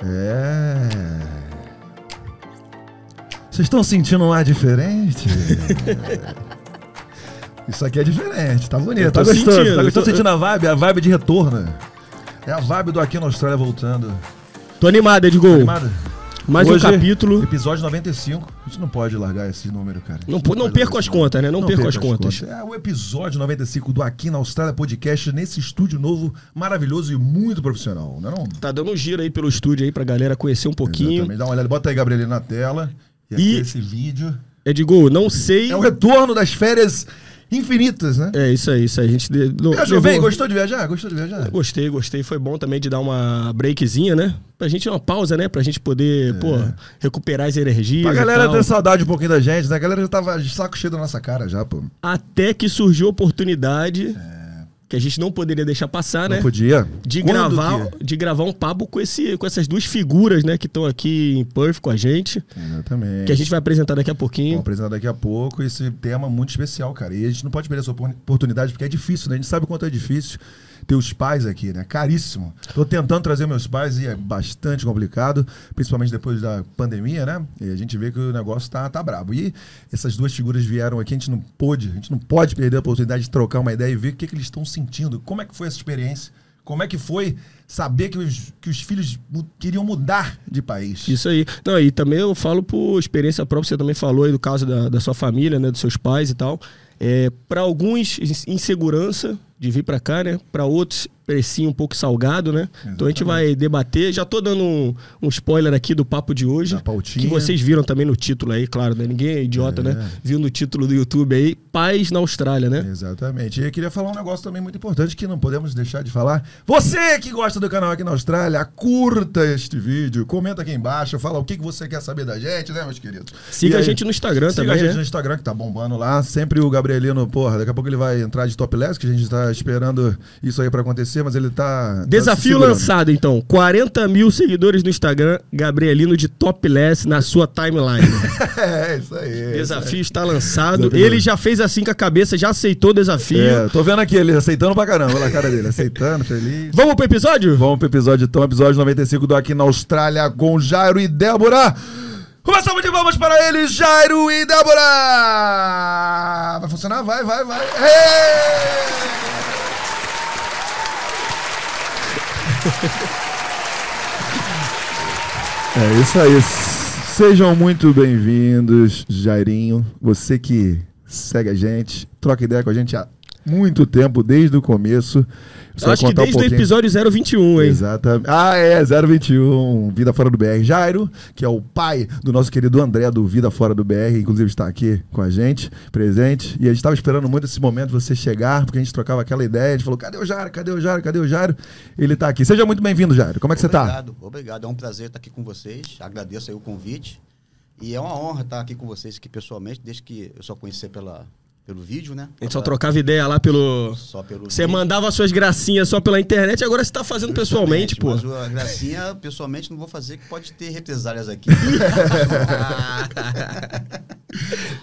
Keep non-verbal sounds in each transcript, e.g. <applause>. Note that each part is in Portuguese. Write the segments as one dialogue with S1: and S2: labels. S1: É. Vocês estão sentindo um ar
S2: <laughs>
S1: diferente? Isso aqui é diferente, tá bonito,
S2: Eu tô
S1: tá gostoso.
S2: sentindo,
S1: tá
S2: eu
S1: gostoso
S2: tô-
S1: sentindo a vibe, a vibe de retorno. É a vibe do Aqui na Austrália voltando.
S2: Tô animado, Edgol.
S1: Animado?
S2: Mais
S1: Hoje-
S2: um capítulo.
S1: Episódio 95. A gente não pode largar esse número, cara.
S2: Não, po- não
S1: Pode
S2: perco
S1: largar
S2: as
S1: esse número.
S2: contas, né? Não, perco, as contas.
S1: É o episódio 95 do Aqui na Austrália Podcast, nesse estúdio novo, maravilhoso e muito profissional, não é não?
S2: Tá dando um giro aí pelo estúdio aí pra galera conhecer um pouquinho.
S1: Exatamente. Dá uma olhada, bota aí, Gabrielino, na tela. E, aqui
S2: E-
S1: esse vídeo.
S2: Edgol, não sei.
S1: É o retorno das férias infinitas, né?
S2: É isso aí, isso aí. A gente. de- não-
S1: Viajou
S2: levou-
S1: bem? Gostou de viajar? Gostou de viajar?
S2: Gostei, gostei. Foi bom também de dar uma breakzinha, né? Pra gente uma pausa, né? Pra gente poder, pô, recuperar as energias.
S1: Pra
S2: e
S1: galera
S2: tal.
S1: ter saudade um pouquinho da gente, né? A galera já tava de saco cheio da nossa cara já, pô.
S2: Até que surgiu a oportunidade que a gente É. não poderia deixar passar, né?
S1: Não podia.
S2: De
S1: Quando
S2: gravar,
S1: que-
S2: de gravar um papo com, esse, com essas duas figuras, né? Que estão aqui em Perth com a gente.
S1: Exatamente.
S2: Que a gente vai apresentar daqui a
S1: Vamos
S2: pouquinho.
S1: apresentar daqui a pouco esse tema muito especial, cara. E a gente não pode perder essa opor- oportunidade, porque é difícil, né? A gente sabe o quanto é difícil ter os pais aqui, né? Caríssimo. Tô tentando trazer meus pais e é bastante complicado, principalmente depois da pandemia, né? E a gente vê que o negócio tá, tá brabo. E essas duas figuras vieram aqui, a gente não pôde, a gente não pode perder a oportunidade de trocar uma ideia e ver o que, que eles estão sentindo, como é que foi essa experiência. Como é que foi saber que os, que os filhos mu- queriam mudar de país?
S2: Isso aí. Não, e também eu falo por experiência própria, você também falou aí do caso da, da sua família, né, dos seus pais e tal. É, para alguns, in- insegurança de vir para cá, né? Para outros, precinho um pouco salgado, né? Então a gente vai debater. Já tô dando um, um spoiler aqui do papo de hoje.
S1: Da pautinha.
S2: Que vocês viram também no título aí, claro, né? Ninguém é idiota, né? Viu no título do YouTube aí, Pais na Austrália,
S1: É.
S2: né?
S1: Exatamente. E eu queria falar um negócio também muito importante que não podemos deixar de falar. Você que gosta do canal aqui na Austrália, curta este vídeo, comenta aqui embaixo, fala o que que você quer saber da gente, né, meus queridos? E
S2: Siga a
S1: aí,
S2: gente no Instagram
S1: Siga a
S2: também,
S1: gente no
S2: né?
S1: Instagram que tá bombando lá. Sempre o Gabrielino, porra, daqui a pouco ele vai entrar de topless, que a gente tá esperando isso aí pra acontecer, mas ele tá. tá se
S2: Desafio
S1: segurando.
S2: lançado, então. 40 mil seguidores no Instagram, Gabrielino de Topless na sua timeline.
S1: <laughs> é, isso aí.
S2: desafio está lançado. Ele já fez assim com a cabeça, já aceitou o desafio.
S1: É, tô vendo aqui ele aceitando pra caramba, olha a cara dele, aceitando, feliz.
S2: Vamos pro episódio?
S1: Vamos pro episódio, então, episódio 95 do Aqui na Austrália com Jairo e Débora. Uma salva de palmas para eles, Jairo e Débora! Vai funcionar? Vai, vai, vai. Ê! <laughs> É isso aí. Sejam muito bem-vindos, Jairinho. Você que segue a gente, troca ideia com a gente há muito tempo, desde o começo. Só
S2: Eu acho que
S1: contar um
S2: desde o
S1: pouquinho.
S2: episódio 021, hein?
S1: Exatamente. Ah, é, 021, Vida Fora do BR. Jairo, que é o pai do nosso querido André do Vida Fora do BR, inclusive está aqui com a gente, presente. E a gente estava esperando muito esse momento você chegar, porque a gente trocava aquela ideia, a gente falou, cadê o Jairo, cadê o Jairo, cadê o Jairo? Ele está aqui. Seja muito bem-vindo, Jairo. Como é que você está?
S3: Obrigado, obrigado. É um prazer estar aqui com vocês. Agradeço aí o convite. E é uma honra estar aqui com vocês aqui pessoalmente, desde que eu só conheci pela, pelo vídeo, né?
S2: A gente só trocava ideia lá pelo.
S3: Só pelo
S2: Você
S3: vídeo.
S2: mandava suas gracinhas só pela internet, agora você tá fazendo pessoalmente, pô.
S3: É,
S1: um.
S3: Mas a gracinha, pessoalmente, não vou fazer, que pode ter
S1: <laughs>
S3: represálias aqui.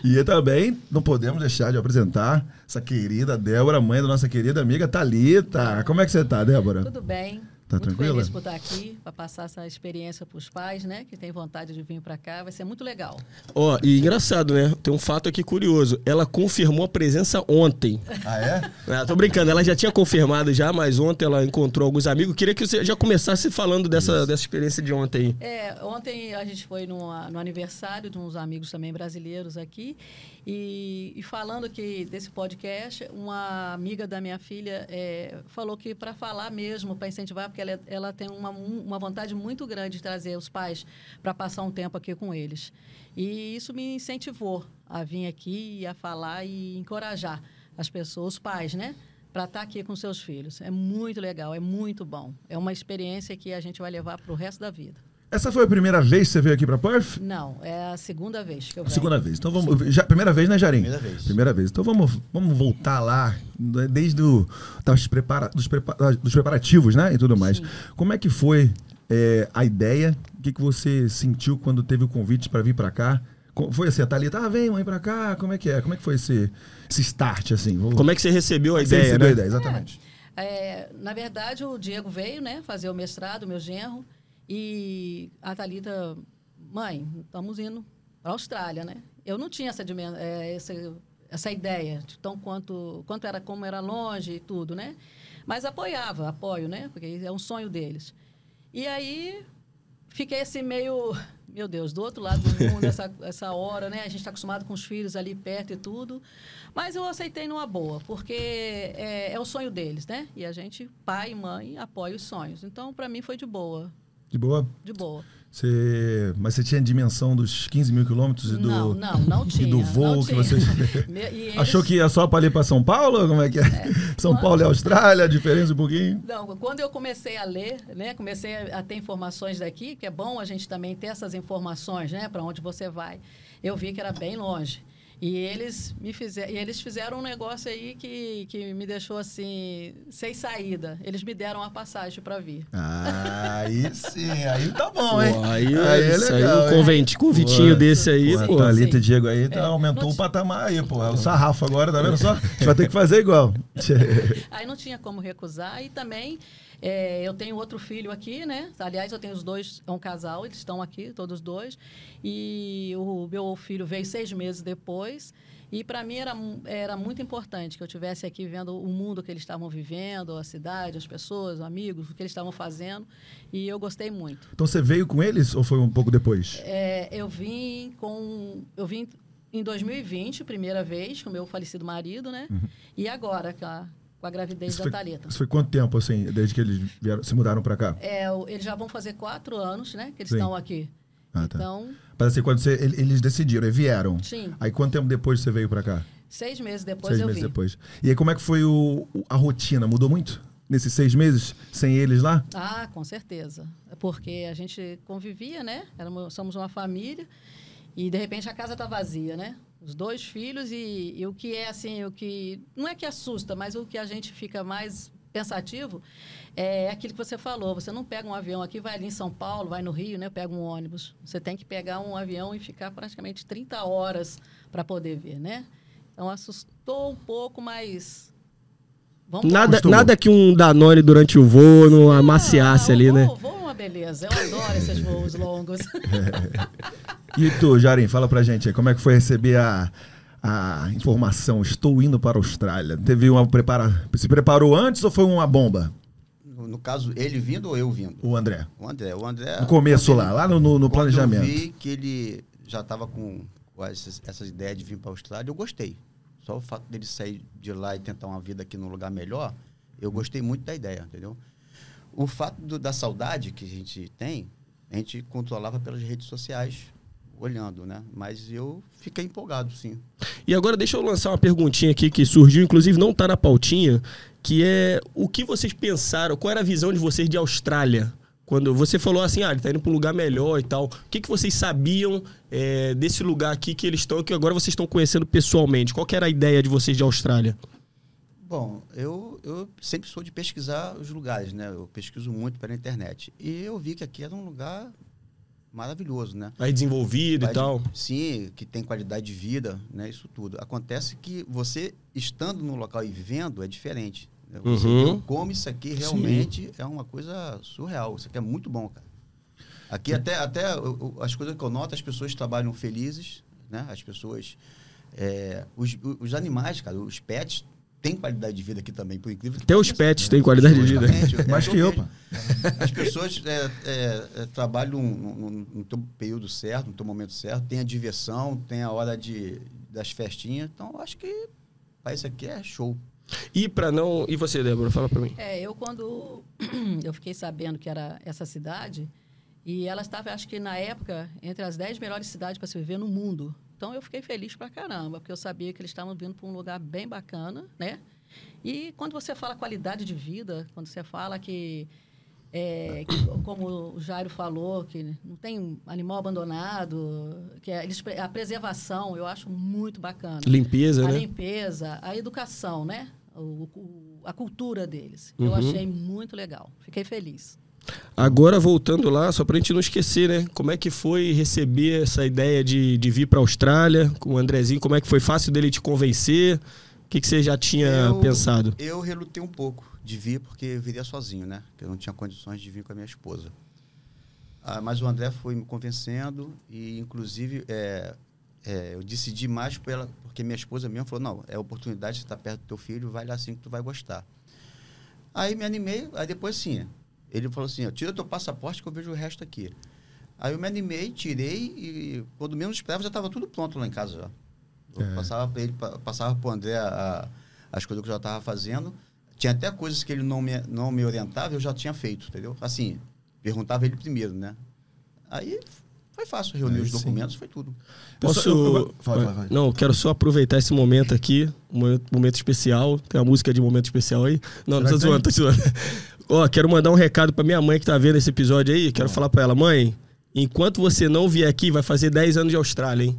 S1: E também não podemos deixar de apresentar essa querida Débora, mãe da nossa querida amiga Thalita. Como é que você está, Débora?
S4: Tudo bem.
S1: Tá
S4: muito
S1: tranquila?
S4: feliz por estar aqui, para passar essa experiência para os pais, né? Que têm vontade de vir para cá. Vai ser muito legal.
S2: Ó, e engraçado, né? Tem um fato aqui curioso. Ela confirmou a presença
S1: <laughs>
S2: ontem.
S1: Ah, é?
S2: Ah, tô brincando, ela já tinha confirmado já, mas ontem ela encontrou alguns amigos. Queria que você já começasse falando dessa, dessa experiência de ontem. aí.
S4: É, ontem a gente foi numa- no aniversário de uns amigos também brasileiros aqui. E, e falando que desse podcast, uma amiga da minha filha é, falou que para falar mesmo, para incentivar, porque ela, ela tem uma, um, uma vontade muito grande de trazer os pais para passar um tempo aqui com eles. E isso me incentivou a vir aqui e a falar e encorajar as pessoas, os pais, né? Para estar aqui com seus filhos. É muito legal, é muito bom. É uma experiência que a gente vai levar para o resto da vida.
S1: Essa foi a primeira vez que você veio aqui para Perth?
S4: Não, é a segunda vez que eu
S1: A
S4: venho.
S1: Segunda vez. Então vamos. Já, primeira vez, né, Jarim?
S3: Primeira vez.
S1: Primeira vez. Então vamos, vamos voltar lá, né, desde o, das prepara, dos, prepa- dos preparativos, né? E tudo mais. Como é que foi é, a ideia? O que, que você sentiu quando teve o convite para vir para cá? Co- Foi assim, a Thalita, ah, vem, mãe, pra cá, como é que é? Como é que foi esse, esse start, assim? Vou-
S2: Como é que você recebeu a
S1: Você
S2: ideia,
S1: recebeu
S2: né?
S1: a ideia, exatamente.
S4: É, na verdade, o Diego veio, né, fazer o mestrado, meu genro, E a Thalita, mãe, estamos indo para a Austrália, né? Eu não tinha essa, dimen- eh, essa, essa ideia de tão quanto, quanto era, como era longe e tudo, né? Mas apoiava, apoio, né? Porque é um sonho deles. E aí fiquei assim meio, meu Deus, do outro lado do mundo essa, <laughs> essa hora, né? A gente está acostumado com os filhos ali perto e tudo. Mas eu aceitei numa boa, porque é, é o sonho deles, né? E a gente, pai e mãe, apoia os sonhos. Então, para mim, foi de boa,
S1: De boa?
S4: de boa.
S1: Você... Mas você tinha dimensão dos 15 mil quilômetros e do...
S4: não, não, não tinha.
S1: <laughs> E do voo
S4: não
S1: que
S4: tinha.
S1: você...
S4: <laughs> Me- e eles-
S1: <laughs> Achou que ia só para ir para São Paulo? Como é que é? <laughs> São Paulo e Austrália, a diferença um pouquinho?
S4: Não, quando eu comecei a ler, né, comecei a ter informações daqui, que é bom a gente também ter essas informações, né, para onde você vai. Eu vi que era bem longe. E eles me fizeram, e eles fizeram um negócio aí que, que me deixou assim sem saída. Eles me deram a passagem para vir.
S1: Ah, aí sim, aí tá bom,
S2: Pô,
S1: hein?
S2: aí,
S1: Aí é
S2: isso
S1: legal,
S2: aí, um
S1: hein?
S2: convente, convitinho
S1: Pô,
S2: desse aí,
S1: Pô,
S2: pô.
S1: Thalita
S4: Sim.
S1: e Diego aí tá,
S4: É,
S1: aumentou
S4: não
S1: o
S4: ti-
S1: patamar aí, pô. É o sarrafo agora, tá vendo só? <laughs> A gente vai ter que fazer igual. <laughs>
S4: Aí não tinha como recusar. E também eh, eu tenho outro filho aqui, né? Aliás, eu tenho os dois, é um casal, eles estão aqui, todos dois. E o meu filho veio seis meses depois. E para mim era, mu- era muito importante que eu estivesse aqui vendo o mundo que eles estavam vivendo, a cidade, as pessoas, os amigos, o que eles estavam fazendo. E eu gostei muito.
S1: Então você veio com eles ou foi um pouco depois?
S4: É, eu vim com. Eu vim em 2020, primeira vez, com o meu falecido marido, né? E agora, com a, com a gravidez
S1: Isso
S4: da
S1: foi,
S4: Thalita.
S1: isso foi quanto tempo, assim, desde que eles vieram, se mudaram pra cá?
S4: É, o- eles já vão fazer quatro anos, né? Que eles
S1: Sim.
S4: estão aqui.
S1: Ah, tá.
S4: Então,
S1: Mas assim, quando você, ele- eles decidiram, eles vieram.
S4: sim,
S1: Aí quanto tempo depois você veio pra cá?
S4: seis meses depois
S1: seis
S4: eu
S1: meses
S4: vim.
S1: depois. E aí como é que foi o- o- a rotina? Mudou muito? Nesses seis meses, sem eles lá?
S4: Ah, com certeza. Porque a gente convivia, né? Éramos, somos uma família e de repente a casa tá vazia, né? Os dois filhos e, e o que é assim, o que não é que assusta, mas o que a gente fica mais pensativo é aquilo que você falou. Você não pega um avião aqui, vai ali em São Paulo, vai no Rio, né? Pega um ônibus. Você tem que pegar um avião e ficar praticamente 30 horas para poder ver, né? Então assustou um pouco, mas vamos
S2: Nada,
S1: Acostumou.
S2: nada que um Danone durante o voo não amaciasse
S4: ah, o
S2: ali, né?
S4: Voo, voo é uma beleza. Eu adoro esses voos longos.
S1: E tu, Jarim, fala pra gente aí, como é que foi receber a, a informação? Estou indo para a Austrália. Teve uma prepara... Se preparou antes ou foi uma bomba,
S3: No, no caso, ele vindo ou eu vindo?
S1: o André?
S3: O André. O André
S1: No começo lá, lá no, no- no
S3: Quando
S1: planejamento.
S3: Eu vi que ele já estava com com essas, essas ideias de vir para a Austrália, eu gostei. Só o fato dele sair de lá e tentar uma vida aqui num lugar melhor, eu gostei muito da ideia, entendeu? O fato do- da saudade que a gente tem, a gente controlava pelas redes sociais, olhando, né? Mas eu fiquei empolgado, sim.
S2: E agora deixa eu lançar uma perguntinha aqui que surgiu, inclusive não tá na pautinha, que é o que vocês pensaram, qual era a visão de vocês de Austrália? Quando você falou assim, ah, ele tá indo para um lugar melhor e tal. O que, que vocês sabiam é, desse lugar aqui que eles estão, que agora vocês estão conhecendo pessoalmente? Qual que era a ideia de vocês de Austrália?
S3: Bom, eu, eu sempre sou de pesquisar os lugares, né? Eu pesquiso muito pela internet. E eu vi que aqui era um lugar maravilhoso, né?
S2: Aí desenvolvido e
S3: Mas,
S2: tal.
S3: Sim, que tem qualidade de vida, né? Isso tudo. Acontece que você estando no local e vivendo é diferente. né? Você
S2: Uhum.
S3: vê como isso aqui realmente é uma coisa surreal. Isso aqui é muito bom, cara. Aqui até, até o- o- as coisas que eu noto, as pessoas trabalham felizes, né? As pessoas. é, os, os animais, cara, os pets têm qualidade de vida aqui também, por incrível que
S2: Até os pets têm qualidade de vida.
S1: <laughs>
S3: Justamente,
S1: Mais
S3: é
S1: que
S3: o
S1: eu,
S3: mesmo.
S1: pô.
S3: As pessoas é, é, é, trabalham no, no, no teu período certo, no teu momento certo, tem a diversão, tem a hora de, das festinhas. Então, eu acho que para isso aqui é show.
S2: E para não. E você, Débora, fala para mim.
S4: <laughs> É, eu quando <clears throat> eu fiquei sabendo que era essa cidade, e ela estava, acho que na época, entre as 10 melhores cidades para se viver no mundo. Então eu fiquei feliz pra caramba, porque eu sabia que eles estavam vindo para um lugar bem bacana, né? E quando você fala qualidade de vida, quando você fala que, é, que, como o Jairo falou, que não tem animal abandonado, que é- eles, pre- a preservação, eu acho muito bacana
S2: Limpeza,
S4: a
S2: né?
S4: limpeza, a educação, né? O- o- a cultura deles.
S2: Uhum.
S4: Eu achei muito legal. Fiquei feliz.
S2: Agora, voltando lá, só pra gente não esquecer, né? Como é que foi receber essa ideia de, de vir pra Austrália com o Andrezinho? Como é que foi fácil dele te convencer? O que, que você já tinha
S3: Eu-
S2: pensado?
S3: Eu relutei um pouco de vir, porque eu viria sozinho, né? Porque eu não tinha condições de vir com a minha esposa. Ah, mas o André foi me convencendo e, inclusive, é, é, eu decidi mais por ela, porque minha esposa mesmo falou, não, é oportunidade, você está perto do teu filho, vai lá assim que tu vai gostar. Aí me animei, aí depois sim, ele falou assim, ó, tira teu passaporte que eu vejo o resto aqui. Aí eu me animei, tirei e quando menos esperava já estava tudo pronto lá em casa já. Eu
S1: É.
S3: passava para ele, pa- passava para o André a- as coisas que eu já estava fazendo. Tinha até coisas que ele não me, não me orientava, eu já tinha feito, entendeu? Assim, perguntava ele primeiro, né? Aí foi fácil, reunir
S1: Aí
S3: os
S1: sim.
S3: documentos, foi tudo.
S2: Posso.
S1: Eu- eu- Fala, fala, fala.
S2: Não, eu quero só aproveitar esse momento aqui, um momento, momento especial. Tem a música de momento especial aí. Não, não
S1: Será
S2: tô
S1: que
S2: zoando, tô zoando. <laughs> Ó, quero mandar um recado pra minha mãe que tá vendo esse episódio aí. Quero falar pra ela, mãe, enquanto você não vier aqui, vai fazer 10 anos de Austrália, hein?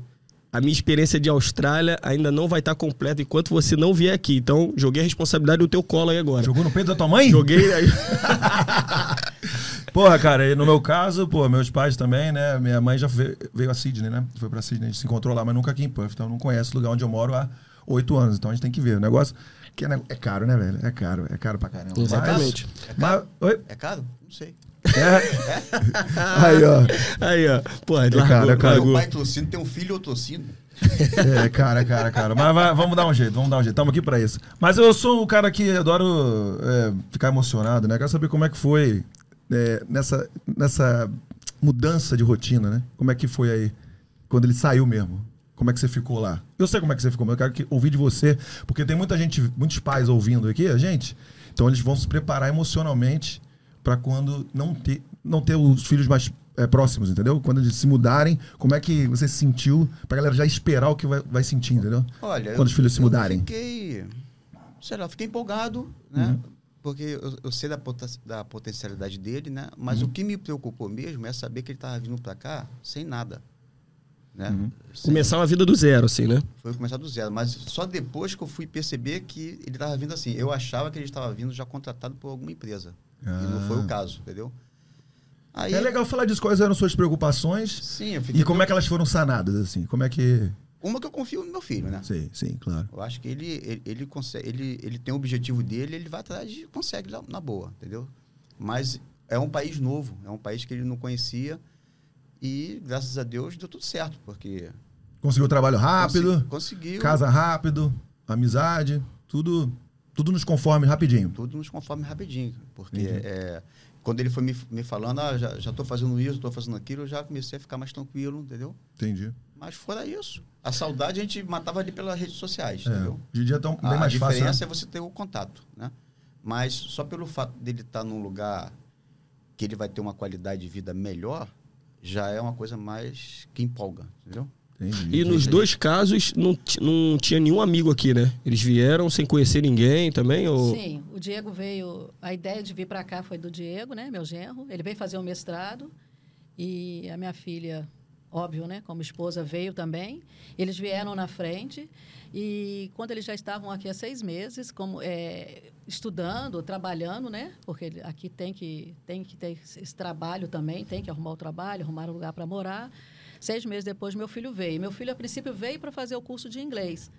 S2: A minha experiência de Austrália ainda não vai estar completa enquanto você não vier aqui. Então, joguei a responsabilidade no teu colo aí agora.
S1: Jogou no peito da tua mãe?
S2: Joguei aí.
S1: <laughs> Porra, cara, e no meu caso, pô, meus pais também, né? Minha mãe já ve- veio a Sydney, né? Foi pra Sydney, a gente se encontrou lá, mas nunca aqui em Perth. Então não conhece o lugar onde eu moro há oito anos. Então a gente tem que ver. O negócio que é, ne- é caro, né, velho? É caro, é caro pra caramba. Mas-
S2: Exatamente.
S1: Mas, oi?
S3: É caro? Não sei.
S1: É. <laughs> Aí, ó.
S2: Aí, ó. Pô, largou,
S1: cara, cara.
S2: largou.
S3: Meu pai torcido, tem um filho torcido.
S1: É, cara, cara, cara. Mas vai- vamos dar um jeito, vamos dar um jeito. Estamos aqui pra isso. Mas eu sou um cara que adoro é, ficar emocionado, né? Quero saber como é que foi é, nessa, nessa mudança de rotina, né? Como é que foi aí? Quando ele saiu mesmo. Como é que você ficou lá? Eu sei como é que você ficou, mas eu quero que- ouvir de você, porque tem muita gente, muitos pais ouvindo aqui, a gente. Então eles vão se preparar emocionalmente para quando não ter, não ter os filhos mais é, próximos, entendeu? Quando eles se mudarem, como é que você se sentiu pra galera já esperar o que vai, vai sentir, entendeu?
S3: Olha,
S1: Quando os filhos se mudarem.
S3: Eu fiquei, sei lá, fiquei empolgado, né?
S1: Uhum.
S3: Porque eu, eu sei da, poten- da potencialidade dele, né? Mas
S1: Uhum.
S3: o que me preocupou mesmo é saber que ele estava vindo para cá sem nada, né?
S1: Uhum.
S3: Sem-
S2: Começar uma vida do zero, assim, né?
S3: Foi começar do zero, mas só depois que eu fui perceber que ele estava vindo assim. Eu achava que ele estava vindo já contratado por alguma empresa. E não foi
S1: Ah.
S3: o caso, entendeu? Aí,
S1: É legal falar disso, quais eram suas preocupações
S3: Sim, eu fiquei
S1: e como é que elas foram sanadas, assim? Como é que.
S3: Uma que eu confio no meu filho, né?
S1: Sim, sim, claro.
S3: Eu acho que ele, ele, ele consegue, ele, ele tem o objetivo dele, ele vai atrás e consegue na, na boa, entendeu? Mas é um país novo, é um país que ele não conhecia e, graças a Deus, deu tudo certo, porque...
S1: Conseguiu trabalho rápido,
S3: conse- Conseguiu.
S1: Ah, casa rápido, amizade, tudo, tudo nos conforme rapidinho.
S3: Tudo nos conforme rapidinho, porque
S1: Entendi.
S3: é, quando ele foi me, me falando, ah, já, já tô fazendo isso, tô fazendo aquilo, eu já comecei a ficar mais tranquilo, entendeu?
S1: Entendi.
S3: Mas fora isso, a saudade a gente matava ali pelas redes sociais,
S1: É,
S3: entendeu?
S1: hoje em dia tá um- bem
S3: A,
S1: mais fácil.
S3: diferença
S1: né?
S3: é você ter o contato, né? Mas só pelo fato dele estar num lugar que ele vai ter uma qualidade de vida melhor, já é uma coisa mais que empolga, entendeu?
S1: Entendi.
S2: E nos dois casos não, ti- não tinha nenhum amigo aqui, né? Eles vieram sem conhecer ninguém também? Ou...
S4: Sim, o Diego veio. A ideia de vir para cá foi do Diego, né, meu genro. Ele veio fazer um mestrado e a minha filha, óbvio, né, como esposa, veio também. Eles vieram na frente e quando eles já estavam aqui há seis meses, como é, estudando, trabalhando, né, porque ele- aqui tem que tem que ter esse esse trabalho também, tem que arrumar o trabalho, arrumar um lugar para morar. Seis meses depois, meu filho veio. Meu filho, a princípio, veio para fazer o curso de inglês,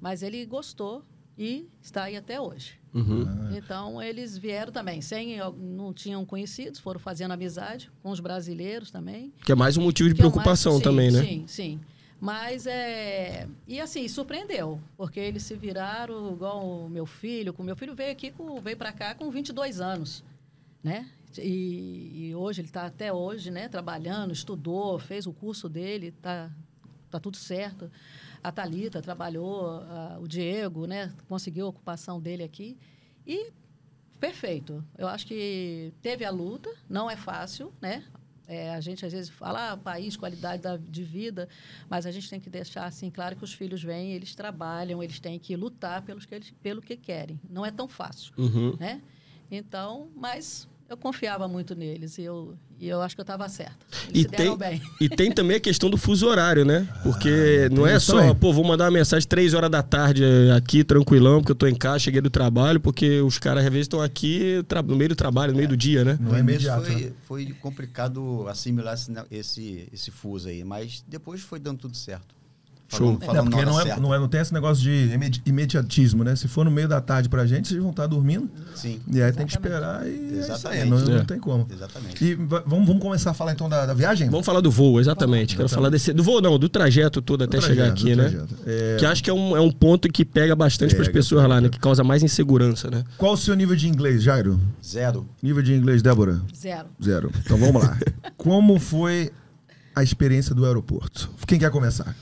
S4: mas ele gostou e está aí até hoje.
S2: Uhum.
S4: Então, eles vieram também, sem, não tinham conhecidos, foram fazendo amizade com os brasileiros também.
S2: Que é mais um motivo de
S4: Que é o mais-
S2: preocupação
S4: sim,
S2: também, né?
S4: Sim, sim. Mas é. E assim, surpreendeu, porque eles se viraram igual o meu filho. O meu filho veio aqui, com, veio para cá com 22 anos, né? E, e hoje ele está até hoje, né? Trabalhando, estudou, fez o curso dele, tá, tá tudo certo. A Thalita trabalhou, a- o Diego, né? Conseguiu a ocupação dele aqui. E perfeito. Eu acho que teve a luta, não é fácil, né? É, a gente às vezes fala ah, país, qualidade da- de vida, mas a gente tem que deixar assim claro que os filhos vêm, eles trabalham, eles têm que lutar pelos que eles, pelo que querem. Não é tão fácil,
S2: Uhum.
S4: né? Então, mas eu confiava muito neles e eu, e eu acho que eu estava certa. Eles
S2: E
S4: se deram
S2: tem-
S4: bem. <laughs>
S2: E tem também a questão do fuso horário, né? Porque não
S1: Ah, tem
S2: é
S1: isso
S2: só,
S1: também.
S2: pô, vou mandar uma mensagem três horas da tarde eh, aqui, tranquilão, porque eu tô em casa, cheguei do trabalho, porque os caras às vezes estão aqui tra- no meio do trabalho, no meio do dia, né?
S1: Não
S3: No
S1: é
S3: início
S1: imediato. né?
S3: Foi, foi complicado assimilar esse, ne- esse, esse fuso aí, mas depois foi dando tudo certo. Falando,
S1: Não,
S3: falando
S1: porque
S3: na
S1: não,
S3: hora
S1: é,
S3: certa.
S1: não, é- não tem esse negócio de imedi- imediatismo, né? Se for no meio da tarde pra gente, vocês vão estar dormindo.
S3: Sim.
S1: E aí tem que esperar e é isso aí. Não,
S3: Exatamente.
S1: não
S2: É.
S1: tem como.
S3: Exatamente.
S1: E va- vamos, vamos começar a falar então da, da viagem?
S2: Vamos falar do voo, exatamente. Quero
S1: Ah, Exatamente.
S2: falar desse. Do voo, não, do trajeto todo até
S1: Do
S2: chegar
S1: trajeto,
S2: aqui,
S1: do
S2: né?
S1: trajeto. É,
S2: Que acho que é um, é um ponto que pega bastante para as
S1: Pega,
S2: pessoas lá, né? Que causa mais insegurança, né?
S1: Qual o seu nível de inglês, Jairo?
S3: Zero.
S1: Nível de inglês, Débora?
S4: Zero.
S1: Zero. Então vamos
S3: <laughs>
S1: lá. Como foi a experiência do aeroporto? Quem quer começar?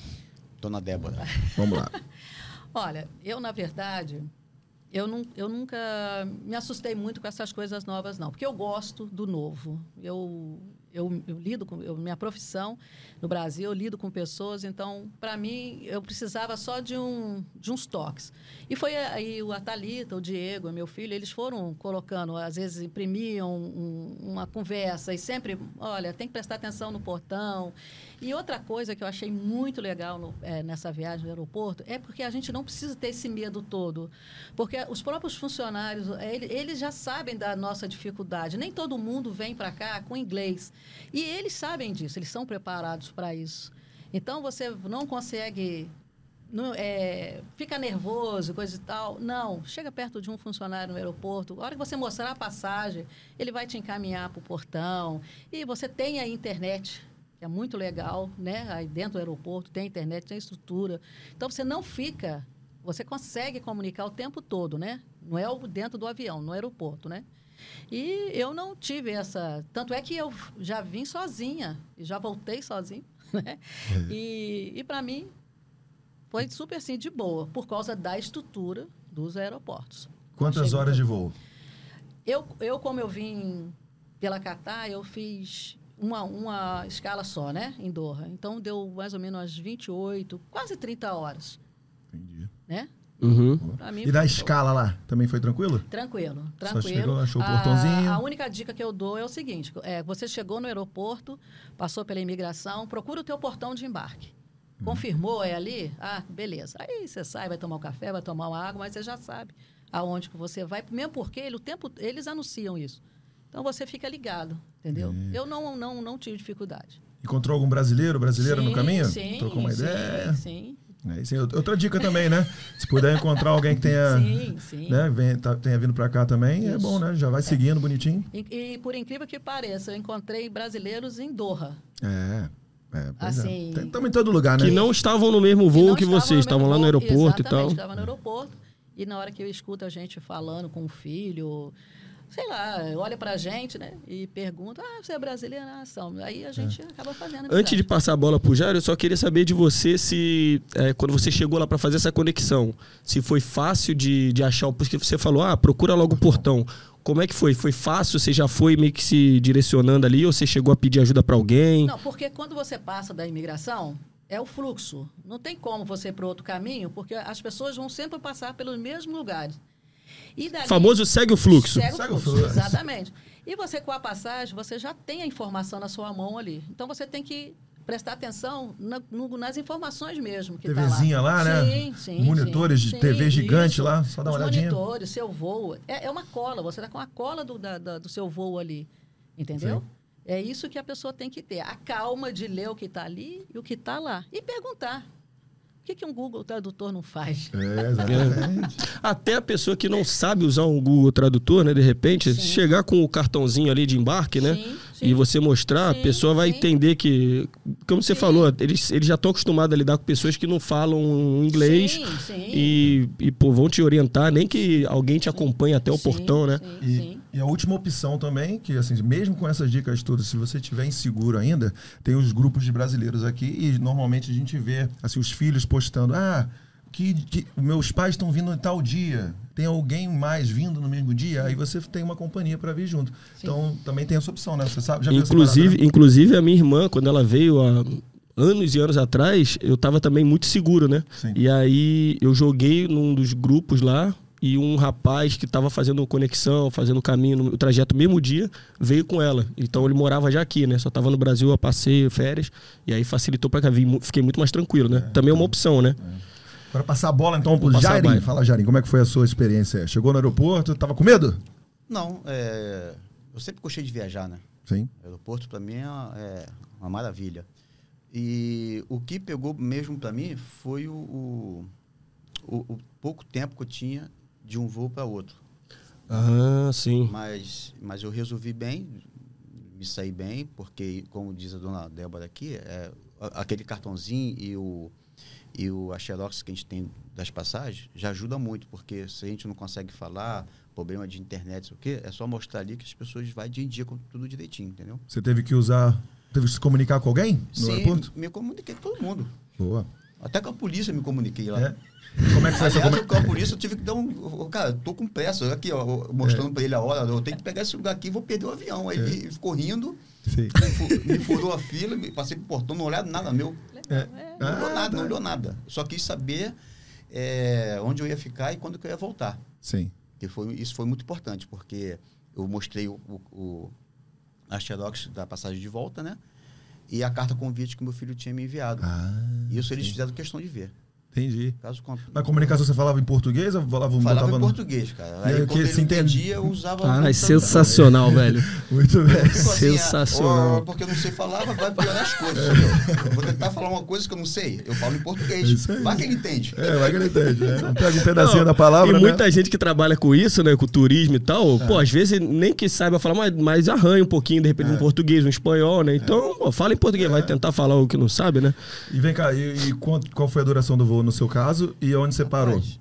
S3: Dona Débora.
S1: Vamos lá.
S4: Olha, eu, na verdade, eu, nun- eu nunca me assustei muito com essas coisas novas, não. Porque eu gosto do novo. Eu, eu, eu lido com... Eu, minha profissão no Brasil, eu lido com pessoas. Então, para mim, eu precisava só de, um, de uns toques. E foi aí o Atalita, o Diego, meu filho, eles foram colocando, às vezes imprimiam um- uma conversa e sempre, olha, tem que prestar atenção no portão. E outra coisa que eu achei muito legal no- eh, nessa viagem no aeroporto é porque a gente não precisa ter esse medo todo. Porque os próprios funcionários, eh, ele- eles já sabem da nossa dificuldade. Nem todo mundo vem para cá com inglês. E eles sabem disso, eles são preparados para isso. Então, você não consegue não, é, fica nervoso, coisa e tal. Não, chega perto de um funcionário no aeroporto, a hora que você mostrar a passagem, ele vai te encaminhar para o portão. E você tem a internet, que é muito legal, né? Aí dentro do aeroporto tem internet, tem estrutura. Então você não fica, você consegue comunicar o tempo todo, né? Não é o- dentro do avião, no aeroporto, né? E eu não tive essa. Tanto é que eu já vim sozinha e já voltei sozinha, <laughs> né? E, e para mim foi super assim de boa, por causa da estrutura dos aeroportos.
S1: Quantas
S4: Achei
S1: horas de voo?
S4: Eu, eu como eu vim pela Catar, eu fiz uma, uma escala só, né, em Doha. Então deu mais ou menos umas 28, quase 30 horas,
S1: Entendi.
S4: né?
S2: Uhum.
S4: Pra mim
S1: E na
S4: foi-
S1: escala lá, também foi tranquilo?
S4: Tranquilo,
S1: Só
S4: tranquilo.
S1: chegou, achou o
S4: A-
S1: portãozinho.
S4: A, única dica que eu dou é o seguinte: é, você chegou no aeroporto, passou pela imigração, procura o teu portão de embarque.
S1: Hum.
S4: Confirmou, é ali? Ah, beleza. Aí você sai, vai tomar um café, vai tomar uma água, mas você já sabe aonde que você vai, mesmo porque ele, o tempo, eles anunciam isso. Então você fica ligado, entendeu? Eu não, não, não tive dificuldade.
S1: Encontrou algum brasileiro, brasileira
S4: Sim,
S1: no caminho?
S4: Sim,
S1: Trocou uma
S4: sim,
S1: ideia?
S4: Sim,
S1: É, isso aí. Outra dica também, né? Se puder encontrar alguém que tenha,
S4: sim, sim.
S1: né, vem- tá- tenha vindo pra cá também, é
S4: Isso.
S1: bom, né? Já vai seguindo bonitinho.
S4: E, e por incrível que pareça, eu encontrei brasileiros em Doha.
S1: É. É, pois
S4: Assim-
S1: é. Tem- Tamo em todo lulugar, né?
S2: Que não estavam no mesmo
S4: não
S2: voo que,
S4: estavam
S2: vocês, estavam lá no
S4: mesmo voo.
S2: aeroporto e
S4: Exatamente,
S2: tal.
S4: Estavam no aeroporto. E na hora que eu escuto a gente falando com o filho, sei lá, olha pra gente, né? E pergunta, ah, você é brasileira? Ah, são. Aí a gente acaba fazendo.
S2: É. Antes de
S4: amizade.
S2: passar a bola pro Jairo, eu só queria saber de você se é, quando você chegou lá para fazer essa conexão, se foi fácil de, de achar o porque você falou, ah, procura logo o portão. Como é que foi? Foi fácil? Você já foi meio que se direcionando ali ou você chegou a pedir ajuda para alguém?
S4: Não, porque quando você passa da imigração, é o fluxo. Não tem como você ir para outro caminho, porque as pessoas vão sempre passar pelos mesmos lugares. E dali-
S2: Famoso segue o fluxo.
S4: Segue,
S1: Segue o
S4: o fluxo.
S1: fluxo.
S4: Exatamente. E você, com a passagem, você já tem a informação na sua mão ali. Então, você tem que prestar atenção na- no- nas informações mesmo que tá
S1: TVzinha lá, né?
S4: Sim, sim.
S1: Monitores
S4: sim.
S1: de TV gigante lá, só dá uma
S4: Os
S1: olhadinha.
S4: monitores, seu voo. É, é uma cola, você está com a cola do, da- da- do seu voo ali, entendeu? É isso que a pessoa tem que ter. A calma de ler o que está ali e o que está lá. E perguntar. O que, que um Google Tradutor não faz?
S1: É, exatamente.
S2: Até a pessoa que não sabe usar o Google Tradutor, né, de repente,
S4: Sim.
S2: chegar com o cartãozinho ali de embarque, né?
S4: Sim,
S2: E
S4: sim.
S2: você mostrar,
S4: Sim,
S2: a pessoa vai
S4: sim.
S2: entender que, como você
S4: Sim.
S2: falou, eles, eles já estão acostumados a lidar com pessoas que não falam inglês.
S4: Sim, sim.
S2: E, e, pô, vão te orientar, nem que alguém te acompanhe até o
S4: Sim,
S2: portão, né?
S4: Sim,
S1: E,
S4: sim.
S1: e a última opção também, que assim, mesmo com essas dicas todas, se você tiver inseguro ainda, tem os grupos de brasileiros aqui e normalmente a gente vê assim, os filhos postando: ah, que, que meus pais estão vindo em tal dia, tem alguém mais vindo no mesmo dia, aí você tem uma companhia para vir junto. Então também tem essa opção, né? Você sabe, já viu essa
S2: Inclusive,
S1: parada,
S2: inclusive, a minha irmã, quando ela veio há anos e anos atrás, eu tava também muito seguro, né?
S1: Sim.
S2: E aí eu joguei num dos grupos lá e um rapaz que tava fazendo conexão, fazendo o caminho, no- o trajeto no mesmo dia, veio com ela. Então ele morava já aqui, né? Só tava no Brasil a passeio, férias. E aí facilitou pra cá. Vim mu- Fiquei muito mais tranquilo, né? também é uma opção, né?
S1: né? Agora passar a bola então pro
S2: passar a
S1: Jairim.
S2: bola.
S1: Fala, Jairim, como é que foi a sua experiência? Chegou no aeroporto, tava com medo?
S3: Não, é, eu sempre gostei de viajar, né?
S1: Sim.
S3: O aeroporto, para mim, é uma, é uma maravilha. E o que pegou mesmo para mim foi o, o, o- o pouco tempo que eu tinha de um voo para outro.
S2: Ah, sim.
S3: Mas, mas eu resolvi bem, me saí bem, porque, como diz a dona Débora aqui, é, a- aquele cartãozinho e o e o, a xerox que a gente tem das passagens já ajuda muito, porque se a gente não consegue falar, problema de internet, sei o quê, é só mostrar ali que as pessoas vai dia em dia com tudo direitinho, entendeu?
S1: Você teve que usar. Teve que se comunicar com alguém no
S3: Sim,
S1: aeroporto?
S3: me comuniquei com todo mundo.
S1: Boa.
S3: Até com a polícia eu me comuniquei lá.
S1: É. Como é que foi essa
S3: Aliás, eu,
S1: comunicação?
S3: com a polícia eu tive que dar um. eu- Cara, eu tô com pressa. Aqui, ó, eu-
S1: É.
S3: mostrando pra ele a hora. Eu tenho que pegar esse lugar aqui e vou perder o avião. Aí ele ficou rindo,
S1: Sim.
S3: me fu- me furou a fila, me passei pro portão, não olhava nada meu.
S1: É.
S3: Não olhou
S1: Ah,
S3: nada,
S1: tá.
S3: não olhou nada. Só quis saber é, onde eu ia ficar e quando que eu ia voltar.
S1: Sim.
S3: Que foi, isso foi muito importante, porque eu mostrei o, o, o, a xerox da passagem de volta, né? E a carta convite que meu filho tinha me enviado.
S1: Ah,
S3: Isso eles fizeram questão de ver.
S1: entendi.
S3: Caso contrário.
S1: Na comunicação você falava em português ou falava,
S3: Falava
S1: botava no-
S3: em português, cara.
S1: E aí,
S3: Aí,
S1: o
S3: quando
S1: que
S3: ele
S1: se
S3: não
S1: entende?
S3: entendia, eu usava...
S2: Cara, <laughs>
S3: um-
S2: é sensacional, velho.
S1: Muito bem.
S3: Ficou assim,
S2: sensacional.
S3: ah, porque eu não sei falar, vai- vai piorar as coisas. entendeu? Eu vou tentar falar uma coisa que eu não sei. Eu falo em
S1: É
S3: português.
S1: isso aí.
S3: Vai que ele entende.
S1: É, vai que ele entende. né? Não Pega um pedacinho
S2: Não,
S1: da palavra.
S2: Tem
S1: né?
S2: muita gente que trabalha com isso, né? Com turismo e tal.
S3: É.
S2: Pô, às vezes nem que saiba falar, mas, mas arranha um pouquinho, de
S3: É.
S2: repente, um português, um espanhol, né? Então, pô, fala em português, vai tentar falar o que não sabe, né?
S1: E vem cá, e, e qual, qual foi a duração do voo no seu caso e onde você parou?
S3: Mas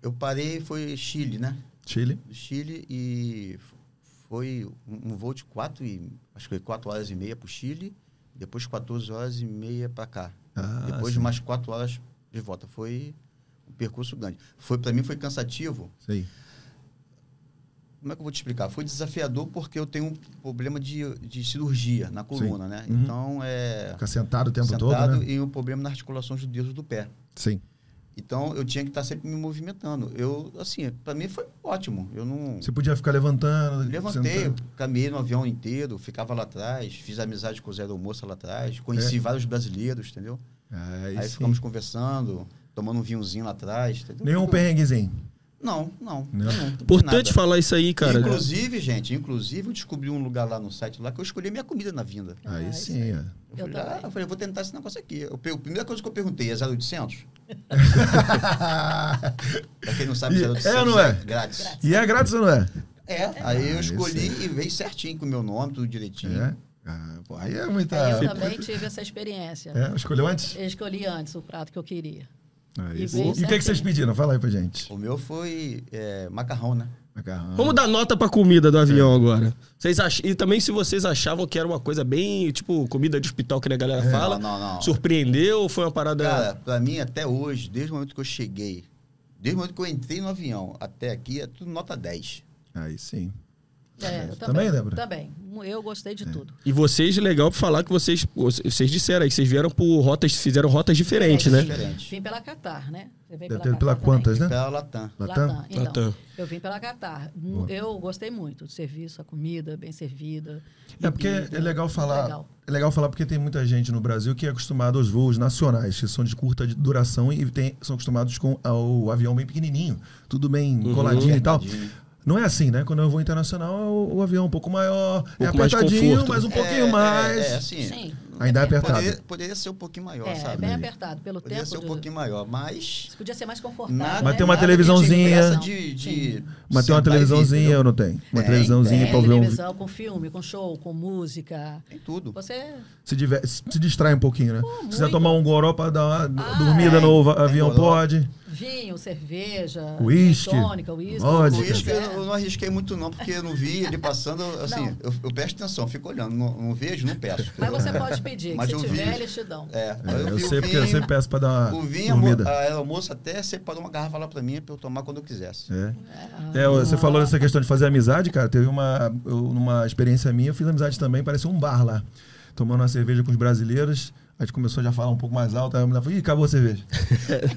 S3: Eu parei, foi Chile, né?
S1: Chile?
S3: Do Chile e f- foi um um voo de 4 e... Acho que foi 4 horas e meia pro Chile. Depois 14 horas e meia pra cá.
S1: Ah,
S3: depois
S1: sim.
S3: de mais 4 horas de volta. Foi um percurso grande. Foi, pra mim foi cansativo,
S1: Sei.
S3: Como é que eu vou te explicar? Foi desafiador porque eu tenho um problema de, de cirurgia na coluna, né?
S1: Uhum.
S3: Então, é...
S1: Ficar sentado o tempo
S3: sentado
S1: todo, né?
S3: e um problema na articulação dos dedos do pé.
S1: Sim.
S3: Então, eu tinha que estar sempre me movimentando. Eu, assim, para mim foi ótimo. Eu não...
S1: Você podia ficar levantando.
S3: Levantei,
S1: sentando.
S3: caminhei no avião inteiro, ficava lá atrás, fiz amizade com o Zé do Moça lá atrás, conheci vários brasileiros, entendeu?
S1: Ah,
S3: Aí,
S1: É. Aí, sim.
S3: ficamos conversando, tomando um vinhozinho lá atrás, entendeu?
S1: Nenhum perrenguezinho.
S3: Não, não.
S1: Não.
S3: não
S2: Importante
S3: nada.
S2: falar isso aí,
S1: né?
S2: cara.
S3: Inclusive, gente, inclusive eu descobri um lugar lá no site lá que eu escolhi a minha comida na vinda.
S1: Aí
S4: Ah,
S1: sim, é. ó.
S3: Eu,
S4: Eu
S3: falei, ah,
S4: também.
S3: eu falei, eu vou tentar esse negócio aqui. Eu, pe- a primeira coisa que eu perguntei é 0800?
S1: <laughs>
S3: Pra quem não sabe,
S1: E-
S3: 0800
S1: é ou não é?
S3: grátis.
S1: e é grátis ou não é?
S3: É, aí eu
S1: Ah,
S3: escolhi e veio certinho com o meu nome, tudo direitinho.
S1: É. Ah, pô, aí é muita.
S4: Aí eu também tive essa experiência.
S1: É, escolheu antes?
S4: Eu escolhi antes o prato que eu queria.
S2: É
S1: Aí,
S4: E
S1: sim.
S4: veio
S1: É e o que, que
S4: certinho.
S1: vocês pediram? Fala aí pra gente.
S3: O meu foi é, macarrão, né?
S1: Macarrão.
S2: Vamos dar nota pra comida do avião
S3: É.
S2: agora. Vocês ach... E também se vocês achavam que era uma coisa bem, tipo, comida de hospital que a galera
S1: É.
S2: fala.
S3: É. Não, não, não.
S2: Surpreendeu? Foi uma parada.
S3: Cara, pra mim, até hoje, desde o momento que eu cheguei, desde o momento que eu entrei no avião até aqui, é tudo nota 10.
S1: Ah, Aí sim. Também,
S4: É, eu também,
S1: Débora? É.
S4: Também. Eu gostei de tudo.
S2: E vocês, legal pra falar que vocês. Vocês disseram aí que vocês vieram por rotas, fizeram rotas
S3: É,
S2: diferentes, né?
S3: Diferente.
S4: É Vim pela Qatar, né? Você veio
S1: Deve ter ido pela
S4: Qatar também?
S1: quantas, né?
S3: Pra Latam.
S1: Latam?
S4: Latam. Então,
S2: Latam.
S4: eu vim pela Qatar. Hum,
S1: Boa.
S4: Eu gostei muito do serviço, a comida bem servida.
S1: É porque é legal falar.
S4: Legal.
S1: É legal falar porque tem muita gente no Brasil que é acostumada aos voos nacionais, que são de curta de- duração e tem- são acostumados com ao avião bem pequenininho, tudo bem
S2: Uhum.
S1: coladinho e tal.
S3: Coladinho.
S1: Não é assim, né? Quando eu vou internacional, é o, o avião é um pouco maior, é
S2: pouco mais de
S1: apertadinho,
S2: conforto.
S1: mas um pouquinho
S3: É,
S1: mais.
S3: É, é, assim.
S4: Sim.
S1: Ainda é apertado.
S3: Poderia, poderia ser um pouquinho maior,
S4: É, é
S3: sabe?
S4: bem apertado. Pelo
S3: Poderia
S4: tempo.
S3: ser um
S4: do-
S3: pouquinho maior, mas.
S4: Podia ser mais confortável.
S3: Nada,
S1: Mas
S4: né?
S1: tem uma
S3: nada que
S1: televisãozinha.
S3: tinha pressa De, de
S1: Mas tem uma
S3: sentar e ver,
S1: televisãozinha
S3: entendeu?
S1: ou não tem? Uma
S3: Tem,
S1: televisãozinha
S4: É,
S1: pra ouvir um. vi-
S4: televisão, com filme, com show, com música.
S3: Tem tudo.
S4: Você.
S1: Se, diver- se distrai um pouquinho, né? Se quiser
S4: muito.
S1: tomar um goró pra dar uma
S4: Ah,
S1: dormida
S3: é.
S1: no va-
S3: Tem
S1: avião,
S3: goró.
S1: pode.
S4: Vinho, cerveja,
S1: Uísque,
S4: tônica, uísque. É.
S1: vodka.
S3: Com isso que eu, eu não arrisquei muito, não, porque eu não vi ele passando, assim,
S4: Não.
S3: eu, eu presto atenção, fico olhando, não, não vejo, não peço.
S4: Mas você pode pedir, que
S3: Mas eu
S4: se tiver,
S3: vi.
S4: eles te dão.
S3: É, aí
S1: É,
S3: eu,
S1: eu
S3: vi
S1: sei
S3: o
S1: porque eu
S3: vinho,
S1: sempre peço pra dar
S3: o
S1: uma
S3: vinho, a, mo Ah.
S1: dormida.
S3: a aeromoça até separou uma garrafa lá pra mim, pra eu tomar quando eu quisesse.
S1: É. É, você falou dessa questão de fazer amizade, cara. Teve uma, eu, numa experiência minha, eu fiz amizade também, parecia um bar lá. Tomando uma cerveja com os brasileiros. A gente começou já a falar um pouco mais alto. Aí a mulher falou: Ih, acabou a
S3: <laughs>
S1: cerveja.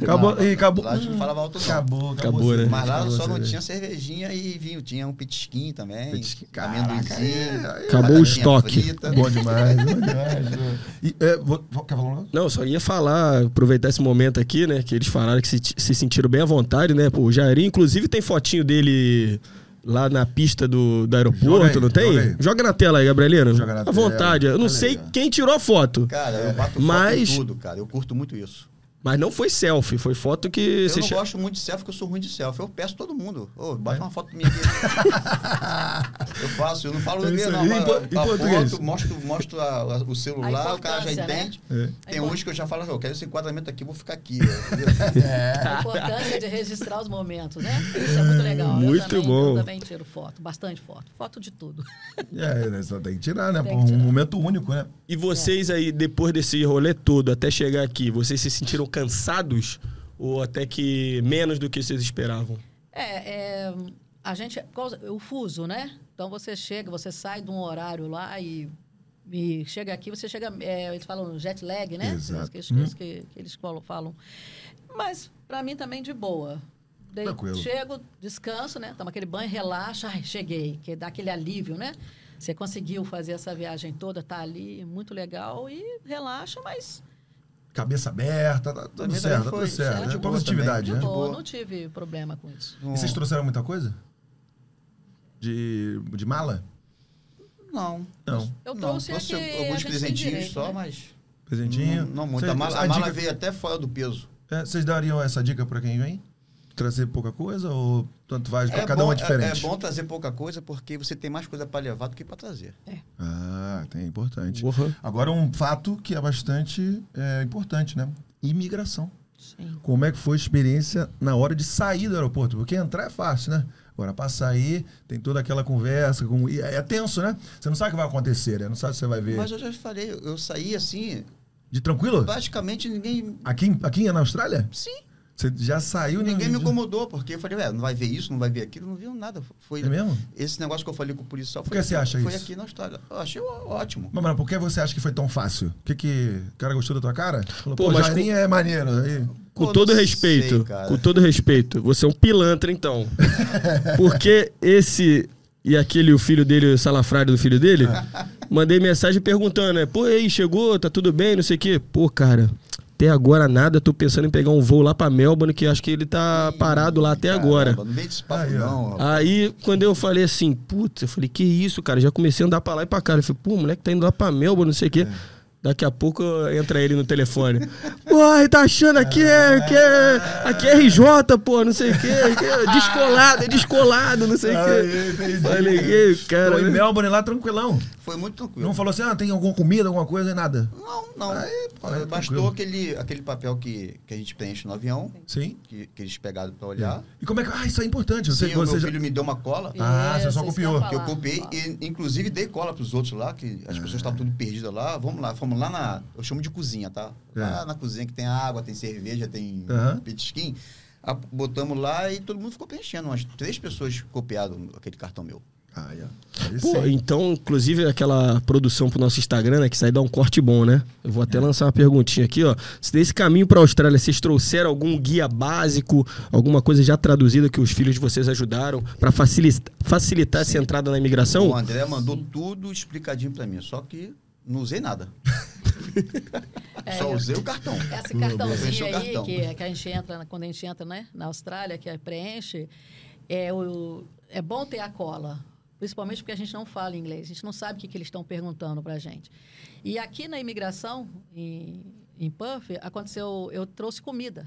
S1: acabou,
S3: Não,
S1: ih, acabou.
S3: lá a gente não falava alto, não.
S1: Acabou, acabou.
S2: Acabou,
S1: a
S2: né?
S1: cerveja,
S3: Mas lá
S1: acabou a
S3: só não
S1: cerveja.
S3: tinha cervejinha e vinho, tinha um petisquinho também,
S1: Petisquinho, caraca,
S3: amendoinzinho,
S1: aí-
S2: Acabou o
S3: batatinha
S2: estoque.
S3: frita.
S1: Bom demais,
S3: <laughs>
S1: bom demais. E, é, vou- vou- quer falar um negócio?
S2: Não, eu só ia falar, aproveitar esse momento aqui, né? Que eles falaram que se, se sentiram bem à vontade, né? Pô, o Jair, inclusive, tem fotinho dele lá na pista do,
S1: Joga
S2: do aeroporto,
S1: aí,
S2: não tem?
S1: joga
S2: Joga,
S1: aí.
S2: na tela aí, Gabrielino.
S1: Joga na
S2: À
S1: tela.
S2: vontade. Eu não
S1: Olha
S2: sei
S1: aí, ó.
S2: quem tirou a foto,
S3: Cara, eu bato foto
S2: Mas-
S3: em tudo, cara. Eu curto muito isso.
S2: mas não foi selfie, foi foto que
S3: Eu
S2: você
S3: não
S2: che-
S3: gosto muito de selfie, porque eu sou ruim de selfie. Eu peço todo mundo. Ô,
S1: É.
S3: bate uma foto minha aqui.
S1: <laughs>
S3: eu faço, eu não falo
S1: É isso
S3: ninguém,
S1: aí. Em
S3: não. Eu
S1: po- em português.
S3: aponto, mostro, mostro a- a- o
S4: A
S3: celular, o cara já
S4: importância, né?
S3: entende.
S1: É.
S3: Tem
S4: A
S3: uns
S4: impor-
S3: que eu já falo, eu quero esse enquadramento aqui, vou ficar aqui.
S1: <laughs>
S3: É. entendeu?
S4: A importância de registrar os momentos, né? Isso é muito legal.
S2: Muito
S4: eu também,
S2: bom.
S4: Eu também tiro foto, bastante foto. Foto de tudo.
S1: É, né, só tem que tirar, né?
S4: Tem
S1: Pô,
S4: que
S1: um
S4: tirar.
S1: momento único, né?
S2: E vocês aí, depois desse rolê todo, até chegar aqui, vocês se sentiram cansados ou até que menos do que vocês esperavam?
S4: É, é, a gente. causa- O fuso, né? Então você chega, você sai de um horário lá e, e chega aqui, você chega. é, eles falam jet lag, né?
S1: Exato. Hum.
S4: Que, eles- que- que eles colo- falam. Mas pra mim também de boa. Dei-
S1: Tranquilo.
S4: Chego, descanso, né? Toma aquele banho, relaxa. Ai, cheguei. Que dá aquele alívio, né? Você conseguiu fazer essa viagem toda, tá ali, muito legal. E relaxa, mas
S1: Cabeça aberta, tá tudo
S3: Também
S1: certo, tá
S3: foi Tipo,
S1: tudo certo.
S4: certo,
S1: né?
S4: de boa
S1: Positividade,
S4: de
S3: também.
S1: né?
S3: De
S4: boa.
S3: boa.
S4: Não tive problema com isso.
S1: E vocês trouxeram muita coisa? De, de mala?
S3: Não.
S1: Não.
S4: Eu trouxe aqui, a
S3: alguns
S4: gente tem
S3: presentinhos
S4: direito,
S3: só,
S4: né?
S3: mas.
S1: Presentinho?
S3: Não, não muito.
S1: Vocês-
S3: a mala, a mala
S1: dica-
S3: veio até fora do peso.
S1: é, vocês dariam essa dica pra quem vem? Trazer pouca coisa ou tanto faz? Pra cada
S3: bom,
S1: um é diferente?
S3: É, bom trazer pouca coisa, porque você tem mais coisa pra levar do que pra trazer.
S1: Ah, tem, importante.
S2: Uhum.
S1: Agora, um fato que é bastante é, importante, né? Imigração.
S4: Sim.
S1: Como é que foi a experiência na hora de sair do aeroporto? Porque entrar é fácil, né? Agora, pra sair, tem toda aquela conversa. Com... e É é tenso, né? Você não sabe o que vai acontecer, né? Não sabe se você vai ver.
S3: Mas eu já falei, eu eu saí assim,
S1: De tranquilo?
S3: praticamente ninguém.
S1: Aqui, em- aqui é na Austrália?
S3: Sim.
S1: Você já saiu
S3: Ninguém me
S1: não-
S3: incomodou, porque eu falei, ué, não vai ver isso, não vai ver aquilo, não viu nada. Foi
S1: É mesmo?
S3: esse negócio que eu falei com o policial
S1: Por
S3: foi,
S1: que você acha
S3: foi
S1: isso?
S3: aqui na Austrália. Eu achei ó- ótimo.
S1: Mas, mano, por que você acha que foi tão fácil? O que que... O cara gostou da tua cara? Falou,
S2: Pô,
S1: pô,
S2: mas
S1: Jairinho é maneiro. Aí...
S2: Com
S3: Pô,
S2: todo
S3: não
S2: respeito,
S3: sei, cara.
S2: com todo respeito, você é um pilantra
S3: <laughs>
S2: então. Porque esse e aquele, o filho dele, o salafrário do filho dele,
S3: <laughs>
S2: mandei mensagem perguntando, né? Pô, e aí, chegou, tá tudo bem, não sei o quê. Pô, cara, até agora nada, tô pensando em pegar um voo lá pra Melbourne, que acho que ele tá parado lá até
S3: Caramba,
S2: agora.
S3: Não vem desse papo,
S1: Aí, ó.
S3: não. ó.
S2: Aí, quando eu falei assim, putz, eu falei, que isso, cara? Já comecei a andar pra lá e pra cá. Ele falou, pô, moleque tá indo lá pra Melbourne, não sei o quê.
S1: É.
S2: Daqui a pouco eh, entra ele no telefone.
S1: <laughs>
S2: Pô, ele tá achando aqui é, que é, aqui é RJ, pô, não sei o quê. aqui é descolado, é descolado, não sei o
S1: Aí,
S2: quê.
S1: entendi.
S2: Falei, "Ih, cara. né?
S1: Tô em Melbourne lá tranquilão.
S3: Foi muito tranquilo.
S1: Não falou assim, ah, tem alguma comida, alguma coisa, nada.
S3: Não, não.
S1: Aí, pô, aí, tranquilo.
S3: Bastou aquele, aquele papel que, que a gente preenche no avião,
S1: Sim.
S3: que, que eles pegaram pra olhar.
S1: E como é que... Ah, isso é importante. Você,
S3: Sim, o meu
S1: você já-
S3: filho me deu uma cola.
S1: Ah, você
S4: Isso,
S1: só
S4: isso
S1: copiou.
S4: eu ia
S3: Que eu
S4: falar.
S3: copiei e, inclusive, dei cola pros outros lá, que
S1: Ah.
S3: as pessoas estavam tudo perdidas lá. Vamos lá, fomos lá na. Eu chamo de cozinha, tá?
S1: É.
S3: Lá na cozinha que tem água, tem cerveja, tem
S1: Aham.
S3: petisquim. A- Botamos lá e todo mundo ficou preenchendo. Umas três pessoas copiaram aquele cartão meu.
S1: Ah, é. Aí
S2: Pô,
S1: sim.
S2: então, inclusive, aquela produção pro nosso Instagram, né? Que isso aí dá um corte bom, né? Eu vou até lançar uma perguntinha aqui, ó. Se nesse caminho pra Austrália, vocês trouxeram algum guia básico, alguma coisa já traduzida que os filhos de vocês ajudaram pra facili- facilitar essa entrada na
S1: Então-
S2: imigração?
S3: o André mandou tudo explicadinho pra mim, só que não usei
S1: <laughs>
S3: nada.
S4: É,
S3: só
S4: eu-
S3: usei o cartão.
S4: É Esse
S3: Preencheu
S4: cartãozinho
S3: o
S4: aí,
S3: cartão.
S4: Que, é- que a gente entra, quando a gente entra né, na Austrália, que é preenche, é, o, é bom ter a cola. Principalmente porque a gente não fala inglês, a gente não sabe o que, que eles estão perguntando para gente. E aqui na imigração, em, em Puff, aconteceu, eu trouxe comida.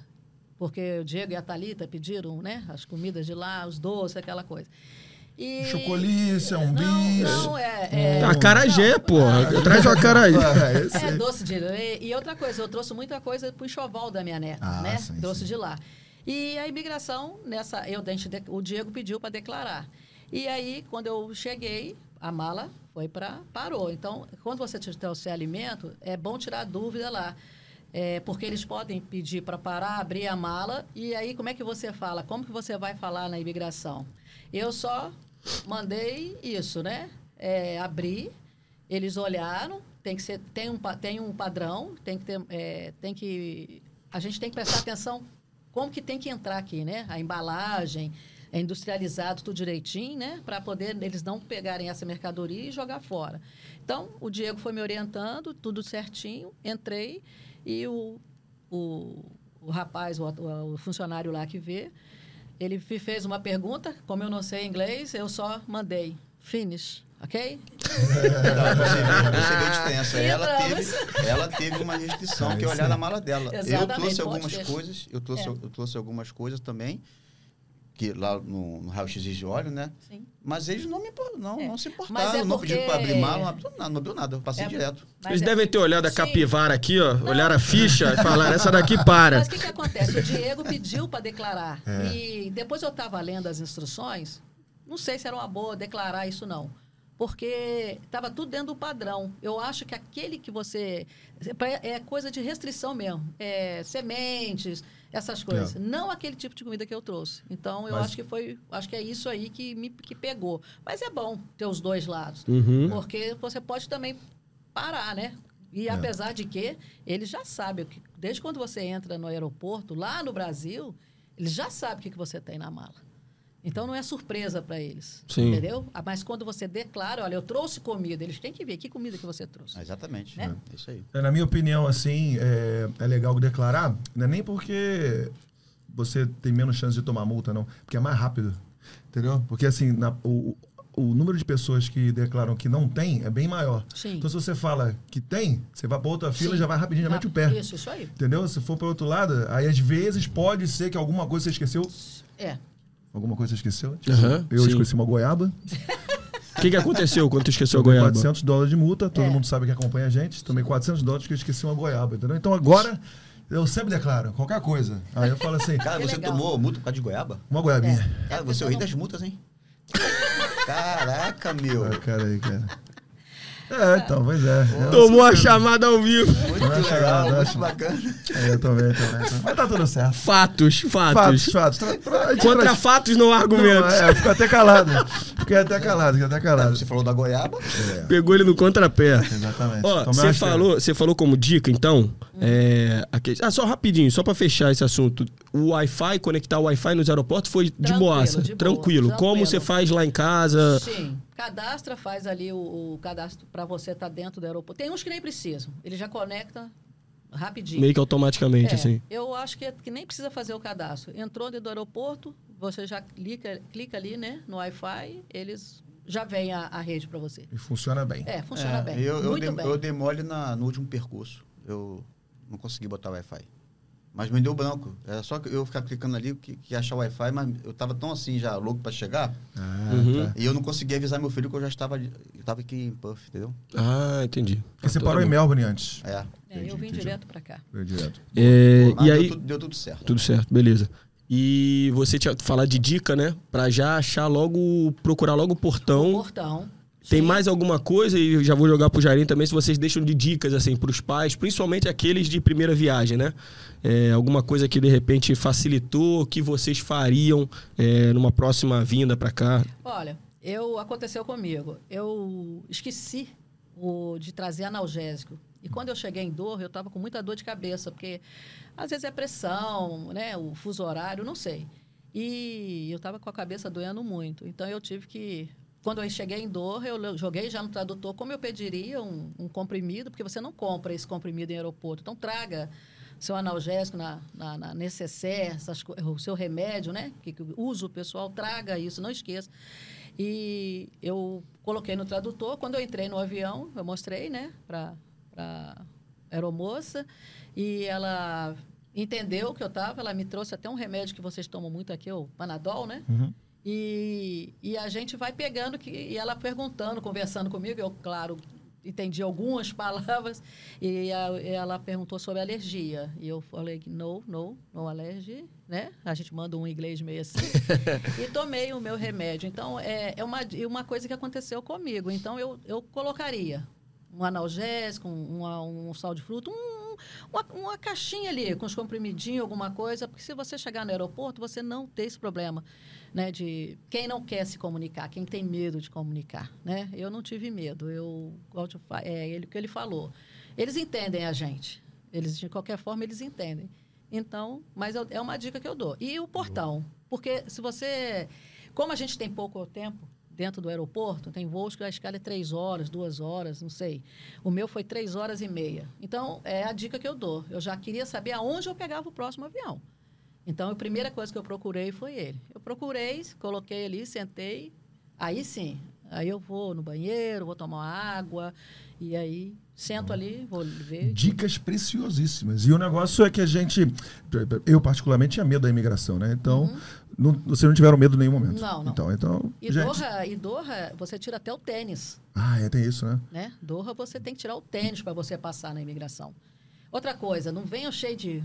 S4: Porque o Diego e a Thalita pediram né, as comidas de lá, os doces, aquela coisa. E...
S1: Chocolícia, um bicho.
S4: Não, não, é... é
S2: A Acarajé,
S4: não,
S2: pô.
S4: não.
S2: Traz
S1: <laughs>
S2: o acarajé.
S1: Ah, esse-
S4: É, doce de leite. E outra coisa, eu trouxe muita coisa pro enxoval da minha neta,
S1: Ah,
S4: né?
S1: sim,
S4: trouxe
S1: sim.
S4: de lá. E a imigração, nessa, eu, dente de- o Diego pediu para declarar. E aí, quando eu cheguei, a mala foi para parou. Então, quando você te- trouxer alimento, é bom tirar a dúvida lá. É, porque eles podem pedir para parar, abrir a mala, e aí como é que você fala? Como que você vai falar na imigração? Eu só mandei isso, né? É, abrir, eles olharam, tem que ser, tem um, pa- tem um padrão, tem que ter, é, tem que, a gente tem que prestar atenção como que tem que entrar aqui, né? A embalagem, é industrializado tudo direitinho, né? Para poder eles não pegarem essa mercadoria e jogar fora. Então, o Diego foi me orientando, tudo certinho, entrei e o, o, o rapaz, o, o funcionário lá que vê, Ele me fez uma pergunta, como eu não sei inglês, eu só mandei. Finish, ok?
S3: Não, você, vê, você vê a diferença. Ela teve, ela teve uma restrição, que é olhar na mala dela.
S4: Exatamente,
S3: eu trouxe
S4: pode
S3: algumas
S4: deixar.
S3: coisas, eu trouxe,
S4: É.
S3: eu trouxe algumas coisas também, que lá no, no raio X de óleo, né?
S4: Sim.
S3: Mas eles não, me, impor- não,
S4: É.
S3: não se importaram,
S4: Mas é
S3: não pediram para
S4: porque-
S3: abrir mala, não abriu nada, não abriu nada, eu passei
S4: É,
S3: direto.
S4: mas
S2: Eles
S4: é-
S2: devem ter olhado a
S4: Sim.
S2: capivara aqui, ó. Olharam a ficha e falaram, essa daqui para.
S4: Mas o que, que acontece? O Diego pediu para declarar.
S2: É.
S4: E depois eu estava lendo as instruções, não sei se era uma boa declarar isso, não. Porque estava tudo dentro do padrão. Eu acho que aquele que você. É coisa de restrição mesmo. É, sementes, essas
S2: É.
S4: coisas. Não aquele tipo de comida que eu trouxe. Então, eu
S1: Mas-
S4: acho que foi. Acho que é isso aí que me que pegou. Mas é bom ter os dois lados.
S1: Hum?
S2: Uhum.
S4: Porque você pode também parar, né? E
S1: É.
S4: apesar de que eles já sabem, o que- desde quando você entra no aeroporto, lá no Brasil, eles já sabem o que que você tem na mala. Então não é surpresa para eles.
S2: Sim.
S4: Entendeu? Ah, Mas quando você declara, olha, eu trouxe comida, eles têm que ver que comida que você trouxe.
S3: Ah, Exatamente.
S4: Né?
S3: É isso aí.
S1: É, Na minha opinião, assim, é, é legal declarar, não é nem porque você tem menos chance de tomar multa, não, porque é mais rápido, entendeu? Porque, assim, na- o, o número de pessoas que declaram que não tem é bem maior.
S4: Sim.
S1: Então, se você fala que tem, você vai pra outra fila,
S4: Sim. Tá,
S1: já vai rapidinho, já mete o pé.
S4: Ah, Isso, isso aí.
S1: Entendeu? Se for para outro lado, aí às vezes pode ser que alguma coisa você esqueceu.
S4: É.
S1: Alguma coisa você esqueceu?
S2: Aham,
S1: eu
S2: sim.
S1: esqueci uma goiaba.
S2: O que, que aconteceu quando tu esqueceu a
S1: Tomei
S2: goiaba?
S1: 400 dólares de multa, todo
S4: É.
S1: mundo sabe que acompanha a gente. Tomei 400 dólares que eu esqueci uma goiaba, entendeu? Então agora eu sempre declaro qualquer coisa. Aí eu falo assim,
S3: Cara,
S4: Ah, Que
S3: você
S4: legal.
S3: tomou multa por causa de goiaba?
S1: uma goiabinha.
S4: É,
S3: Cara, você é
S4: a
S3: o
S4: pessoa
S3: rei
S4: não-
S3: das multas, hein? Caraca,
S4: É.
S3: meu.
S1: Ah, cara aí, cara. É, então, pois é. Eu,
S2: Tomou a chamada ao vivo.
S3: Muito
S1: Não é
S3: legal,
S1: chamada,
S3: muito
S1: não é
S3: bacana.
S1: é, eu também, também. também. Mas tá tudo certo.
S2: Fatos, fatos.
S1: Fatos, fatos. Tra- tra- a gente
S2: Contra
S1: traz-
S2: fatos não há argumento.
S1: Não, é, fico até calado. Fiquei até calado, fiquei até calado.
S3: Você falou da goiaba?
S1: É,
S2: Pegou ele no contrapé.
S1: exatamente.
S2: Ó,
S1: Tomei uma
S2: você
S1: esteira.
S2: falou, você falou como dica, então,
S4: Hum.
S2: é, a que- ah, só rapidinho, só pra fechar esse assunto. O Wi-Fi, conectar o Wi-Fi nos aeroportos foi de
S4: Tranquilo,
S2: boaça,
S4: de boa,
S2: tranquilo. Como
S4: tranquilo.
S2: você faz lá em
S1: Ah.
S2: casa?
S4: Sim. Cadastra, faz ali o, o cadastro para você estar dentro do aeroporto. Tem uns que nem precisam. Ele já conecta rapidinho.
S2: Meio que automaticamente,
S4: É,
S2: assim.
S4: Eu acho que, que nem precisa fazer o cadastro. Entrou dentro do aeroporto, você já clica, clica ali, né, no Wi-Fi, eles já vem a, a rede para você.
S1: E funciona bem.
S4: É, funciona
S3: É,
S4: bem.
S3: Eu, eu,
S4: muito
S3: dem-
S4: bem.
S3: eu dei mole na, no último percurso. Eu não consegui botar Wi-Fi. Mas me deu branco. Era só que eu ficar clicando ali que, que ia achar Wi-Fi, mas eu tava tão assim já louco pra chegar.
S1: Ah,
S2: Uhum.
S1: tá.
S3: E eu não consegui avisar meu filho que eu já estava, ali- eu tava aqui em Puff, entendeu?
S2: Ah, entendi.
S1: Porque você
S2: Tá,
S1: parou em
S2: tudo bem.
S1: Melbourne antes.
S3: É.
S4: É, eu vim direto para cá.
S1: Veio direto.
S2: É,
S3: Mas
S2: e
S3: deu,
S2: aí,
S3: tudo, deu tudo certo.
S2: tudo certo, beleza. E você tinha falado de dica, né? Pra já achar logo, procurar logo o
S3: Um
S2: portão.
S4: Portão.
S2: Tem
S4: Sim.
S2: mais alguma coisa? E eu já vou jogar pro Jairinho também, se vocês deixam de dicas, assim, pros pais, principalmente aqueles de primeira viagem, né? É, alguma coisa que, de repente, facilitou, que vocês fariam é, numa próxima vinda pra cá?
S4: Olha, eu aconteceu comigo. Eu esqueci o, de trazer analgésico. E quando eu cheguei em dor, eu estava com muita dor de cabeça, porque às vezes é pressão, né? O fuso horário, não sei. E eu estava com a cabeça doendo muito. Então eu tive que. Quando eu cheguei em dor, eu le- joguei já no tradutor como eu pediria um, um comprimido, porque você não compra esse comprimido em aeroporto. Então traga seu analgésico na, na, na necessaire, essas co- o seu remédio, né? Que, que usa o pessoal, traga isso, não esqueça. E eu coloquei no tradutor. Quando eu entrei no avião, eu mostrei, né, para a aeromoça. E ela entendeu o que eu estava. Ela me trouxe até um remédio que vocês tomam muito aqui, o Panadol, né?
S1: Uhum.
S4: E, e a gente vai pegando que, e ela perguntando, conversando comigo, eu, claro, entendi algumas <laughs> palavras, e a- ela perguntou sobre alergia. E eu falei que no, no, no allergy, né? A gente manda um inglês meio assim. e tomei o meu remédio. Então, é, é uma, e uma coisa que aconteceu comigo. Então, eu, eu colocaria um analgésico, um, uma- um sal de fruta, um- uma, uma caixinha ali com os comprimidinhos, alguma coisa, porque se você chegar no aeroporto, você não tem esse problema né, de quem não quer se comunicar, quem tem medo de comunicar, né? Eu não tive medo, eu igual te fa- é ele o que ele falou. Eles entendem a gente, eles de qualquer forma eles entendem. Então, mas eu- é uma dica que eu dou. E o portão, porque se você, como a gente tem pouco tempo dentro do aeroporto, tem voos que a escala é três horas, duas horas, não sei. O meu foi três horas e meia. Então é a dica que eu dou. Eu já queria saber aonde eu pegava o próximo avião. Então, a primeira coisa que eu procurei foi ele. Eu procurei, coloquei ali, sentei. Aí sim, aí eu vou no banheiro, vou tomar água. E aí, sento ali, vou ver.
S1: Dicas preciosíssimas. E o negócio é que a gente. Eu, particularmente, tinha medo da imigração, né? Então, não, vocês não tiveram medo em nenhum momento.
S4: Uhum. Não, não.
S1: Então, então
S4: E é.
S1: gente-
S4: Doha, e Doha, você tira até o tênis.
S1: Ah, é, tem isso, né?
S4: né? Doha, você tem que tirar o tênis para você passar na imigração. Outra coisa, não venham cheio de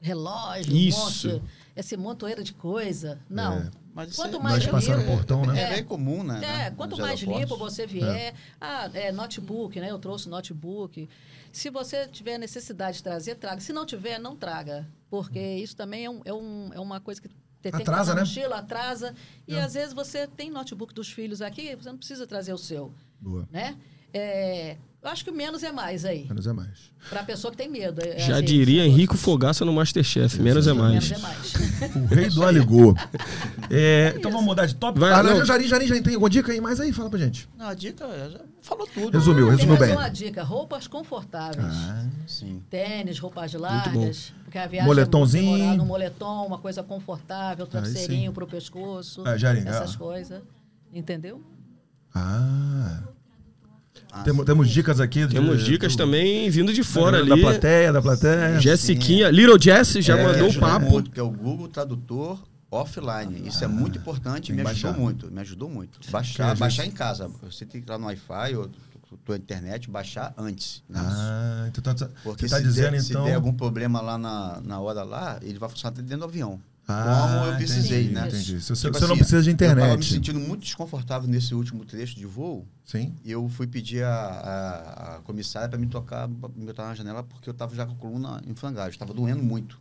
S4: relógio, um
S2: Isso.
S4: monte- esse montoeiro de coisa. Não.
S1: É.
S3: Mas
S4: Quanto
S3: é-
S4: mais
S1: Nós passaram
S4: limpo-
S1: o portão, né?
S3: É, bem comum, né?
S4: É,
S3: né,
S4: quanto
S3: nos
S4: mais limpo
S3: aeroportos.
S4: você vier. Ah, é, notebook, né? Eu trouxe notebook. Se você tiver necessidade de trazer, traga. Se não tiver, não traga. Porque isso também é, um- é um- é uma coisa que te- tem que
S1: Hum. Atrasa,
S4: botar
S1: né?
S4: na mochila, atrasa. E
S1: É.
S4: às vezes você tem notebook dos filhos aqui, você não precisa trazer o seu,
S1: Boa.
S4: né? É, eu acho que o menos é mais aí.
S1: Menos é
S3: <laughs>
S1: mais.
S4: Pra pessoa que tem medo. é
S2: Já
S4: assim,
S2: diria
S4: se fosse-
S2: Henrico Fogaça no Masterchef. Menos é
S4: Menos
S2: mais.
S4: é mais.
S1: O rei do Aligô. É, então vamos mudar de tópico.
S2: Vai,
S1: ah, não,
S2: não.
S1: já, já, já, já tem alguma dica aí? Mas aí, fala pra gente.
S3: Não, a dica é, já falou tudo.
S1: Resumiu,
S4: Tem
S1: resumiu
S4: mais
S1: bem. Ah.
S4: uma dica. Roupas confortáveis.
S3: Sim.
S4: Tênis, roupas largas. Porque a viagem
S1: Moletomzinho.
S4: é muito demorada. Um moletom, uma coisa confortável, travesseirinho pro pescoço.
S1: Ah, já legal.
S4: essas coisas. Entendeu?
S1: Ah.
S3: Ah,
S1: Temos, temos dicas aqui. de-
S2: Temos dicas
S1: É, do-
S2: também vindo de fora
S1: da
S2: ali.
S1: plateia, da plateia.
S2: Jessiquinha, Little Jess já
S1: É,
S2: mandou um
S1: ajuda
S2: papo.
S3: Muito, que é o Google Tradutor offline. Isso é muito importante,
S1: tem
S3: me
S1: que
S3: ajudou
S1: baixar.
S3: muito, me ajudou muito.
S1: Que
S3: Baixar,
S1: às
S3: baixar
S1: vezes-
S3: em casa. Você tem que ir lá no Wi-Fi ou tu- tua internet, baixar antes. né?
S1: Ah, então tá, tá-
S3: Porque
S1: você tá
S3: se,
S1: dizendo
S3: der, se
S1: então.
S3: der algum problema lá na, na hora lá, ele vai funcionar até dentro do avião.
S1: Ah,
S3: Como eu precisei,
S1: entendi,
S3: né?
S1: Entendi. Se
S3: Tipo
S1: você, você não
S3: assim,
S1: precisa de
S3: Eu tava me
S1: internet.
S3: sentindo muito desconfortável nesse último trecho de voo.
S1: Sim.
S3: E eu fui pedir a, a- a comissária para me tocar, pra me botar na janela, porque eu estava já com a coluna em frangagem, estava doendo muito.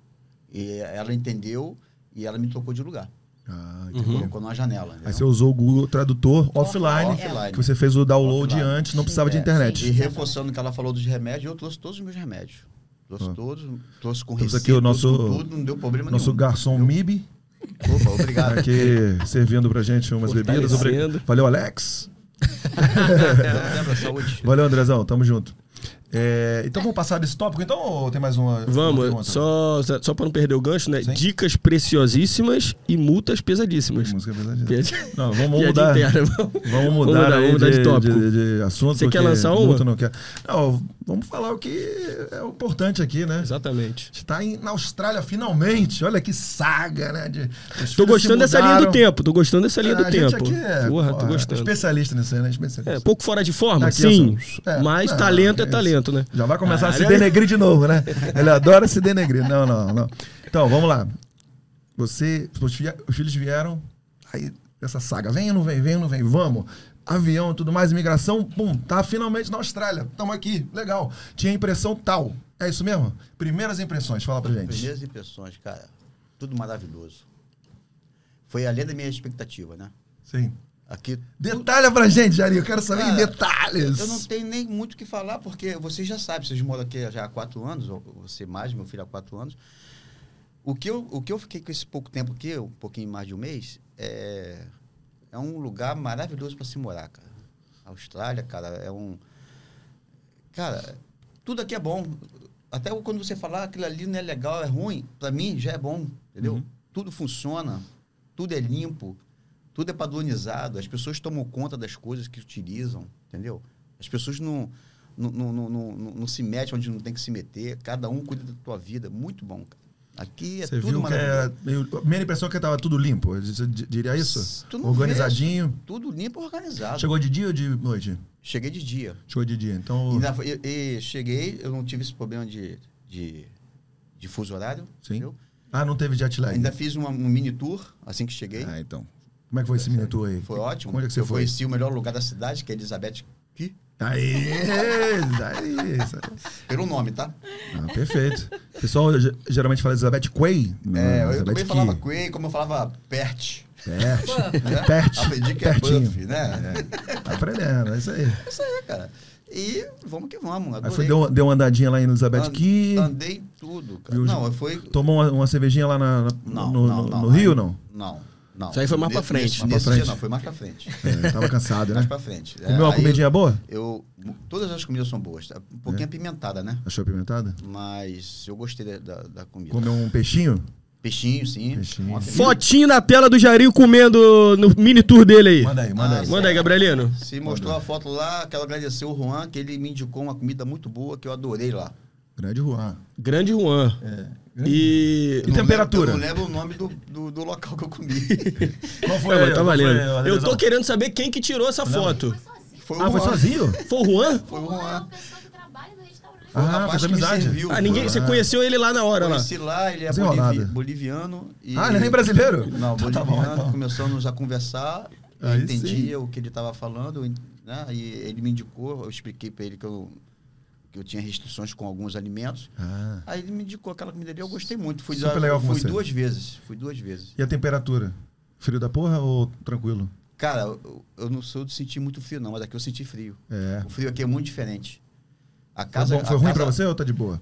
S3: E ela entendeu e ela me tocou de lugar.
S1: Ah, entendi.
S2: Uhum.
S3: Colocou na janela.
S1: Aí
S3: entendeu?
S1: você usou o Google Tradutor offline,
S3: Offline.
S1: que você fez o download
S3: Offline.
S1: antes, não precisava de
S3: É,
S1: internet.
S3: E reforçando o que ela falou dos remédios, eu trouxe todos os meus remédios. Trouxe
S1: Ah.
S3: todos, trouxe com
S1: Temos
S3: receita,
S1: aqui o nosso-
S3: trouxe com tudo, não deu problema
S1: Nosso
S3: nenhum.
S1: garçom Mib,
S3: Opa,
S1: <laughs>
S3: obrigado. <laughs>
S1: aqui servindo pra gente umas
S3: tá
S1: bebidas.
S2: Fortalecendo.
S1: Obri- Valeu, Alex.
S3: Lembra, saúde.
S1: Valeu, Andrezão. Tamo junto. É, então vamos passar desse tópico, então, ou tem mais uma? uma pergunta?
S2: Vamos, só, só para não perder o gancho, né?
S1: Sim.
S2: Dicas preciosíssimas e multas pesadíssimas.
S1: Música pesadinha.
S2: Piada-
S1: Não, vamos
S2: piada
S1: mudar.
S2: interna, vamos.
S1: Vamos
S2: <laughs> Vamos
S1: mudar,
S2: mudar,
S1: aí
S2: vamos mudar
S1: de,
S2: de tópico.
S1: de- de assunto.
S2: Você quer
S1: porque
S2: lançar
S1: o
S2: uma?
S1: outro Não, quer. não, vamos falar o que é o importante aqui, né?
S2: Exatamente.
S1: Está em, na Austrália finalmente. Olha que saga, né? De, os
S2: Tô
S1: filhos
S2: gostando
S1: se
S2: dessa linha do
S1: mudaram.
S2: tempo, tô gostando dessa linha
S1: Ah,
S2: do
S1: a gente
S2: tempo.
S1: aqui é,
S2: Porra, tô
S1: porra,
S2: gostando.
S1: especialista nisso aí, né?
S2: É,
S1: Especialista.
S2: pouco fora de forma,
S1: Aqui
S2: sim.
S1: nós somos. É,
S2: Mas
S1: não,
S2: talento é,
S1: é isso.
S2: talento, né?
S1: Já vai começar a se
S2: Caralho.
S1: denegrir de novo, né? Ele adora se denegrir. Não, não, não. Então, vamos lá. Você, os, fi- os filhos vieram, aí essa saga, vem ou não vem, vem ou não vem, vamos. Avião, tudo mais, imigração, pum, tá finalmente na Austrália. Estamos aqui, legal. Tinha impressão tal. É isso mesmo? Primeiras impressões, fala pra gente.
S3: Primeiras impressões, cara. Tudo maravilhoso. Foi além da minha expectativa, né?
S1: Sim.
S3: Aqui.
S1: Detalha pra gente, Jari, eu quero saber em
S3: Cara,
S1: detalhes.
S3: Eu não tenho nem muito o que falar, porque vocês já sabem, vocês moram aqui já há quatro anos, ou você mais, meu filho há quatro anos. O que eu, o que eu fiquei com esse pouco tempo aqui, um pouquinho mais de um mês, é, é um lugar maravilhoso para se morar, cara. A Austrália, cara, é um. Cara, tudo aqui é bom. Até quando você falar aquilo ali não é legal, é ruim, para mim já é bom, entendeu?
S1: Uhum.
S3: Tudo funciona, tudo é limpo, tudo é padronizado, as pessoas tomam conta das coisas que utilizam, entendeu? As pessoas não, não, não, não, não, não- não se metem onde não tem que se meter, cada um cuida da tua vida. Muito bom, cara. Aqui é
S1: Você
S3: tudo
S1: viu que
S3: maravilhoso.
S1: era. meio- a Primeira impressão é que tava tudo limpo. Você di- diria isso?
S3: Tu não vê.
S1: Organizadinho.
S3: Tudo limpo e organizado.
S1: Chegou de dia ou de noite?
S3: Cheguei de dia.
S1: Chegou de dia. Então.
S3: Ainda foi- e- e cheguei, eu não tive esse problema de, de, de fuso horário.
S1: Sim.
S3: entendeu?
S1: Ah, não teve jet lag.
S3: Ainda fiz uma- um mini tour assim que cheguei.
S1: Ah, então. Como é que foi esse minuto aí?
S3: Foi ótimo.
S1: Onde é que você
S3: eu
S1: foi?
S3: conheci o melhor lugar da cidade, que é Elizabeth Key.
S1: Aí, aí. isso.
S3: Pelo nome, tá?
S1: Ah, perfeito. O pessoal ge- geralmente fala Elizabeth Quay. Não, Ah,
S3: É, eu
S1: Elizabeth
S3: também falava
S1: Quay.
S3: Quay, como eu falava Pert. <laughs>
S1: Perto.
S3: Né?
S1: Perto.
S3: Aprendi que é
S1: Pertinho.
S3: Buff, né?
S1: Tá aprendendo, é isso aí.
S3: É <laughs> isso aí, cara. E vamos que vamos.
S1: Aí
S3: Adorei.
S1: foi, deu, deu uma andadinha lá em Elizabeth
S3: An-
S1: Quay.
S3: Andei tudo, cara.
S1: Viu,
S3: Não, foi.
S1: Tomou uma, uma cervejinha lá na- na-
S3: Não,
S1: no,
S3: não,
S1: no-
S3: não.
S1: no Rio, não?
S3: Não, não.
S2: Isso aí foi mais pra
S3: Ne-
S2: frente.
S1: Mais
S3: Nesse,
S1: pra
S3: nesse
S1: frente.
S3: dia não, foi mais pra frente.
S1: É, tava cansado,
S3: <laughs>
S1: né?
S3: Mais pra frente. É,
S1: Comeu uma
S3: aí
S1: comidinha boa? É.
S3: Eu, todas as comidas são boas. tá? Um pouquinho apimentada, né?
S1: Achou apimentada?
S3: Mas eu gostei da, da- da comida.
S1: Comeu um peixinho?
S3: Peixinho, sim.
S1: Peixinho.
S3: Ontem mesmo.
S2: Fotinho na tela do Jairinho comendo no mini tour dele aí.
S1: Manda aí, manda aí.
S3: Ah,
S2: Manda aí, Gabrielino.
S3: Se mostrou a foto lá, quero agradecer o Juan, que ele me indicou uma comida muito boa que eu adorei lá.
S1: Grande Juan.
S2: Grande Juan.
S1: É,
S2: E.
S1: E
S3: Eu não
S1: temperatura?
S3: lembro- eu não lembro o nome do, do, do local que eu comi.
S1: <laughs> Qual
S2: É, mas tá
S1: qual
S2: valendo.
S1: foi,
S2: Eu
S1: Adriano?
S2: tô querendo saber quem que tirou essa foto.
S3: Foi
S1: Ah, foi sozinho?
S2: Foi o Juan?
S3: Foi o
S5: Juan é
S3: Juan.
S5: o pessoal que trabalha no restaurante.
S3: Foi o
S1: Ah,
S3: rapaz
S1: fez
S3: que me
S1: amizade.
S3: serviu.
S2: Ah, ninguém. Você conheceu ele lá na hora lá.
S3: Conheci lá, ele é
S1: Sem
S3: bolivi-
S1: rolada.
S3: boliviano. E
S1: Ah, ele é nem brasileiro?
S3: Não,
S1: Tá,
S3: boliviano.
S1: tá bom, então.
S3: Começamos a conversar, eu
S1: Aí
S3: entendia o que ele estava falando, né? e ele me indicou, eu expliquei para ele que eu, que eu tinha restrições com alguns alimentos.
S1: <laughs> Ah.
S3: Aí ele me indicou aquela comida ali, eu gostei muito. Fui,
S1: Super
S3: da-
S1: legal com
S3: fui
S1: você.
S3: duas vezes, fui duas vezes.
S1: E a temperatura? Frio da porra ou tranquilo?
S3: Cara, eu, eu não sou de sentir muito frio não, mas aqui eu senti frio.
S1: É.
S3: O frio aqui é muito diferente. A
S1: Foi,
S3: casa
S1: bom- foi
S3: a
S1: ruim
S3: casa-
S1: pra você ou tá de boa?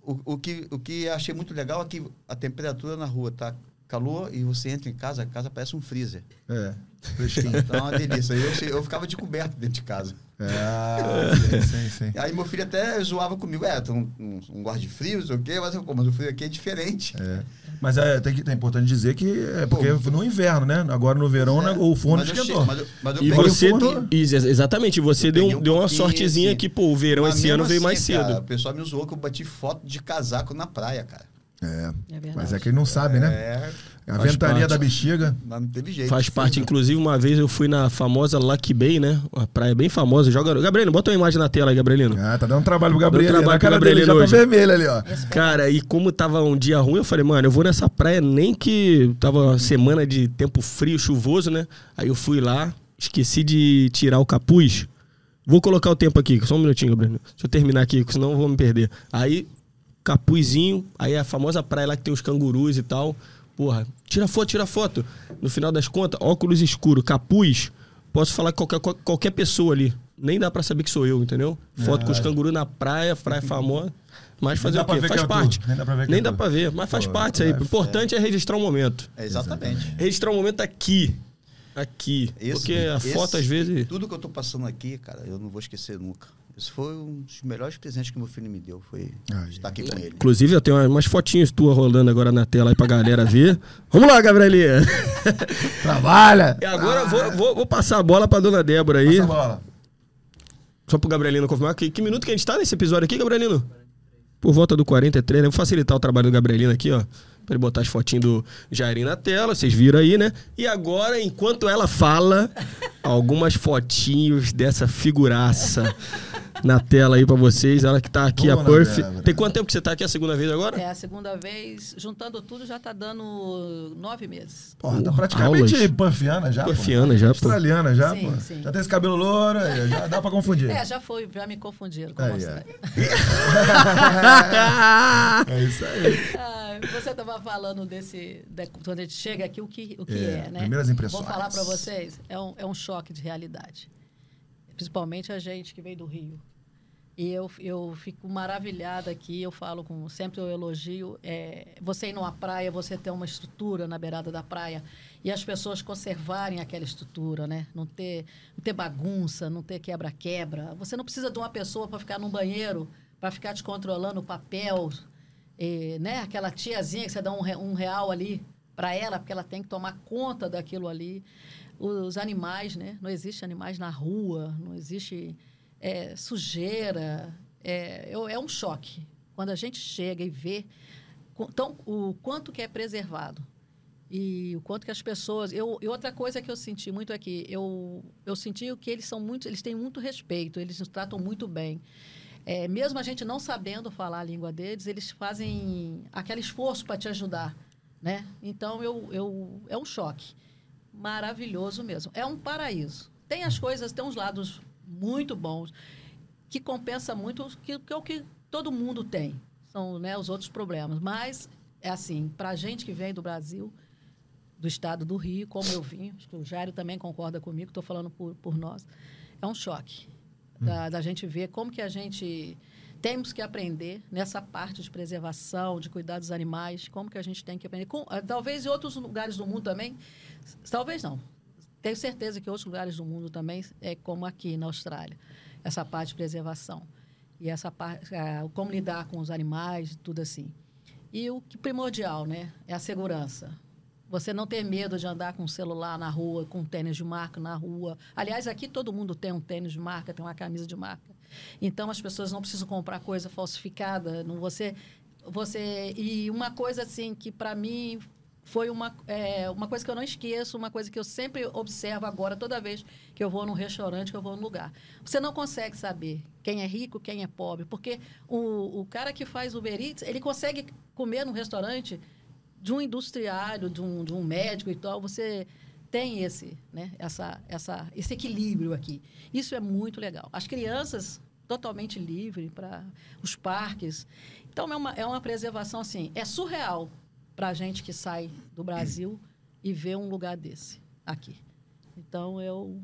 S3: O, o, que, o que eu achei muito legal é que a temperatura na rua tá calor e você entra em casa, a casa parece um freezer.
S1: É.
S3: Fresquinho. Então é uma delícia. Eu, che- eu ficava de coberto dentro de casa.
S1: Ah, sim, sim, sim.
S3: Aí meu filho até zoava comigo. É, tu não, não, não gosta de frio, não sei o quê, mas, eu, pô, mas o frio aqui é diferente.
S1: É. Mas é, tem que, é importante dizer que é
S3: Pô,
S1: porque no inverno, né? Agora no verão né, o forno
S3: Mas eu
S1: esquentou.
S3: che- mas eu- mas eu
S2: E
S3: peguei o
S2: você.
S3: forno-
S2: Ex- Exatamente, você
S3: Eu
S2: deu,
S3: peguei um
S2: deu uma
S3: pouquinho,
S2: sortezinha
S3: sim.
S2: que, pô, o verão
S3: Mas
S2: esse
S3: mesmo
S2: ano veio
S3: assim,
S2: mais cedo.
S3: cara, o pessoal me zoou que eu bati foto de casaco na praia, cara.
S1: É.
S4: É verdade.
S1: Mas é que ele não sabe, né?
S3: É,
S1: A
S2: Faz
S1: ventania
S2: parte.
S1: da bexiga.
S3: mas não teve jeito.
S2: Faz parte, inclusive, uma vez eu fui na famosa Lucky Bay, né? Uma praia bem famosa. Joga... Gabrielino, bota uma imagem na tela aí, Gabrielino.
S1: Ah, tá dando trabalho pro Gabriel.
S2: trabalho
S1: Trabalho a
S2: pro
S1: cara dele já
S2: Gabrielino
S1: tá
S2: hoje.
S1: vermelha ali, ó.
S2: Cara, e como tava um dia ruim, eu falei, mano, eu vou nessa praia nem que tava uma semana de tempo frio, chuvoso, né? Aí eu fui lá, esqueci de tirar o capuz. Vou colocar o tempo aqui, só um minutinho, Gabriel. Deixa eu terminar aqui, senão eu vou me perder. Aí, capuzinho, aí a famosa praia lá que tem os cangurus e tal. Porra, tira foto, tira foto. No final das contas, óculos escuro, capuz, posso falar com qualquer, qual- qualquer pessoa ali. Nem dá pra saber que sou eu, entendeu? Foto com os cangurus na praia, praia famosa. Mas fazer
S1: dá
S2: o
S1: pra
S2: quê?
S1: ver
S2: Faz
S1: que é o
S2: parte.
S1: tu. Nem dá pra ver que é
S2: Nem
S1: o
S2: dá
S1: tu.
S2: pra ver, mas faz
S1: Pô,
S2: parte isso aí.
S1: é.
S2: O importante é. registrar o momento.
S3: É, exatamente.
S2: Registrar o momento aqui. Aqui.
S3: Esse-
S2: Porque a
S3: esse-
S2: foto, às vezes.
S3: Tudo que eu tô passando aqui, cara, eu não vou esquecer nunca. Esse foi um dos melhores presentes que meu filho me deu. Foi
S1: Ai,
S3: estar aqui com ele.
S2: Inclusive, eu tenho umas fotinhas tuas rolando agora na tela aí pra galera ver. Vamos lá, Gabrielinha.
S1: Trabalha!
S2: <laughs>
S1: Ah,
S2: E agora eu vou, vou- vou passar a bola pra dona Débora aí.
S1: Passa a bola.
S2: Só pro Gabrielino confirmar. Que, que minuto que a gente tá nesse episódio aqui, Gabrielino? Por volta do 43, né? Vou facilitar o trabalho do Gabrielino aqui, ó. Pra ele botar as fotinhas do Jairinho na tela, vocês viram aí, né? E agora, enquanto ela fala, <laughs> algumas fotinhos dessa figuraça na tela aí pra vocês. Ela que tá aqui,
S1: Dona
S2: a Perf.
S1: Débora.
S2: Tem quanto tempo que você tá aqui? A segunda vez agora?
S4: É a segunda vez, juntando tudo, já tá dando nove meses.
S1: Porra, tá
S2: Porra,
S1: praticamente
S2: aulas.
S1: panfiana já. pô.
S2: Porfiana já, pô.
S1: Australiana já,
S4: Sim,
S1: pô.
S4: sim.
S1: Já tem esse cabelo louro, aí, já dá pra confundir.
S4: <laughs> É, já foi, já me
S1: <laughs>
S4: confundiram com
S1: Aí,
S4: você.
S1: é. É isso aí.
S4: Ah, você estava falando desse. da- quando a gente chega aqui, o que, o que
S1: É,
S4: é, né?
S1: primeiras impressões.
S4: Vou falar para vocês, é um, é um choque de realidade. Principalmente a gente que veio do Rio. E eu, eu fico maravilhada aqui, eu falo com. Sempre eu elogio. é, você ir numa praia, você ter uma estrutura na beirada da praia e as pessoas conservarem aquela estrutura, né? Não ter, não ter bagunça, não ter quebra-quebra. Você não precisa de uma pessoa para ficar num banheiro, para ficar te controlando o papel, eh, né? Aquela tiazinha que você dá um, re- um real ali para ela, porque ela tem que tomar conta daquilo ali. Os animais, né? Não existe animais na rua, não existe eh, sujeira. É, eu- é um choque. Quando a gente chega e vê co- então, o quanto que é preservado e o quanto que as pessoas... Eu, e outra coisa que eu senti muito aqui, eu, eu senti que eles são muito... Eles têm muito respeito, eles nos tratam muito bem. É, mesmo a gente não sabendo falar a língua deles, eles fazem aquele esforço para te ajudar, né? Então, eu, eu, é um choque. Maravilhoso mesmo. É um paraíso. Tem as coisas, tem uns lados muito bons, que compensa muito, o que, que é o que todo mundo tem. São né, os outros problemas. Mas, é assim, para a gente que vem do Brasil, do estado do Rio, como eu vim, acho que o Jairo também concorda comigo, estou falando por, por nós, é um choque da, da gente ver como que a gente temos que aprender nessa parte de preservação, de cuidar dos animais, como que a gente tem que aprender. Com, ah, talvez em outros lugares do mundo também, s- talvez não. Tenho certeza que em outros lugares do mundo também é como aqui na Austrália, essa parte de preservação e essa parte, ah, como lidar com os animais, tudo assim. E o que primordial, né? É a segurança. Você não ter medo de andar com um celular na rua, com um tênis de marca na rua. Aliás, aqui todo mundo tem um tênis de marca, tem uma camisa de marca. Então as pessoas não precisam comprar coisa falsificada. Não você, você e uma coisa assim que para mim foi uma, é, uma coisa que eu não esqueço, uma coisa que eu sempre observo agora, toda vez que eu vou num restaurante, que eu vou num lugar. Você não consegue saber quem é rico, quem é pobre, porque o, o cara que faz Uber Eats, ele consegue comer num restaurante de um industriário, de um, de um médico e tal, você tem esse, né, essa, essa, esse equilíbrio aqui. Isso é muito legal. As crianças totalmente livre para os parques. Então, é uma, é uma preservação, assim, é surreal para a gente que sai do Brasil e vê um lugar desse aqui. Então eu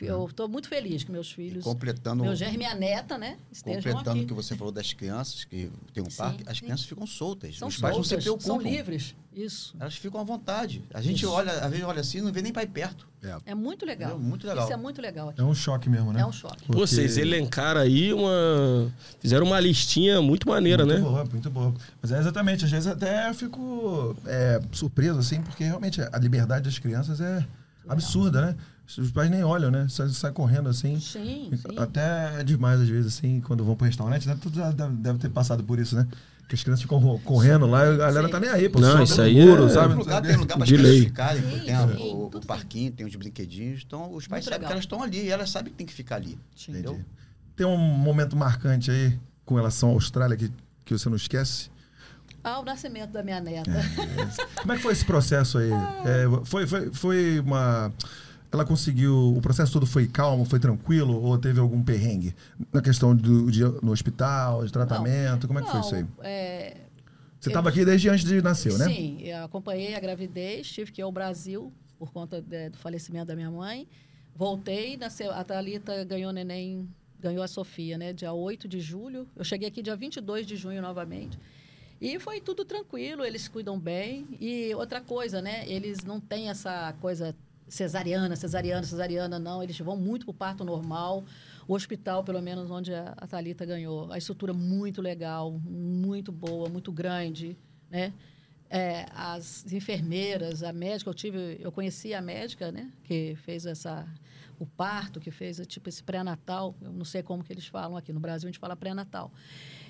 S4: eu
S3: Uhum.
S4: estou muito feliz que meus filhos,
S3: completando,
S4: meu germe e minha neta, né, estejam
S3: completando
S4: aqui.
S3: o que você falou das crianças, que tem um
S4: Sim,
S3: parque, as
S4: sim.
S3: crianças ficam soltas.
S4: São
S3: Os pais não se
S4: soltas,
S3: preocupam.
S4: são livres. Isso.
S3: Elas ficam à vontade. A gente
S4: Isso.
S3: olha, às vezes olha assim e não vê nem pai perto.
S1: É.
S4: É muito legal.
S3: Entendeu? Muito legal.
S4: Isso é muito legal aqui.
S1: É um choque mesmo, né?
S4: É um choque.
S2: Pô,
S1: Porque-
S2: vocês elencaram aí uma. Fizeram uma listinha muito maneira,
S1: muito
S2: né?
S1: boa, muito boa. Mas é exatamente, às vezes até eu fico é, surpreso, assim, porque realmente a liberdade das crianças é absurda, né? Os pais nem olham, né? Sai, sai correndo assim.
S4: Sim, sim.
S1: Até é demais, às vezes, assim, quando vão pro restaurante, né? Tu já deve, deve ter passado por isso, né? Que as crianças ficam ro- correndo lá e a galera
S4: Sim.
S1: tá nem aí, pô.
S2: Não,
S1: sobe
S2: isso
S1: no
S2: aí
S1: muro,
S2: é-
S1: sabe? Não sei
S3: Tem
S1: o
S3: lugar,
S1: quê.
S3: tem lugar para as
S2: De
S3: crianças
S2: lei.
S3: ficarem,
S4: Sim,
S3: tem a-
S4: sim,
S3: o, o
S4: tudo
S3: parquinho, tem os brinquedinhos. Então, os pais
S4: Muito
S3: sabem
S4: legal.
S3: que elas estão ali e elas sabem que tem que ficar ali.
S4: Sim.
S3: Entendeu?
S1: Tem um momento marcante aí com relação à Austrália que, que você não esquece?
S4: Ah, o nascimento da minha neta.
S1: Como é que foi esse processo aí?
S4: Ah.
S1: É, foi, foi, foi uma. Ela conseguiu. O processo todo foi calmo, foi tranquilo? Ou teve algum perrengue? Na questão do de, no hospital, de tratamento? Como é que foi isso aí?
S4: Não, é,
S1: Você
S4: eu-
S1: estava aqui desde antes de nascer, né?
S4: Sim, eu acompanhei a gravidez, tive que ir ao Brasil por conta de- do falecimento da minha mãe. Voltei, nasceu, a Thalita ganhou neném, ganhou a Sofia, né? Dia 8 de julho. Eu cheguei aqui dia 22 de junho novamente. E foi tudo tranquilo, eles se cuidam bem. E outra coisa, né? Eles não têm essa coisa cesariana, cesariana, cesariana, não. Eles vão muito para o parto normal. O hospital, pelo menos onde a, a Thalita ganhou, a estrutura muito legal, muito boa, muito grande, né? É, as enfermeiras, a médica, eu tive, eu conheci a médica, né? Que fez essa o parto, que fez tipo esse pré-natal. Eu não sei como que eles falam aqui no Brasil, a gente fala pré-natal.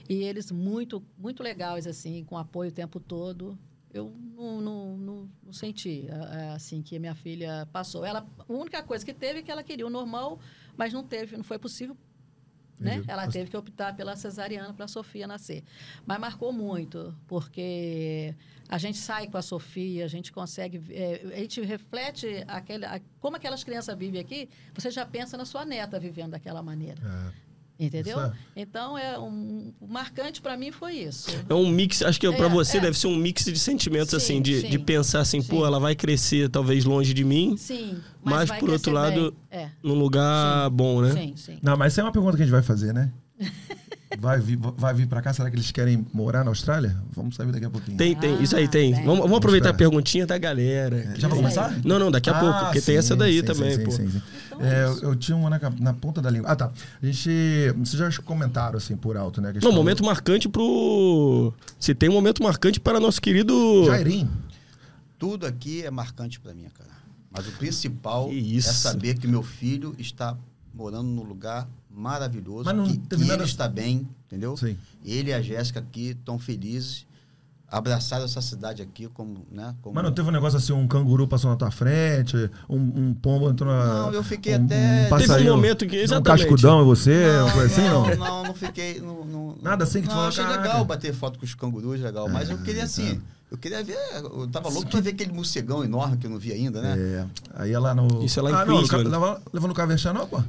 S4: E eles muito, muito legais assim, com apoio o tempo todo. Eu não, não, não, não senti ah, ah, assim que a minha filha passou. Ela, a única coisa que teve é que ela queria o normal, mas não teve, não foi possível. Né?
S1: Entendi.
S4: Ela teve que optar pela cesariana para a Sofia nascer. Mas marcou muito, porque a gente sai com a Sofia, a gente consegue. eh, a gente reflete aquele, a- como aquelas crianças vivem aqui, você já pensa na sua neta vivendo daquela maneira.
S1: É.
S4: Entendeu?
S1: Isso é.
S4: Então, é um, o marcante para mim foi isso.
S2: É um mix, acho que
S4: É,
S2: pra você
S4: é.
S2: deve ser um mix de sentimentos,
S4: Sim,
S2: assim, de,
S4: sim.
S2: de pensar assim,
S4: Sim.
S2: pô, ela vai crescer talvez longe de mim,
S4: Sim.
S2: Mas,
S4: vai
S2: por outro
S4: crescer
S2: lado,
S4: bem. É.
S2: num lugar bom, né?
S4: Sim, sim.
S1: Não, mas essa é uma pergunta que a gente vai fazer,
S4: <laughs>
S1: né? Vai vir, vai vir pra cá? Será que eles querem morar na Austrália? Vamos saber daqui a pouquinho.
S2: Tem, tem, isso aí
S4: Ah,
S2: tem.
S4: tem.
S2: Vamos, vamos aproveitar a
S1: Gostar.
S2: perguntinha da galera.
S1: É, Já vai
S4: Isso aí.
S1: começar?
S2: Não, não, daqui a
S1: Ah,
S2: pouco, porque tem
S1: sim,
S2: essa daí
S1: sim,
S2: também,
S1: sim,
S2: pô.
S1: Sim, sim.
S4: Então,
S1: É,
S4: é
S1: eu,
S4: isso.
S1: eu tinha uma na, cap- na ponta da língua. Ah, tá. A gente. Vocês já comentaram assim por alto, né? a
S2: Não,
S1: questão
S2: momento marcante pro. Se tem um momento marcante para nosso querido.
S1: do Jairim.
S3: Tudo aqui é marcante para mim, cara. Mas o principal
S2: Que isso.
S3: é saber que meu filho está morando num lugar maravilhoso,
S1: Mas não
S3: que,
S1: teve
S3: que
S1: nada-
S3: ele está bem, entendeu?
S1: Sim.
S3: Ele e a Jéssica aqui estão felizes, abraçaram essa cidade aqui como, né? Como...
S1: Mas não teve um negócio assim, um canguru passou na tua frente, um, um pombo entrou na.
S3: Não, eu fiquei
S1: um,
S3: até-
S1: Um passarinho,
S2: Teve um momento que-
S1: Um
S2: exatamente.
S1: cascudão em você, uma coisa assim, não?
S3: Não, não, não fiquei. Não, não-
S1: Nada assim que tu
S3: não,
S1: falou,
S3: achei
S1: "Caraca". Ah, tá.
S3: legal bater foto com os cangurus, legal. Mas eu queria assim. Eu queria ver. Eu tava louco pra ver aquele morcegão enorme que eu não vi ainda, né?
S1: É. Aí é lá no.
S2: Isso é lá em
S1: ah, não, no, ca-
S2: Queensland.
S1: leva- levou no Caverchan, não, pô?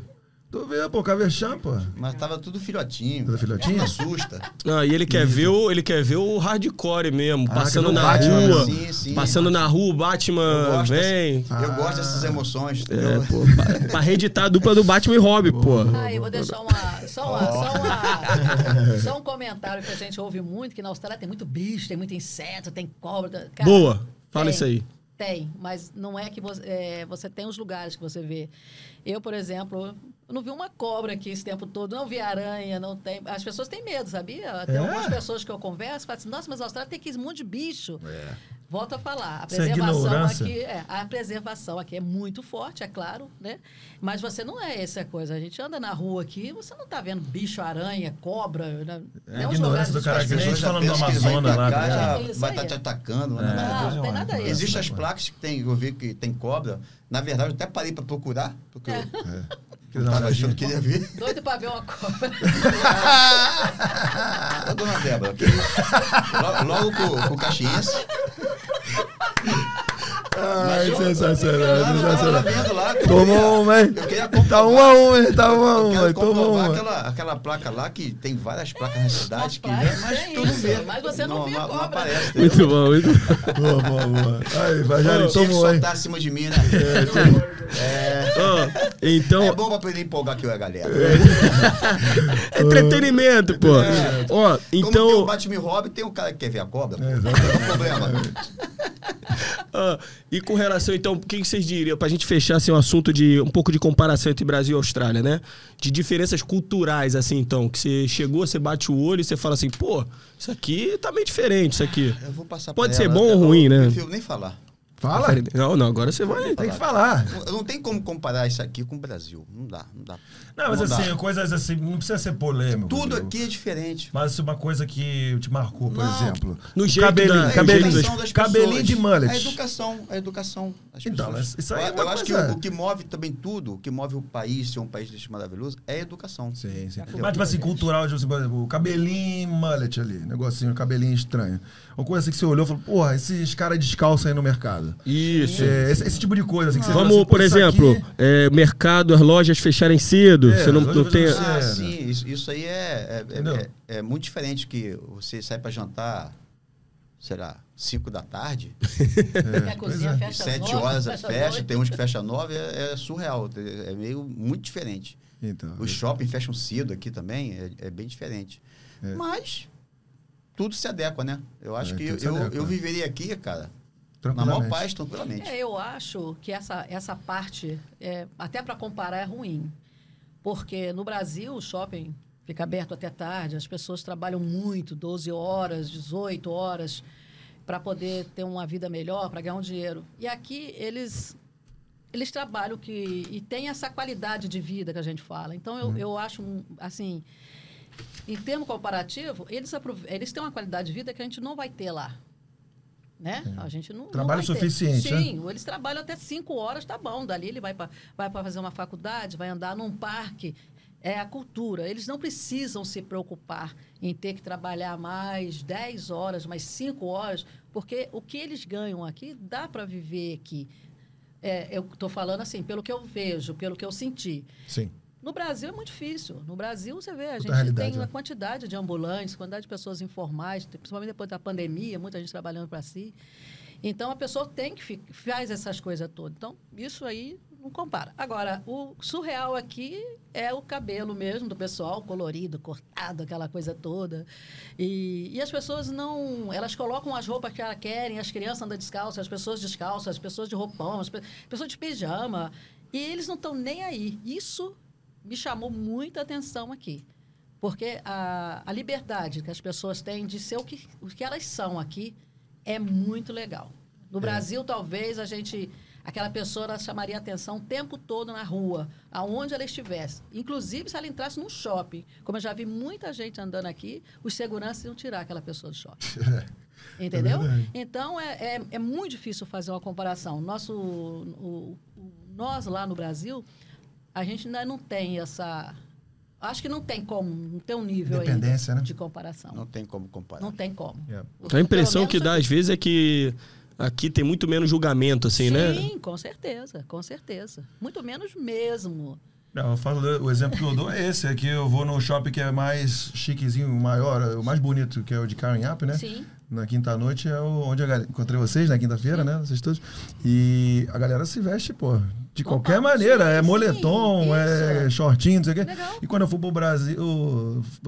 S1: Tu vê, pô, Caverchan, pô.
S3: Mas tava tudo filhotinho.
S1: Tudo filhotinho?
S3: Não assusta.
S2: Ah, e ele quer ver o, ele quer ver o hardcore mesmo,
S1: Ah,
S2: passando
S1: que
S2: na
S1: Batman,
S2: rua,
S3: sim, sim.
S2: passando na rua, o
S1: Ah,
S2: Batman
S3: gosto
S2: vem.
S3: Eu gosto
S4: Ah.
S3: dessas emoções,
S2: É,
S3: entendeu?
S2: pô, pra, pra reeditar a dupla do Batman e Robin, pô.
S4: Ah, eu vou deixar uma, só, uma, só,
S2: <laughs>
S4: uma- só um comentário que a gente ouve muito, que na Austrália tem muito bicho, tem muito inseto, tem cobra. Cara,
S2: Boa, fala
S4: tem.
S2: isso aí.
S4: Tem, mas não é que você, é, você tem os lugares que você vê. Eu, por exemplo, eu não vi uma cobra aqui esse tempo todo, não vi aranha, não tem. As pessoas têm medo, sabia? Tem
S1: É?
S4: algumas pessoas que eu converso falam assim: nossa, mas a Austrália tem que um monte de bicho.
S1: É.
S4: Volto a falar, a
S1: Isso é
S4: preservação
S1: ignorância.
S4: aqui, é, a preservação aqui é muito forte, é claro, né? Mas você não é essa coisa. A gente anda na rua aqui, você não tá vendo bicho, aranha, cobra, né?
S1: É
S4: Tem
S1: a
S4: uns
S1: ignorância
S4: lugares
S1: do cara que
S4: específicos.
S1: a gente falando do
S3: pensa que vai
S1: Amazonas lá.
S3: pra cá,
S1: cara.
S4: É
S3: já
S4: isso
S3: vai
S4: aí.
S3: estar te atacando. mas
S1: É.
S3: não é nada
S4: Não,
S3: disso.
S4: não tem nada disso.
S3: Existem as placas que tem, eu vi que tem cobra. Na verdade, eu até parei para procurar, porque
S4: É.
S3: eu
S1: Quer dar uma
S3: tava achando
S1: olhadinha?
S3: que ia
S1: é.
S3: ver.
S4: Doido pra ver uma cobra.
S3: <laughs> Ô, dona Débora, que Lo- Logo com, com o Caxiense.
S1: <laughs> Ai,
S3: eu-
S1: Ah, é sensacional,
S3: Lá, eu tava lá
S1: sensacional.
S3: vendo lá. que eu
S1: Tomou uma, hein?
S3: queria- Eu queria comprovar.
S1: Tá um a um, hein? Tá um a
S3: Eu
S1: um,
S3: quero
S1: hein? Tomou
S3: comprovar
S1: uma.
S3: aquela, aquela placa lá que tem várias placas na cidade, que,
S4: placas,
S3: mas
S4: é
S3: tu não
S4: isso,
S3: vê.
S4: mas você não vê a cobra. né?
S3: aparece. entendeu?
S2: Muito bom, muito bom.
S1: Boa, boa, boa. Aí, Vajari,
S3: Tinha que
S1: tomou, hein?
S2: tá-
S3: soltar acima de mim, né?
S2: <laughs> Ó, então,
S3: É bom pra poder empolgar aqui a galera.
S2: é entretenimento, pô. Ó,
S3: Como tem o
S2: então,
S3: Batman e Robin, tem um cara que quer ver a cobra.
S1: É,
S3: É, não
S1: exatamente.
S3: tem problema.
S2: ó, e com relação, então, o que que vocês diriam? Pra gente fechar, assim, um assunto de um pouco de comparação entre Brasil e Austrália, né? De diferenças culturais, assim, então, que você chegou, você bate o olho e você fala assim, pô, isso aqui tá meio diferente, isso aqui.
S3: É, Eu vou passar
S2: É. Pode
S3: pra
S2: ser
S3: ela,
S2: bom ou
S3: eu
S2: ruim, né?
S3: Não prefiro nem falar.
S1: Fala.
S2: Não, não, agora você vai...
S1: Tem que falar.
S3: Não- Não tem como comparar isso aqui com o Brasil. Não dá, não dá.
S5: Não, mas
S3: dá.
S5: assim, coisas assim, não precisa ser polêmico.
S3: Tudo
S5: entendeu?
S3: aqui é diferente.
S5: Mas uma coisa que te marcou, por
S3: Não.
S5: exemplo.
S2: No
S1: O
S2: jeito
S1: cabelinho,
S2: da-
S3: É A
S1: Ah, cabelinho.
S2: no jeito
S3: educação
S2: das-
S3: das
S1: cabelinho
S3: pessoas.
S1: de mullet.
S3: A educação, a educação. das
S5: Então,
S3: pessoas.
S5: mas isso aí é
S3: eu
S5: uma
S3: acho que
S1: coisa-
S3: o, o que move também tudo, o que move o país ser um país deste maravilhoso, é a educação.
S1: Sim, sim.
S3: Entendeu?
S1: Mas, tipo assim, cultural, tipo assim, por exemplo, o cabelinho mullet ali, negocinho, cabelinho estranho. Uma coisa assim que você olhou e falou, porra, esses caras descalços aí no mercado.
S2: Isso.
S1: É, esse, esse tipo de coisa. Assim, que você
S2: Vamos,
S1: fala assim,
S2: por
S1: pô, isso aqui-
S2: exemplo, é, mercado, as lojas fecharem cedo.
S1: É,
S2: você não,
S1: as
S2: não
S1: lojas
S2: tem.
S1: fecham cedo.
S3: Ah,
S1: Sério.
S3: sim, isso, isso aí é, é-
S1: Entendeu?
S3: é- é muito diferente que você sai pra jantar, sei lá, 5 da tarde,
S4: Porque <laughs> a
S1: pois
S4: cozinha
S1: é.
S3: e
S4: fecha às
S3: 7
S4: nove, <laughs>
S3: horas
S4: fecha
S3: <laughs>
S4: às
S3: fecha,
S4: oito.
S3: tem uns que fecha às 9, é, é surreal, é meio muito diferente.
S1: Então,
S3: Os shoppings fecham cedo aqui também, é, é bem diferente. Mas tudo se adequa, né? Eu acho
S1: É,
S3: que eu,
S1: tudo se adequa,
S3: eu
S1: né?
S3: viveria aqui, cara, na
S1: tranquilamente.
S3: maior paz, tranquilamente.
S4: É, eu acho que essa, essa parte, é, até para comparar, é ruim. Porque no Brasil, o shopping fica aberto até tarde, as pessoas trabalham muito, 12 horas, 18 horas, para poder ter uma vida melhor, para ganhar um dinheiro. E aqui, eles eles trabalham que e tem essa qualidade de vida que a gente fala. Então
S1: Uhum.
S4: eu, eu acho um, assim, em termo comparativo, eles aprove- eles têm uma qualidade de vida que a gente não vai ter lá. Né? A gente não não
S1: Trabalho
S4: vai ter.
S1: suficiente, né?
S4: Sim, eles trabalham até cinco horas, tá bom. Dali ele vai para vai pra fazer uma faculdade, vai andar num parque. É a cultura. Eles não precisam se preocupar em ter que trabalhar mais 10 horas, mais 5 horas, porque o que eles ganham aqui dá para viver aqui. É, eu estou falando assim, pelo que eu vejo, pelo que eu senti.
S1: Sim.
S4: No Brasil é muito difícil. No Brasil, você vê, a
S1: Outra
S4: gente
S1: realidade,
S4: tem uma
S1: né?
S4: quantidade de ambulantes, quantidade de pessoas informais, principalmente depois da pandemia, muita gente trabalhando para si. Então, a pessoa tem que fi- faz essas coisas todas. Então, isso aí não compara. Agora, o surreal aqui é o cabelo mesmo do pessoal, colorido, cortado, aquela coisa toda. E, e as pessoas não... Elas colocam as roupas que elas querem, as crianças andam descalças, as pessoas descalças, as pessoas de roupão, as pe- pessoas de pijama. E eles não estão nem aí. Isso me chamou muita atenção aqui. Porque a, a liberdade que as pessoas têm de ser o que, o que elas são aqui é muito legal. No Brasil, talvez a gente. Aquela pessoa ela chamaria atenção o tempo todo na rua, aonde ela estivesse. Inclusive se ela entrasse num shopping. Como eu já vi muita gente andando aqui, os seguranças iam tirar aquela pessoa do shopping. Entendeu? então é, é, é muito difícil fazer uma comparação. Nosso, o- o- nós lá no Brasil, a gente ainda não tem essa. Acho que não tem como, não tem um nível
S1: Dependência,
S4: ainda
S1: né?
S4: de comparação.
S3: Não
S4: Não,
S3: tem como comparar.
S4: tem como.
S1: Yeah.
S2: Então, A impressão
S4: Pelo
S2: que dá
S4: menos
S2: às vezes é que aqui tem muito menos julgamento, assim, né?
S4: Sim, com certeza, com certeza. Muito menos mesmo.
S5: Não, eu falo, o exemplo que eu dou é esse, é que eu vou no shopping que é mais chiquezinho, maior, o mais bonito, que é o de Carinhap, né?
S4: Sim.
S5: Na quinta-noite é o- onde eu ga- encontrei vocês, na quinta-feira, né? Vocês todos. E a galera se veste, pô, de
S4: Total,
S5: qualquer maneira.
S4: sim,
S5: é
S4: sim,
S5: moletom, é
S4: isso.
S5: shortinho, não sei o quê.
S4: Legal.
S5: E quando eu fui pro Brasil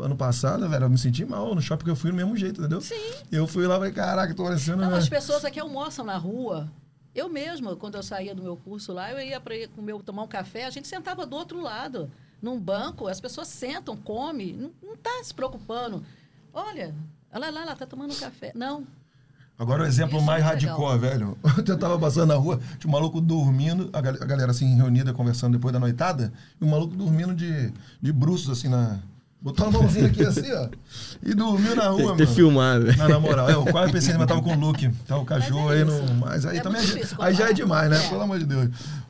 S5: ano passado, velho, eu me senti mal no shopping que eu fui do mesmo jeito, entendeu?
S4: Sim. Então,
S1: é.
S5: Eu fui lá e falei, caraca, tô parecendo...
S4: Não,
S5: né?
S4: as pessoas aqui almoçam na rua. Eu mesma, quando eu saía do meu curso lá, eu ia para meu tomar um café, a gente sentava do outro lado, num banco, as pessoas sentam, comem, não, não tá se preocupando. Olha, olha lá, ela tá tomando um café. Não.
S1: Agora o exemplo
S4: Isso
S1: mais
S4: é legal.
S1: radical, velho.
S5: <laughs>
S1: Ontem eu tava passando na rua, tinha um maluco dormindo, a gal- a galera assim reunida, conversando depois da noitada, e um maluco dormindo de, de bruços, assim, na. Botou a mãozinha aqui assim, ó. E dormiu na
S2: Tem
S1: rua,
S2: que É, ter
S1: mano.
S2: filmado. velho.
S1: Não, na moral, eu quase pensei, mas tava com o Luke. Tá o cachorro
S4: Mas é
S1: aí
S4: isso.
S1: no. Mas aí
S4: É
S1: também.
S4: muito
S1: é-
S4: difícil
S1: aí já é
S4: comparar.
S1: demais, né?
S4: É.
S1: Pelo amor de Deus.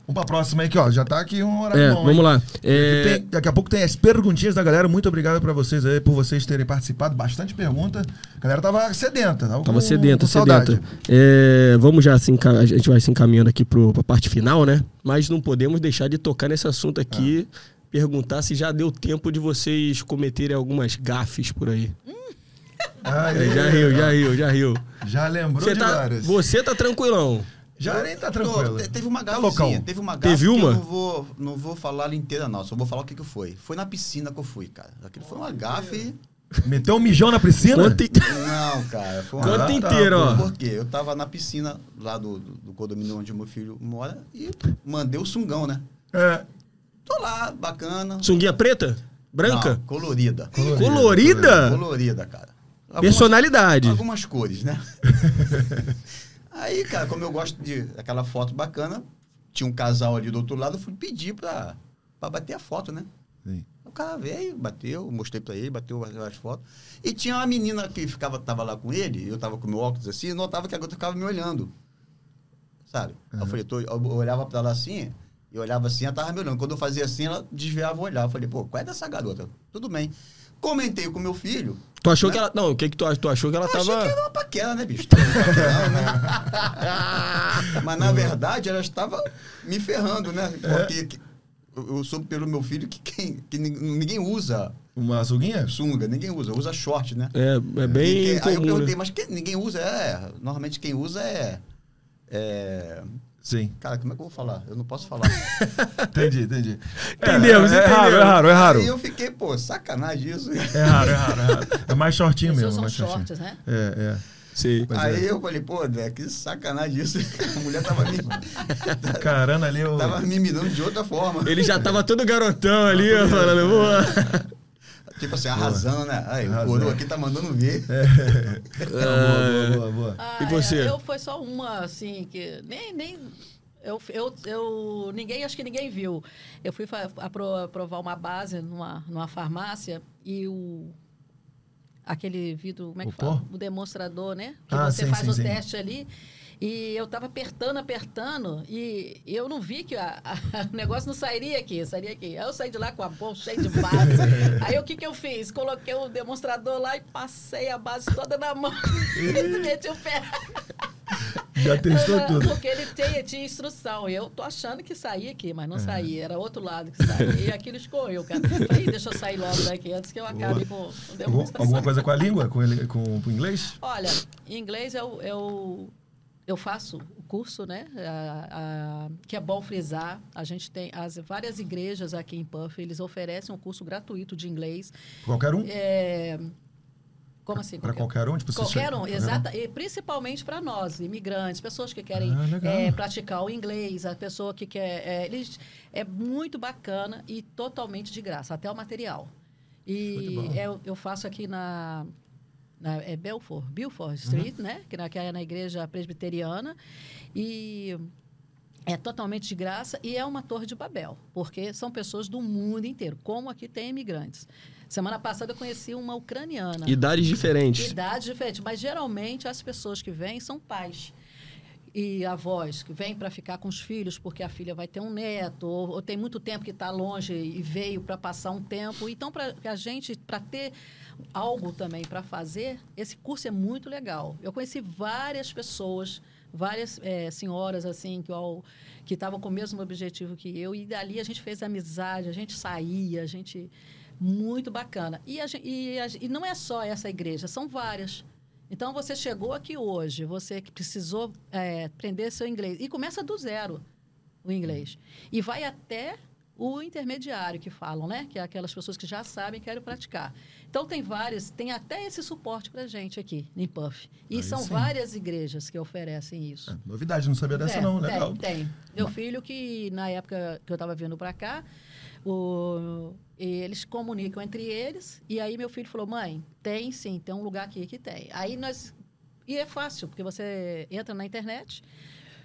S1: Vamos pra próxima aí, que, ó. Já tá aqui um horário
S2: É,
S1: bom.
S2: vamos
S1: hein?
S2: lá. É,
S1: Tem- daqui a pouco tem as perguntinhas da galera. Muito obrigado pra vocês aí, por vocês terem participado. Bastante pergunta. A galera tava sedenta. Tava,
S2: Tava
S1: com,
S2: sedenta,
S1: um com saudade.
S2: sedenta. É, vamos já, assim, a gente vai se encaminhando aqui pro, pra parte final, né? Mas não podemos deixar de tocar nesse assunto aqui.
S1: É.
S2: Perguntar se já deu tempo de vocês cometerem algumas gafes por aí.
S1: Hum. Ah,
S2: É,
S1: ele
S2: já riu, já riu, já riu.
S1: Já lembrou
S2: Você
S1: de
S2: tá,
S1: várias.
S2: você tá tranquilão.
S1: Já nem tá
S3: Tô,
S1: tranquilo.
S3: te- teve uma
S1: Tá
S3: gafezinha,
S1: loucão.
S3: teve uma gafe
S2: Teve
S3: que
S2: uma?
S3: eu não vou, não vou falar ela inteira, não. Só vou falar o que, que foi. Foi na piscina que eu fui, cara. Aquilo foi uma gafe.
S1: Meteu um mijão na piscina?
S2: Conta, in-
S3: Não, cara. Foi uma
S2: conta
S1: tá,
S2: inteira, ó.
S3: Por quê? Eu tava na piscina lá do, do, do condomínio onde o meu filho mora e mandei o sungão, né?
S1: É.
S3: Tô lá, bacana.
S2: <laughs> Sunguinha preta? Branca?
S3: Não, colorida.
S2: Colorida?
S3: Colorida, cara. Algumas-
S2: Personalidade.
S3: Algumas cores,
S2: <laughs>
S3: né? Aí, cara, como eu gosto de aquela foto bacana, tinha um casal ali do outro lado, eu fui pedir pra, pra bater a foto, né?
S1: Sim.
S3: O cara veio, bateu, mostrei pra ele, bateu, bateu as fotos. E tinha uma menina que ficava, tava lá com ele, eu tava com meu óculos assim, e notava que a garota ficava me olhando. Sabe? Aí Eu falei, tô, eu olhava pra ela assim, e olhava assim, ela tava me olhando. Quando eu fazia assim, ela desviava o olhar. Eu falei, pô, qual é dessa garota? Tudo bem. Comentei com meu filho,
S2: Tu achou que ela. Não, o que que tu, ach- tu achou que ela
S3: eu Achei que
S2: tava.
S3: era uma paquera, né, bicho? Tava me paquerando, né? <laughs> Mas na verdade ela estava me ferrando, né? Porque que- eu eu soube pelo meu filho que, quem, que nin- ninguém usa
S1: Uma açouguinha?
S3: sunga, ninguém usa, usa short, né?
S2: É, é
S3: E
S2: bem
S3: que- aí eu
S2: comum,
S3: perguntei,
S2: né?
S3: mas quem, ninguém usa? É, normalmente quem usa é. é-
S1: Sim.
S3: Cara, como é que eu vou falar? Eu não posso falar.
S1: Entendi, entendi.
S2: Entendemos,
S1: é, é raro, é
S2: entendemos.
S1: raro, é raro.
S3: E eu fiquei, pô, sacanagem isso.
S1: É raro, é raro, é raro. É mais shortinho
S4: Eles
S1: mesmo.
S4: usam
S1: mais shortinho.
S4: shorts, né?
S1: É, é.
S2: Sim.
S1: Pois
S3: aí eu falei, pô, André, que sacanagem isso. A mulher tava
S2: <laughs>
S3: me,
S1: Carana é. ali, eu...
S3: tava me mirando de outra forma.
S2: Ele já tava todo garotão ali, ó, falando, boa.
S3: Tipo assim, arrasando, né? Aí, o
S1: Arrasando.
S3: coroa aqui tá mandando ver.
S2: É.
S1: É, Boa, boa, boa, boa.
S4: Ah,
S2: E você?
S4: é, Eu foi só uma, assim, que nem. nem eu, eu, eu- ninguém, acho que ninguém viu. Eu fui fa- apro- aprovar uma base numa, numa farmácia e o. Aquele vidro, como é que
S1: O
S4: fala?
S1: pó?
S4: O demonstrador, né? Que
S1: Ah,
S4: você
S1: sim,
S4: faz
S1: sim,
S4: o
S1: sim.
S4: teste ali. E eu tava apertando, apertando, e eu não vi que a- a- <laughs> o negócio não sairia aqui, sairia aqui. Aí eu saí de lá com a bolsa cheia de
S1: <laughs>
S4: base. Aí o que que eu fiz? Coloquei o demonstrador lá e passei a base toda na mão. <laughs> Eles metiam o pé.
S1: Já testou
S4: <laughs>
S1: tudo.
S4: Porque ele tinha, tinha instrução. E eu tô achando que saía aqui,
S1: É.
S4: mas não saía. Era outro lado que saía. E aquilo escorreu, cara. Falei, deixa eu sair logo daqui antes que eu acabe com o
S1: Algum-
S4: demonstração.
S1: Alguma coisa com a língua? Com, ele, com, com o inglês?
S4: Olha, em inglês é eu, eu, eu faço o curso, né? A- a- que é bom frisar. A gente tem as várias igrejas aqui em Puff, eles oferecem um curso gratuito de inglês.
S1: Qualquer um?
S4: É, como assim?
S1: Pra qualquer um? Tipo, se
S4: Qualquer
S1: chega-
S4: um, exata, e principalmente para nós, imigrantes, pessoas que querem
S1: Ah, legal.
S4: eh, praticar o inglês, a pessoa que quer. eh, eles, é muito bacana e totalmente de graça, até o material. E
S1: Show de bola.
S4: eu, eu faço aqui na, na é Belfort,
S1: Uhum.
S4: Belfort Street, né? Que, na, que é na igreja presbiteriana. E é totalmente de graça e é uma torre de Babel, porque são pessoas do mundo inteiro, como aqui tem imigrantes. Semana passada eu conheci uma
S2: <laughs>
S4: ucraniana
S2: Idades diferentes.
S4: idade diferente, mas geralmente as pessoas que vêm são pais e avós que vêm para ficar com os filhos porque a filha vai ter um neto ou, ou tem muito tempo que está longe e veio para passar um tempo. Então para a gente para ter algo também para fazer, esse curso é muito legal. Eu conheci várias pessoas várias eh, senhoras assim que ao- que estavam com o mesmo objetivo que eu e dali a gente fez amizade a gente saía a gente muito bacana e, a gen- e a gen- e não é só essa igreja são várias então você chegou aqui hoje você que precisou é, eh, aprender seu inglês e começa do zero o inglês e vai até o- o intermediário que falam, né? Que é aquelas pessoas que já sabem e querem praticar. Então tem várias, tem até esse suporte para gente aqui em Puff. E
S1: Aí
S4: são
S1: sim.
S4: várias igrejas que oferecem isso.
S1: É, Novidade, não sabia dessa
S4: É,
S1: não,
S4: tem,
S1: legal.
S4: Tem, Meu filho, que na época que eu estava vindo para cá, o- eles comunicam entre eles. E aí meu filho falou, mãe, tem sim, tem um lugar aqui que tem. Aí nós... E é fácil, porque você entra na internet,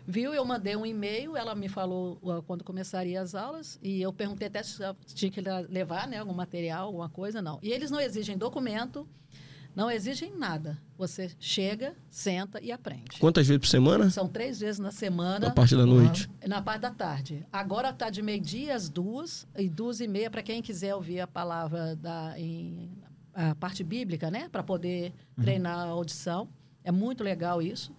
S4: viu? Eu mandei um e-mail, ela me falou uh, quando começaria as aulas, e eu perguntei até se eu tinha que le- levar né, algum material, alguma coisa, não. E eles não exigem documento, não exigem nada. Você chega, senta e aprende.
S2: Quantas vezes por semana?
S4: São três vezes na semana.
S2: Na parte da noite.
S4: Na parte da tarde. Agora está de meio-dia às duas e duas e meia para quem quiser ouvir a palavra da em- a parte bíblica, né? Para poder
S2: Uhum.
S4: treinar a audição. É muito legal isso.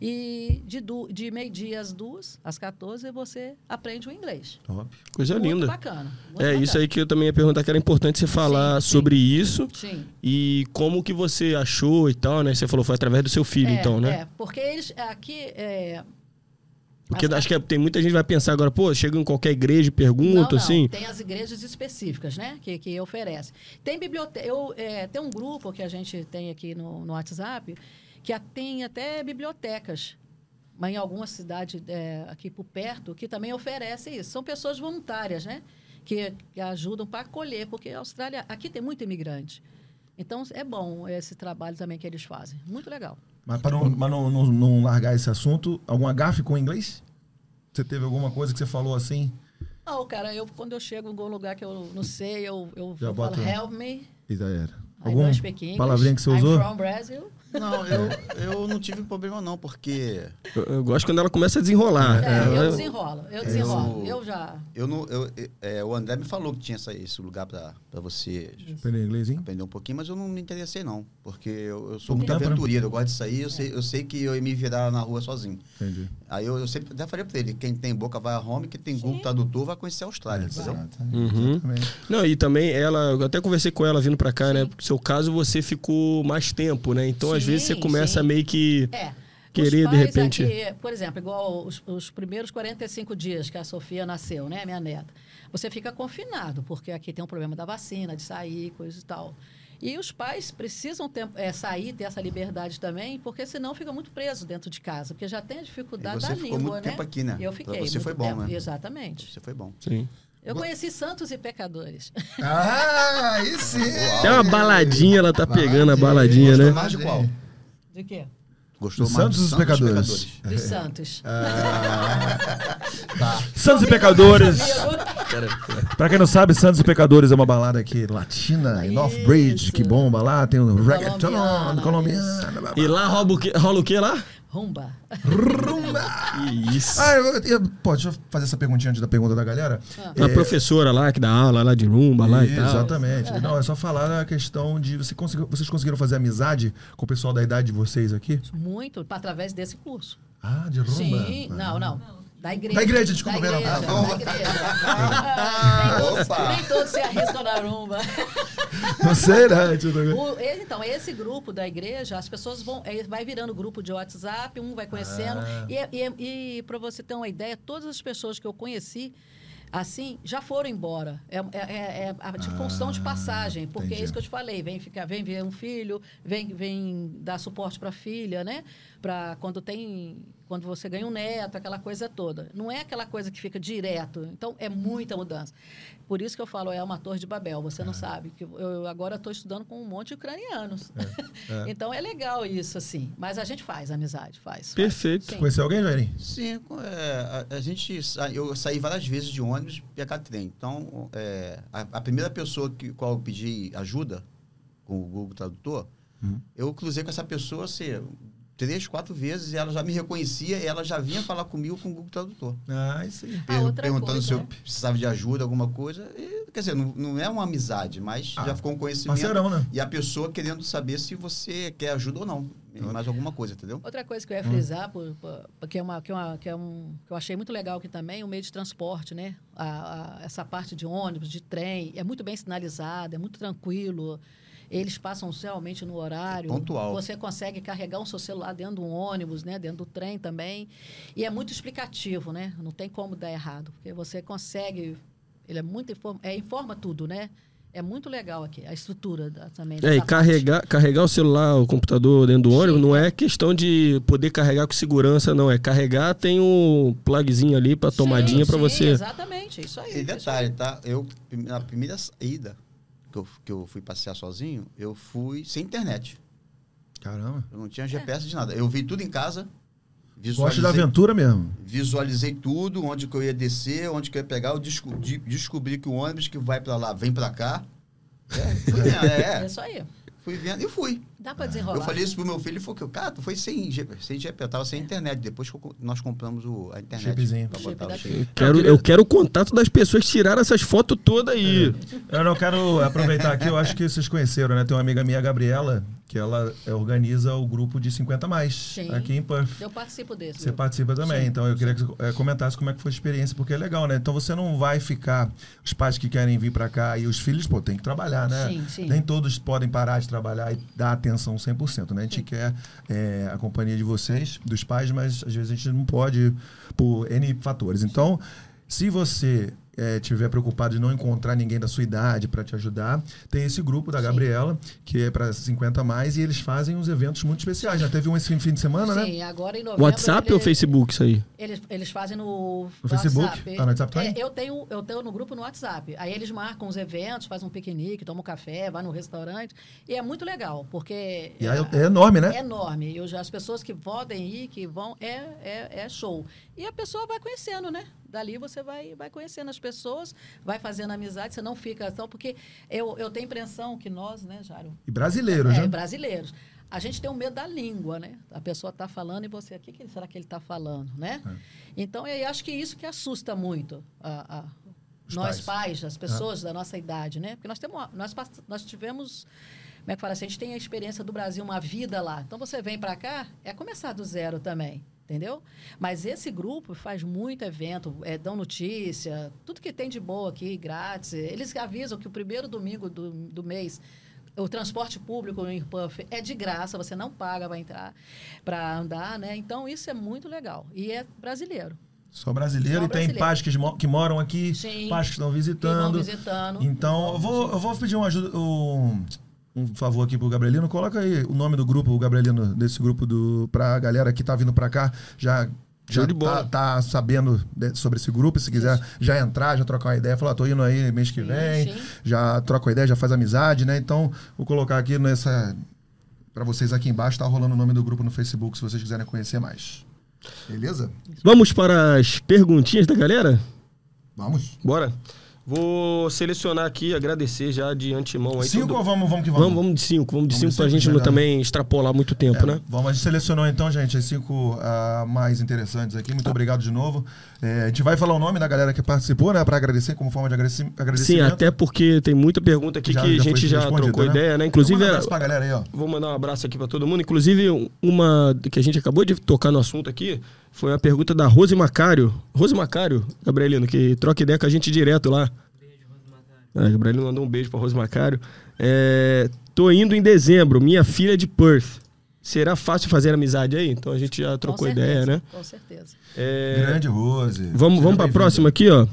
S4: E de, du- de meio-dia às duas, às 14, você aprende o inglês.
S1: Top.
S2: Coisa
S4: muito
S2: linda.
S4: bacana. muito
S2: é,
S4: bacana.
S2: isso aí é que eu também ia perguntar, que era importante você falar
S4: Sim, sim.
S2: sobre isso
S4: Sim.
S2: e como que você achou e tal, né? Você falou, foi através do seu filho,
S4: É,
S2: então, né?
S4: É, porque eles aqui. é,
S2: Porque
S4: as-
S2: acho que é, tem muita gente que vai pensar agora, pô, chega em qualquer igreja e pergunta, assim.
S4: Tem as igrejas específicas, né? Que, que oferecem. Tem biblioteca. Eu, é, tem um grupo que a gente tem aqui no, no WhatsApp que a- tem até bibliotecas. Mas em alguma cidade é, aqui por perto que também oferece isso. São pessoas voluntárias, né? Que, que ajudam para acolher, porque a Austrália. Aqui tem muito imigrante. Então é bom esse trabalho também que eles fazem. Muito legal.
S1: Mas para não, mas não, não- não largar esse assunto, alguma gafe com o inglês? Você teve alguma coisa que você falou assim?
S4: Não, cara, eu quando eu chego em algum lugar que eu não sei, eu, eu
S1: Já
S4: falo,
S1: bota-
S4: help me.
S1: E já era.
S4: I
S1: Alguma
S4: don't speak English.
S1: palavrinha que você usou?
S4: I'm from Brazil.
S3: Não, eu, eu não tive problema não, porque
S2: Eu, eu gosto quando ela começa a desenrolar.
S4: É,
S2: Ela-
S4: eu desenrolo, eu desenrolo.
S3: É.
S4: Eu já.
S3: eu não, eu, é, o André me falou que tinha essa, esse lugar pra, pra você
S1: Aprender inglês, hein?
S3: aprender um pouquinho, mas eu não me interessei não, porque eu, eu sou
S1: Não tá É. dá
S3: muito
S1: pra-
S3: aventureiro, eu gosto de sair, eu sei, eu sei que eu ia me virar na rua sozinho.
S1: Entendi.
S3: Aí eu, eu sempre até falei pra ele, quem tem boca vai a Roma, e quem tem Google tradutor vai conhecer a Austrália, entendeu?
S1: Uhum. Exatamente.
S2: Não, e também ela, eu até conversei com ela vindo pra cá, né? Porque no seu caso você ficou mais tempo, né? Então às
S4: Sim,
S2: vezes você começa
S4: sim.
S2: meio que
S4: É.
S2: Querer, de
S4: Os pais
S2: repente-
S4: aqui, por exemplo, igual os, os primeiros 45 dias que a Sofia nasceu, né, minha neta, você fica confinado, porque aqui tem um problema da vacina, de sair, coisa e tal. E os pais precisam ter, é, sair, ter essa liberdade também, porque senão fica muito preso dentro de casa, porque já tem a dificuldade
S3: E você
S4: da
S3: ficou
S4: língua,
S3: muito
S4: né?
S3: tempo aqui, né?
S4: Eu
S3: Pra
S4: fiquei.
S3: você
S4: muito
S3: foi bom,
S4: tempo,
S3: né?
S4: Exatamente.
S3: Você foi bom.
S2: Sim.
S4: Eu conheci santos e pecadores.
S5: Ah, aí sim!
S2: Até É uma baladinha ela tá pegando a baladinha,
S3: Gostou
S2: né?
S3: é mais de qual?
S4: De quê?
S3: Gostou
S1: Do
S3: mais
S1: Santos
S3: do
S1: e os Pecadores.
S4: Dos santos.
S1: Santos e Pecadores.
S4: Amigo.
S1: Pra quem não sabe, Santos e Pecadores é uma balada aqui latina, em North Bridge,
S4: Isso.
S1: que bomba lá. Tem um reggaeton
S4: Colombiana,
S1: colombiano. blá, blá.
S2: E lá rola o quê, rola o quê lá?
S4: Rumba.
S2: Que isso.
S1: Ah, eu, eu, pô, deixa eu fazer essa perguntinha antes da pergunta da galera.
S4: Ah.
S1: É,
S2: A professora lá que dá aula lá de rumba lá e tal.
S1: Exatamente. Não, é só falar a questão de. Você conseguiu- vocês conseguiram fazer amizade com o pessoal da idade de vocês aqui?
S4: Muito através desse curso.
S1: Ah, de rumba?
S4: Sim, não, não. Da igreja.
S1: Da igreja, desculpa,
S4: Da
S1: Vera.
S4: igreja, da igreja.
S1: <laughs>
S4: Ah, nem todos- Nem todos se arriscam na rumba.
S1: <laughs> Não sei,
S4: <laughs>
S1: né? Tipo,
S4: O- esse- então, esse grupo da igreja, as pessoas vão. é, Vai virando grupo de WhatsApp, um vai conhecendo.
S1: Ah.
S4: E, é, e, para você ter uma ideia, todas as pessoas que eu conheci. Assim, já foram embora. É, é- é- é a de função de passagem, porque
S1: entendi.
S4: é isso que eu te falei. Vem ficar, vem ver um filho, vem, vem dar suporte para a filha, né? Para quando tem, quando você ganha um neto, aquela coisa toda. Não é aquela coisa que fica direto. Então é muita mudança. Por isso que eu falo é uma torre de Babel. Você não sabe que eu- eu agora estou estudando com um monte de ucranianos. <laughs> então é legal isso assim. Mas a gente faz amizade, faz. faz.
S2: Perfeito. É,
S4: Sim.
S1: Conheceu alguém, Jairinho?
S3: Sim, co- é, a, a gente sa- eu saí várias vezes de ônibus pegar trem. Então, é, a, a primeira pessoa que qual eu pedi ajuda com o Google Tradutor, eu cruzei com essa pessoa assim, três, quatro vezes, e ela já me reconhecia, e ela já vinha falar comigo com o Google Tradutor.
S1: Ah, isso aí.
S4: Ah, outra
S3: perguntando
S4: coisa,
S3: se eu
S4: né?
S3: precisava de ajuda, alguma coisa. E, quer dizer, não, não é uma amizade, mas
S1: Ah,
S3: já ficou um conhecimento.
S1: Parceirão, né?
S3: E a pessoa querendo saber se você quer ajuda ou não. em Mais alguma coisa, entendeu?
S4: Outra coisa que eu ia
S2: Hum.
S4: frisar, por- por- porque é uma, que, é uma, que é um, que eu achei muito legal aqui também, o meio de transporte, né? A- a- essa parte de ônibus, de trem, é muito bem sinalizado, é muito tranquilo. Eles passam realmente no horário.
S3: É pontual.
S4: Você consegue carregar o seu celular dentro do ônibus, né? Dentro do trem também. E é muito explicativo, né? Não tem como dar errado, porque você consegue Ele é muito informa, é, informa tudo, né? É muito legal aqui, a estrutura da, também.
S2: É,
S4: dessa
S2: e
S4: parte.
S2: carregar, carregar o celular, o computador dentro do ônibus não é questão de poder carregar com segurança, não. É carregar, tem um plugzinho ali pra tomadinha
S4: Sim,
S2: pra
S4: sim,
S2: você.
S4: Exatamente, isso aí.
S3: E
S4: isso aí.
S3: detalhe, tá? Eu, na primeira ida que eu, que eu fui passear sozinho, eu fui sem internet.
S1: Caramba.
S3: Eu não
S4: É.
S3: tinha GPS de nada. Eu vi tudo em casa.
S1: Gosto da
S3: Visualizei,
S1: aventura mesmo.
S3: visualizei tudo, onde que eu ia descer, onde que eu ia pegar. Eu descobri, descobri que o ônibus que vai pra lá vem pra cá. É, fui vendo, é,
S4: É
S3: é.
S4: isso aí.
S3: Fui vendo e fui.
S4: Dá pra desenrolar.
S3: Eu falei isso pro meu filho, ele falou que, cara, tu foi sem, G- sem GPS, tava
S4: É.
S3: sem internet. Depois que eu co- nós compramos o, a internet.
S5: Chipzinho.
S3: pra
S4: Chip
S3: botar o
S4: da
S3: chip.
S2: Quero, É. eu quero o contato das pessoas que tiraram essas fotos todas aí.
S1: Eu não quero aproveitar aqui, eu acho que vocês conheceram, né? Tem uma amiga minha, a Gabriela, que ela eh, organiza o grupo de 50 mais
S4: Sim.
S1: aqui em Perth.
S4: Eu participo desse.
S1: Você participa também, então eu queria que você eh, comentasse como é que foi a experiência, porque é legal, né? Então você não vai ficar, os pais que querem vir pra cá e os filhos, pô, tem que trabalhar, né?
S4: Sim, sim.
S1: Nem todos podem parar de trabalhar e dar atenção 100%, né? A gente quer eh, a companhia de vocês, dos pais, mas às vezes a gente não pode por N fatores. Então, se você eh, tiver preocupado de não encontrar ninguém da sua idade para te ajudar, tem esse grupo da Gabriela, que é para 50 a mais, e eles fazem uns eventos muito especiais. Já teve um esse fim de semana, né?
S4: Sim, agora em novembro...
S2: WhatsApp ou
S4: ele-
S2: Facebook isso aí?
S4: Eles, eles fazem no,
S1: No Facebook?
S4: WhatsApp.
S1: Ah, no WhatsApp também?
S4: É, eu, tenho, eu tenho no grupo no WhatsApp. Aí eles marcam os eventos, fazem um piquenique, tomam um café, vai no restaurante. E é muito legal, porque...
S1: E
S4: é-
S1: aí é enorme, né?
S4: É enorme. E os- as pessoas que podem ir, que vão, é, é, é show. E a pessoa vai conhecendo, né? Dali você vai, vai conhecendo as pessoas, vai fazendo amizade, você não fica só. Porque eu, eu tenho a impressão que nós, né, Jário?
S1: E brasileiros,
S4: É,
S1: né?
S4: brasileiros. A gente tem um medo da língua, né? A pessoa está falando e você, o que, que será que ele está falando, né? Então, eu acho que isso que assusta muito a- a-
S1: Os
S4: nós
S1: pais.
S4: pais, as pessoas da nossa idade, né? Porque nós temos, uma- nós, pass- nós tivemos, como é que fala assim? A gente tem a experiência do Brasil, uma vida lá. Então, você vem para cá, é começar do zero também. Entendeu? Mas esse grupo faz muito evento, é, dão notícia, tudo que tem de boa aqui, grátis. Eles avisam que o primeiro domingo do, do mês o transporte público em Puff é de graça, você não paga para entrar, para andar, né? Então isso é muito legal. E é brasileiro.
S1: Só brasileiro.
S4: Só
S1: e tem
S4: brasileiro.
S1: pais que, mo- que moram aqui,
S4: Sim.
S1: pais que estão
S4: Que vão
S1: visitando.
S4: visitando.
S1: Então, eu vou, eu vou pedir um, ajuda, um, um favor aqui pro Gabrielino. Coloca aí o nome do grupo, o Gabrielino, desse grupo do, pra galera que tá vindo pra cá já.
S2: Show
S1: já
S2: de bola.
S1: Tá, tá sabendo de- sobre esse grupo, se quiser já entrar, já trocar uma ideia, falar, tô indo aí mês que
S4: Sim,
S1: vem,
S4: sim.
S1: já troca uma ideia, já faz amizade, né? Então, vou colocar aqui nessa. Pra vocês aqui embaixo, tá rolando o nome do grupo no Facebook, se vocês quiserem conhecer mais. Beleza?
S2: Vamos para as perguntinhas da galera?
S1: Vamos.
S2: Bora. Vou selecionar aqui, agradecer já de antemão aí.
S1: Cinco
S2: todo-
S1: ou vamos, vamos que vamos?
S2: Vamos, vamos de cinco. Vamos de
S1: Vamos
S2: cinco
S1: de
S2: pra
S1: cinco, É,
S2: gente não
S1: melhor.
S2: também extrapolar muito tempo, né?
S1: Vamos, a gente selecionou então, gente, as cinco ah, mais interessantes aqui. Muito obrigado de novo. É, a gente vai falar o nome da galera que participou, né? Pra agradecer, como forma de agradeci-
S2: Sim,
S1: agradecimento.
S2: até porque tem muita pergunta aqui
S1: Já-
S2: que a
S1: já foi
S2: gente já
S1: respondida,
S2: trocou
S1: né?
S2: ideia, né? Inclusive,
S1: Manda um
S2: a-
S1: abraço pra galera aí, ó.
S2: Vou mandar um abraço aqui para todo mundo. Inclusive, um- uma que a gente acabou de tocar no assunto aqui foi a pergunta da Rose Macário. Rose Macário, Gabrielino, que troca ideia com a gente direto lá. É, Gabrielino mandou um beijo para Rose Macário. É, tô indo em dezembro, minha filha de Perth. Será fácil fazer amizade aí? Então a gente já
S4: Com
S2: trocou
S4: certeza, Né?
S2: ideia, né?
S4: Com certeza.
S2: É,
S1: Grande Rose. Seja
S2: Vamos, vamos para a
S1: bem-vinda.
S2: próxima aqui, ó.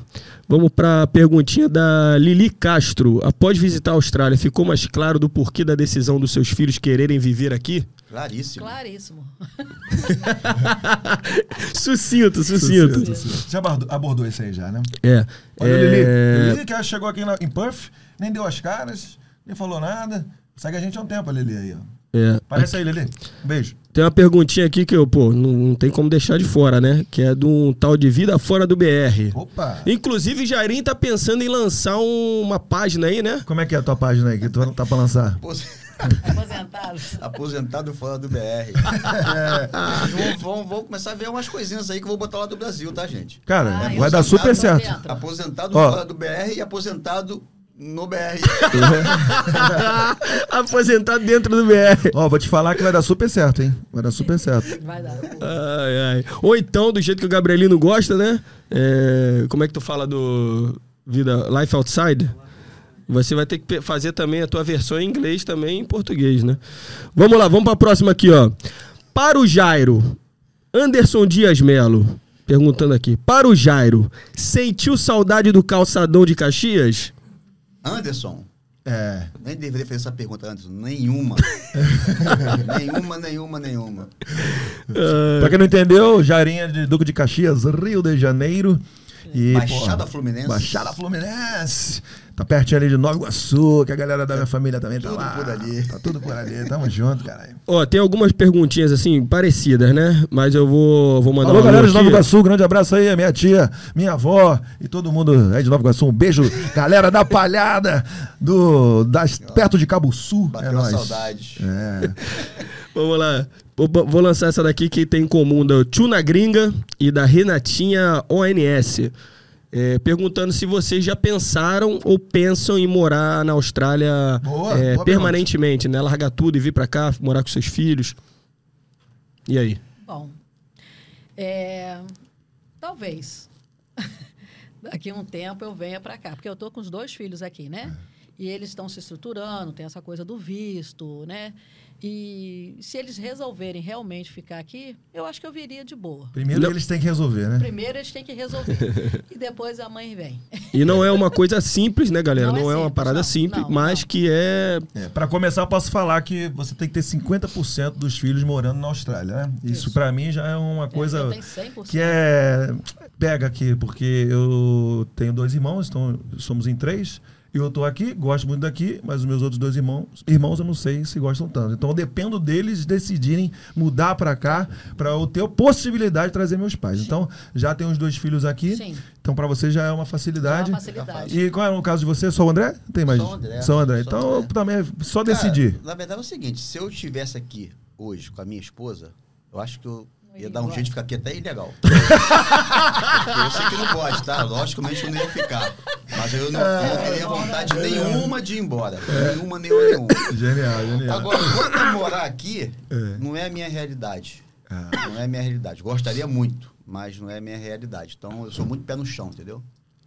S2: Vamos para a perguntinha da Lili Castro. Após visitar a Austrália, ficou mais claro do porquê da decisão dos seus filhos quererem viver aqui?
S3: Claríssimo.
S4: Claríssimo.
S2: Sucinto, sucinto.
S1: Você abordou, abordou esse aí já, né?
S2: É.
S1: Olha
S2: é,
S1: o Lili. Lili que ela chegou aqui na- em Perth, nem deu as caras, nem falou nada. Segue a gente há um tempo, a Lili aí, ó.
S2: é.
S1: Parece aí, Lili. Um beijo.
S2: Tem uma perguntinha aqui que eu, pô, não, não tem como deixar de fora, né? Que é de um tal de Vida Fora do BR.
S1: Opa!
S2: Inclusive, Jairim tá pensando em lançar um- uma página aí, né?
S1: Como é que é a tua página aí que tu tá pra lançar?
S3: Apos- <laughs>
S4: Aposentados.
S3: Aposentado fora do BR.
S1: É.
S3: <laughs> Vão, vão- vão começar a ver umas coisinhas aí que eu vou botar lá do Brasil, tá, gente?
S1: Cara,
S4: Ah,
S1: vai
S4: eu
S1: dar
S4: sou
S1: super
S4: nada
S1: certo.
S4: dentro.
S3: Aposentado
S1: Ó.
S3: fora do BR e aposentado no BR.
S2: Aposentado dentro do BR.
S1: Ó, vou te falar que vai dar super certo, hein? Vai dar super certo.
S4: Vai dar.
S2: Ai, ai. Ou então, do jeito que o Gabrielino gosta, né? É, como é que tu fala do vida Life Outside? Você vai ter que pe- fazer também a tua versão em inglês também e em português, né? Vamos lá, vamos para a próxima aqui, ó. Para o Jairo, Anderson Dias Melo. perguntando aqui. Para o Jairo, sentiu saudade do calçadão de Caxias?
S3: Anderson,
S1: É.
S3: nem deveria fazer essa pergunta, Anderson. Nenhuma.
S1: <laughs>
S3: nenhuma, nenhuma, nenhuma.
S2: É.
S1: Pra quem não entendeu, Jairinha de Duque de Caxias, Rio de Janeiro. E,
S3: Baixada
S1: pô,
S3: Fluminense.
S1: Baixada Fluminense. Tá pertinho ali de Nova Iguaçu, que a galera da minha família também tá
S3: tudo
S1: lá.
S3: por ali.
S1: Tá tudo por ali. Tamo junto, caralho.
S2: Ó, tem algumas perguntinhas assim, parecidas, né? Mas eu vou, vou mandar
S1: Alô,
S2: uma
S1: galera de
S2: um aqui.
S1: Nova Iguaçu, grande abraço aí, minha tia, minha avó e todo mundo é de Nova Iguaçu. Um beijo, galera da palhada, do, das, perto de Cabo Sul.
S3: Bateu
S1: é
S3: a
S1: nóis.
S3: saudade.
S1: É.
S2: Vamos lá. Vou, vou lançar essa daqui que tem em comum da Tuna Gringa e da Renatinha ONS. É, perguntando se vocês já pensaram ou pensam em morar na Austrália
S1: Boa,
S2: é,
S1: boa
S2: permanentemente, né? Largar tudo e vir pra cá, morar com seus filhos. E aí?
S4: Bom, é, talvez <laughs> daqui a um tempo eu venha para cá, porque eu tô com os dois filhos aqui, né? E eles estão se estruturando, tem essa coisa do visto, né? E se eles resolverem realmente ficar aqui, eu acho que eu viria de boa.
S1: Primeiro
S2: Não.
S1: eles têm que resolver, né?
S4: Primeiro eles têm que resolver e depois a mãe vem.
S2: E não é uma coisa simples, né, galera? Não,
S4: Não é
S2: é, uma
S4: simples,
S2: parada
S4: não.
S2: simples,
S4: Não,
S2: mas
S4: não.
S2: que é
S1: É, para começar, eu posso falar que você tem que ter 50% dos filhos morando na Austrália, né? Isso,
S4: Isso.
S1: pra mim já é uma coisa
S4: Eu tenho 100%.
S1: que é pega aqui, porque eu tenho dois irmãos, então somos em três. e Eu tô aqui, gosto muito daqui, mas os meus outros dois irmãos, irmãos eu não sei se gostam tanto. Então eu dependo deles decidirem mudar pra cá pra eu ter a possibilidade de trazer meus pais. Então já tenho os dois filhos aqui.
S4: Sim.
S1: Então pra você já é uma facilidade.
S4: É uma facilidade.
S1: E qual é o caso de você? Só o André? Tem mais?
S3: Só o André.
S1: Só o André.
S3: Só
S1: então
S3: o André.
S1: eu também é só
S3: Cara,
S1: decidir.
S3: na verdade é o seguinte, se eu estivesse aqui hoje com a minha esposa, eu acho que eu
S4: Não
S3: ia
S4: ia
S3: dar um
S4: embora.
S3: jeito de ficar aqui até
S1: <laughs>
S3: ilegal. Porque eu sei que não gosto, tá? Logicamente eu não ia ficar. Mas eu não, eu não teria vontade
S1: É.
S3: nenhuma de ir embora. Nenhuma, nenhuma, nenhuma.
S1: Genial, genial.
S3: Agora, quando eu morar aqui,
S1: É.
S3: não é a minha realidade.
S1: Ah.
S3: Não é a minha realidade. Gostaria muito, mas não é a minha realidade. Então eu sou muito pé no chão, entendeu?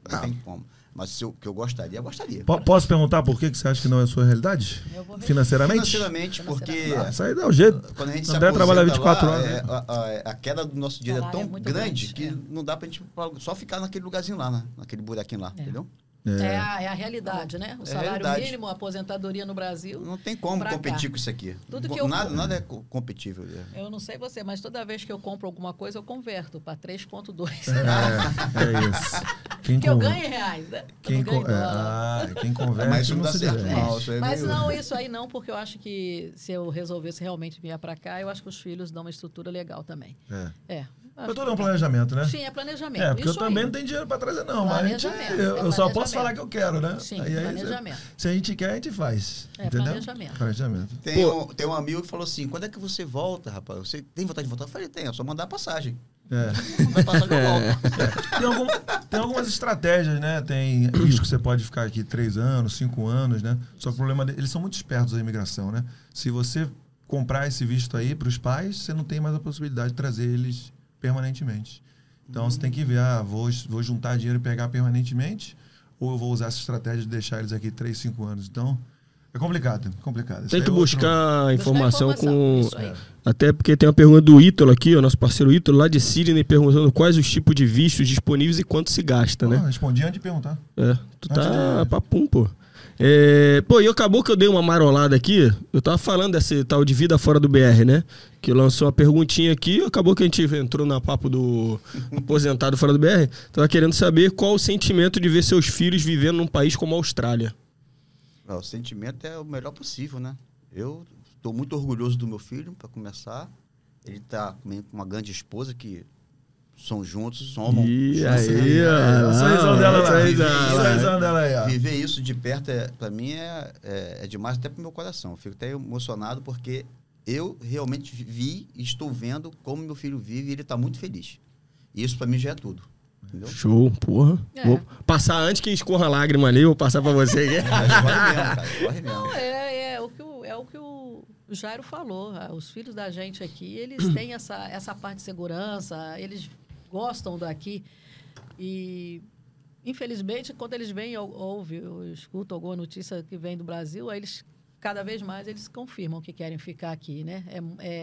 S3: Não
S1: Ah.
S3: tem como. Mas se eu, que eu gostaria, eu gostaria.
S1: Po- posso perguntar por que, que você acha que não é a sua realidade?
S4: Eu vou ver.
S1: Financeiramente?
S3: Financeiramente, porque
S1: Ah, Isso aí dá um jeito.
S3: quando a gente
S1: O André
S3: se
S1: trabalha
S3: aposenta
S1: 24
S3: lá,
S1: horas.
S3: é,
S1: né?
S3: a, a- a queda do nosso dinheiro é
S4: Salário
S3: tão
S4: é muito
S3: grande,
S4: grande,
S3: que
S4: é.
S3: não dá pra gente só ficar naquele lugarzinho lá, né? naquele buraquinho lá,
S4: É.
S3: entendeu?
S4: É, a, é a realidade, né? O
S3: É
S4: salário
S3: realidade.
S4: mínimo, a aposentadoria no Brasil.
S3: Não tem como
S4: Pra cá.
S3: competir com isso aqui.
S4: Tudo
S3: Co-
S4: que eu-
S3: nada, nada é co- competível. né?
S4: Eu não sei você, mas toda vez que eu compro alguma coisa, eu converto para 3,2.
S1: É, é isso. Quem
S4: Porque eu
S1: con-
S4: ganho em reais, né? Eu
S1: Quem,
S4: não ganho
S1: con-
S4: em
S1: é,
S4: dólar.
S1: ah, quem converte
S3: Mas isso não dá
S1: se
S3: certo,
S1: diverte.
S3: não. Isso aí é
S4: Mas
S3: meio-
S4: não, isso aí não, porque eu acho que se eu resolvesse realmente vir para cá, eu acho que os filhos dão uma estrutura legal também.
S1: É.
S4: É.
S1: Mas tudo é um planejamento, né?
S4: Sim, é planejamento.
S1: É, porque eu
S4: Isso
S1: também
S4: aí.
S1: não tenho dinheiro pra trazer, não. Mas a gente,
S4: Planejamento,
S1: eu,
S4: é
S1: eu só posso
S4: planejamento.
S1: falar que eu quero, né?
S4: Sim,
S1: Aí, aí,
S4: planejamento.
S1: Se a gente quer, a gente faz.
S4: É,
S1: entendeu?
S4: planejamento.
S1: Planejamento.
S3: Tem, um, tem um amigo que falou assim: quando é que você volta, rapaz? Você tem vontade de voltar? Eu falei: tem, é só mandar a passagem.
S1: É.
S3: <laughs> Mandar a passagem eu
S1: <laughs>
S3: volto.
S1: Tem, algum- tem algumas estratégias, né? Tem risco que você pode ficar aqui três anos, cinco anos, né? Só que o problema de- eles são muito espertos da imigração, né? Se você comprar esse visto aí para os pais, você não tem mais a possibilidade de trazer eles permanentemente. Então você tem que ver, ah, vou, vou juntar dinheiro e pegar permanentemente, ou eu vou usar essa estratégia de deixar eles aqui três, cinco anos. Então é complicado, é complicado. Isso
S2: Tem
S1: aí
S2: que
S1: é outro-
S2: buscar informação, com.
S4: Isso aí.
S2: Até porque tem uma pergunta do Ítalo aqui, o nosso parceiro Ítalo, lá de Sydney, perguntando quais os tipos de vistos disponíveis e quanto se gasta,
S1: Ah,
S2: né?
S1: respondi antes de perguntar.
S2: É, tu
S1: Ah, Antes
S2: tá
S1: de-
S2: papum, pô. É, pô, e acabou que eu dei uma marolada aqui. Eu tava falando desse tal de vida fora do BR, né? Que lançou uma perguntinha aqui. Acabou que a gente entrou na papo do <laughs> aposentado fora do BR. Tava querendo saber qual o sentimento de ver seus filhos vivendo num país como a Austrália.
S3: Não, o sentimento é o melhor possível, né? Eu estou muito orgulhoso do meu filho, para começar. Ele está com uma grande esposa que são juntos, somam.
S2: E
S3: juntos,
S2: aí, ó,
S1: Olha o
S2: lá,
S1: sorrisão
S2: ó,
S1: dela lá.
S2: sorrisão
S1: O
S2: lá.
S1: sorrisão dela aí, ó.
S3: Viver isso de perto, é, para mim, é, é, é demais até pro meu coração. Eu fico até emocionado porque eu realmente vi e estou vendo como meu filho vive e ele está muito feliz. E isso para mim já é tudo. Entendeu?
S2: <laughs> Show, porra.
S4: É.
S2: Vou passar antes que escorra a lágrima ali, vou passar pra você aqui.
S3: Mas corre mesmo, cara. Corre mesmo.
S4: Não, é, é o que o, é o que o Jairo falou. ah, Os filhos da gente
S1: <clears throat>
S4: aqui, eles têm essa, essa parte de segurança, eles gostam daqui. E, infelizmente, quando eles vêm ou ouvem ou escutam alguma notícia que vem do Brasil, aí eles cada vez mais eles confirmam que querem ficar aqui, né? É,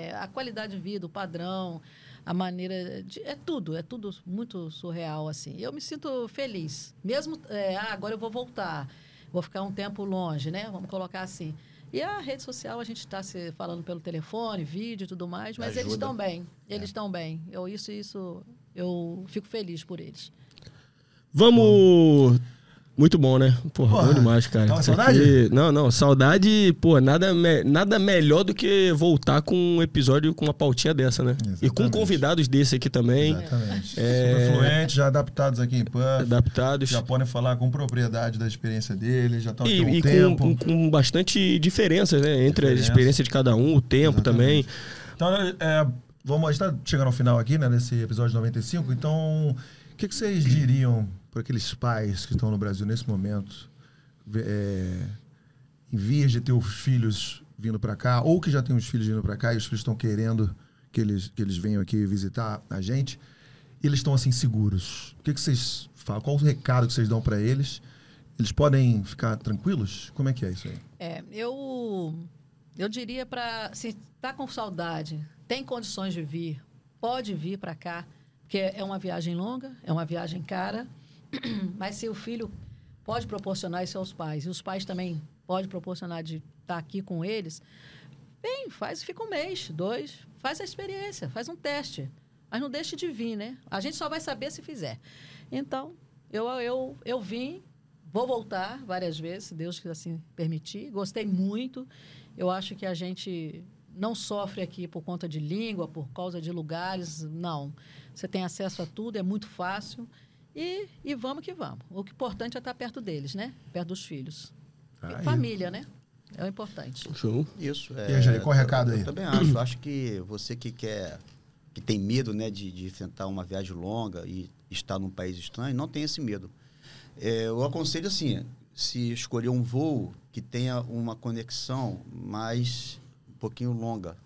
S4: é a qualidade de vida, o padrão, a maneira de, é tudo, é tudo muito surreal assim. Eu me sinto feliz, mesmo é, ah, agora eu vou voltar, vou ficar um tempo longe, né? Vamos colocar assim. E a rede social, a gente está se falando pelo telefone, vídeo e tudo mais, mas
S3: Ajuda.
S4: eles estão bem. Eles estão bem. Eu, isso, isso, eu fico feliz por eles.
S2: Vamos. Muito bom, né? Porra,
S1: Porra,
S2: bom demais, cara.
S1: tava
S2: Isso
S1: saudade?
S2: aqui- Não, não. Saudade, pô, nada, me- nada melhor do que voltar com um episódio com uma pautinha dessa, né? E com
S1: Exatamente.
S2: convidados desse aqui também,
S1: Exatamente. Super fluentes, já adaptados aqui em PAN.
S2: É. adaptados.
S1: Já podem falar com propriedade da experiência deles, já estão aqui
S2: E,
S1: há um
S2: e com,
S1: tempo.
S2: com, com bastante diferenças, né? Entre a
S1: Diferença.
S2: experiência de cada um, o tempo também.
S1: Então, é, vamos, a gente tá chegando ao final aqui, né, nesse episódio 95. Então, o que, que vocês diriam para aqueles pais que estão no Brasil nesse momento, vê- é, em vias de ter os filhos vindo para cá, ou que já tem os filhos vindo para cá e os filhos estão querendo que eles, que eles venham aqui visitar a gente, e eles estão assim seguros? O que, que vocês falam? Qual o recado que vocês dão para eles? Eles podem ficar tranquilos? Como é que é isso aí?
S4: É, eu, eu diria para se está com saudade, tem condições de vir, pode vir para cá, porque é uma viagem longa, é uma viagem cara, <clears throat> mas se o filho pode proporcionar isso aos pais e os pais também podem proporcionar de estar aqui com eles, vem, faz, fica um mês, dois, faz a experiência, faz um teste, mas não deixe de vir, né? A gente só vai saber se fizer. Então, eu, eu, eu vim, vou voltar várias vezes, se Deus quiser assim permitir. Gostei muito. Eu acho que a gente não sofre aqui por conta de língua, por causa de lugares, não. Você tem acesso a tudo, é muito fácil. E, e vamos que vamos. O que é importante é estar perto deles, né? Perto dos filhos. E
S1: Aí.
S4: família, né? É o importante.
S2: Show.
S3: Isso. é,
S1: E aí, Jair, qual o recado aí?
S3: Eu também acho. acho que você que quer, que tem medo, né, de, de enfrentar uma viagem longa e estar num país estranho, não tem esse medo. É, eu aconselho assim, se escolher um voo que tenha uma conexão mais um pouquinho longa,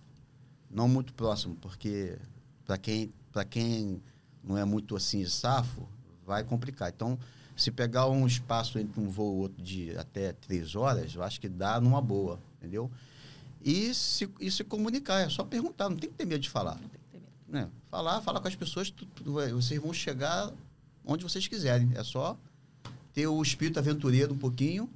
S3: não muito próximo, porque para quem para quem não é muito assim safo, vai complicar. Então, se pegar um espaço entre um voo e outro de até três horas, eu acho que dá numa boa, entendeu? E se, e se comunicar, é só perguntar, não tem que ter medo de falar. Né? Falar, falar com as pessoas, tu- tu vai- vocês vão chegar onde vocês quiserem. É só ter o espírito aventureiro um pouquinho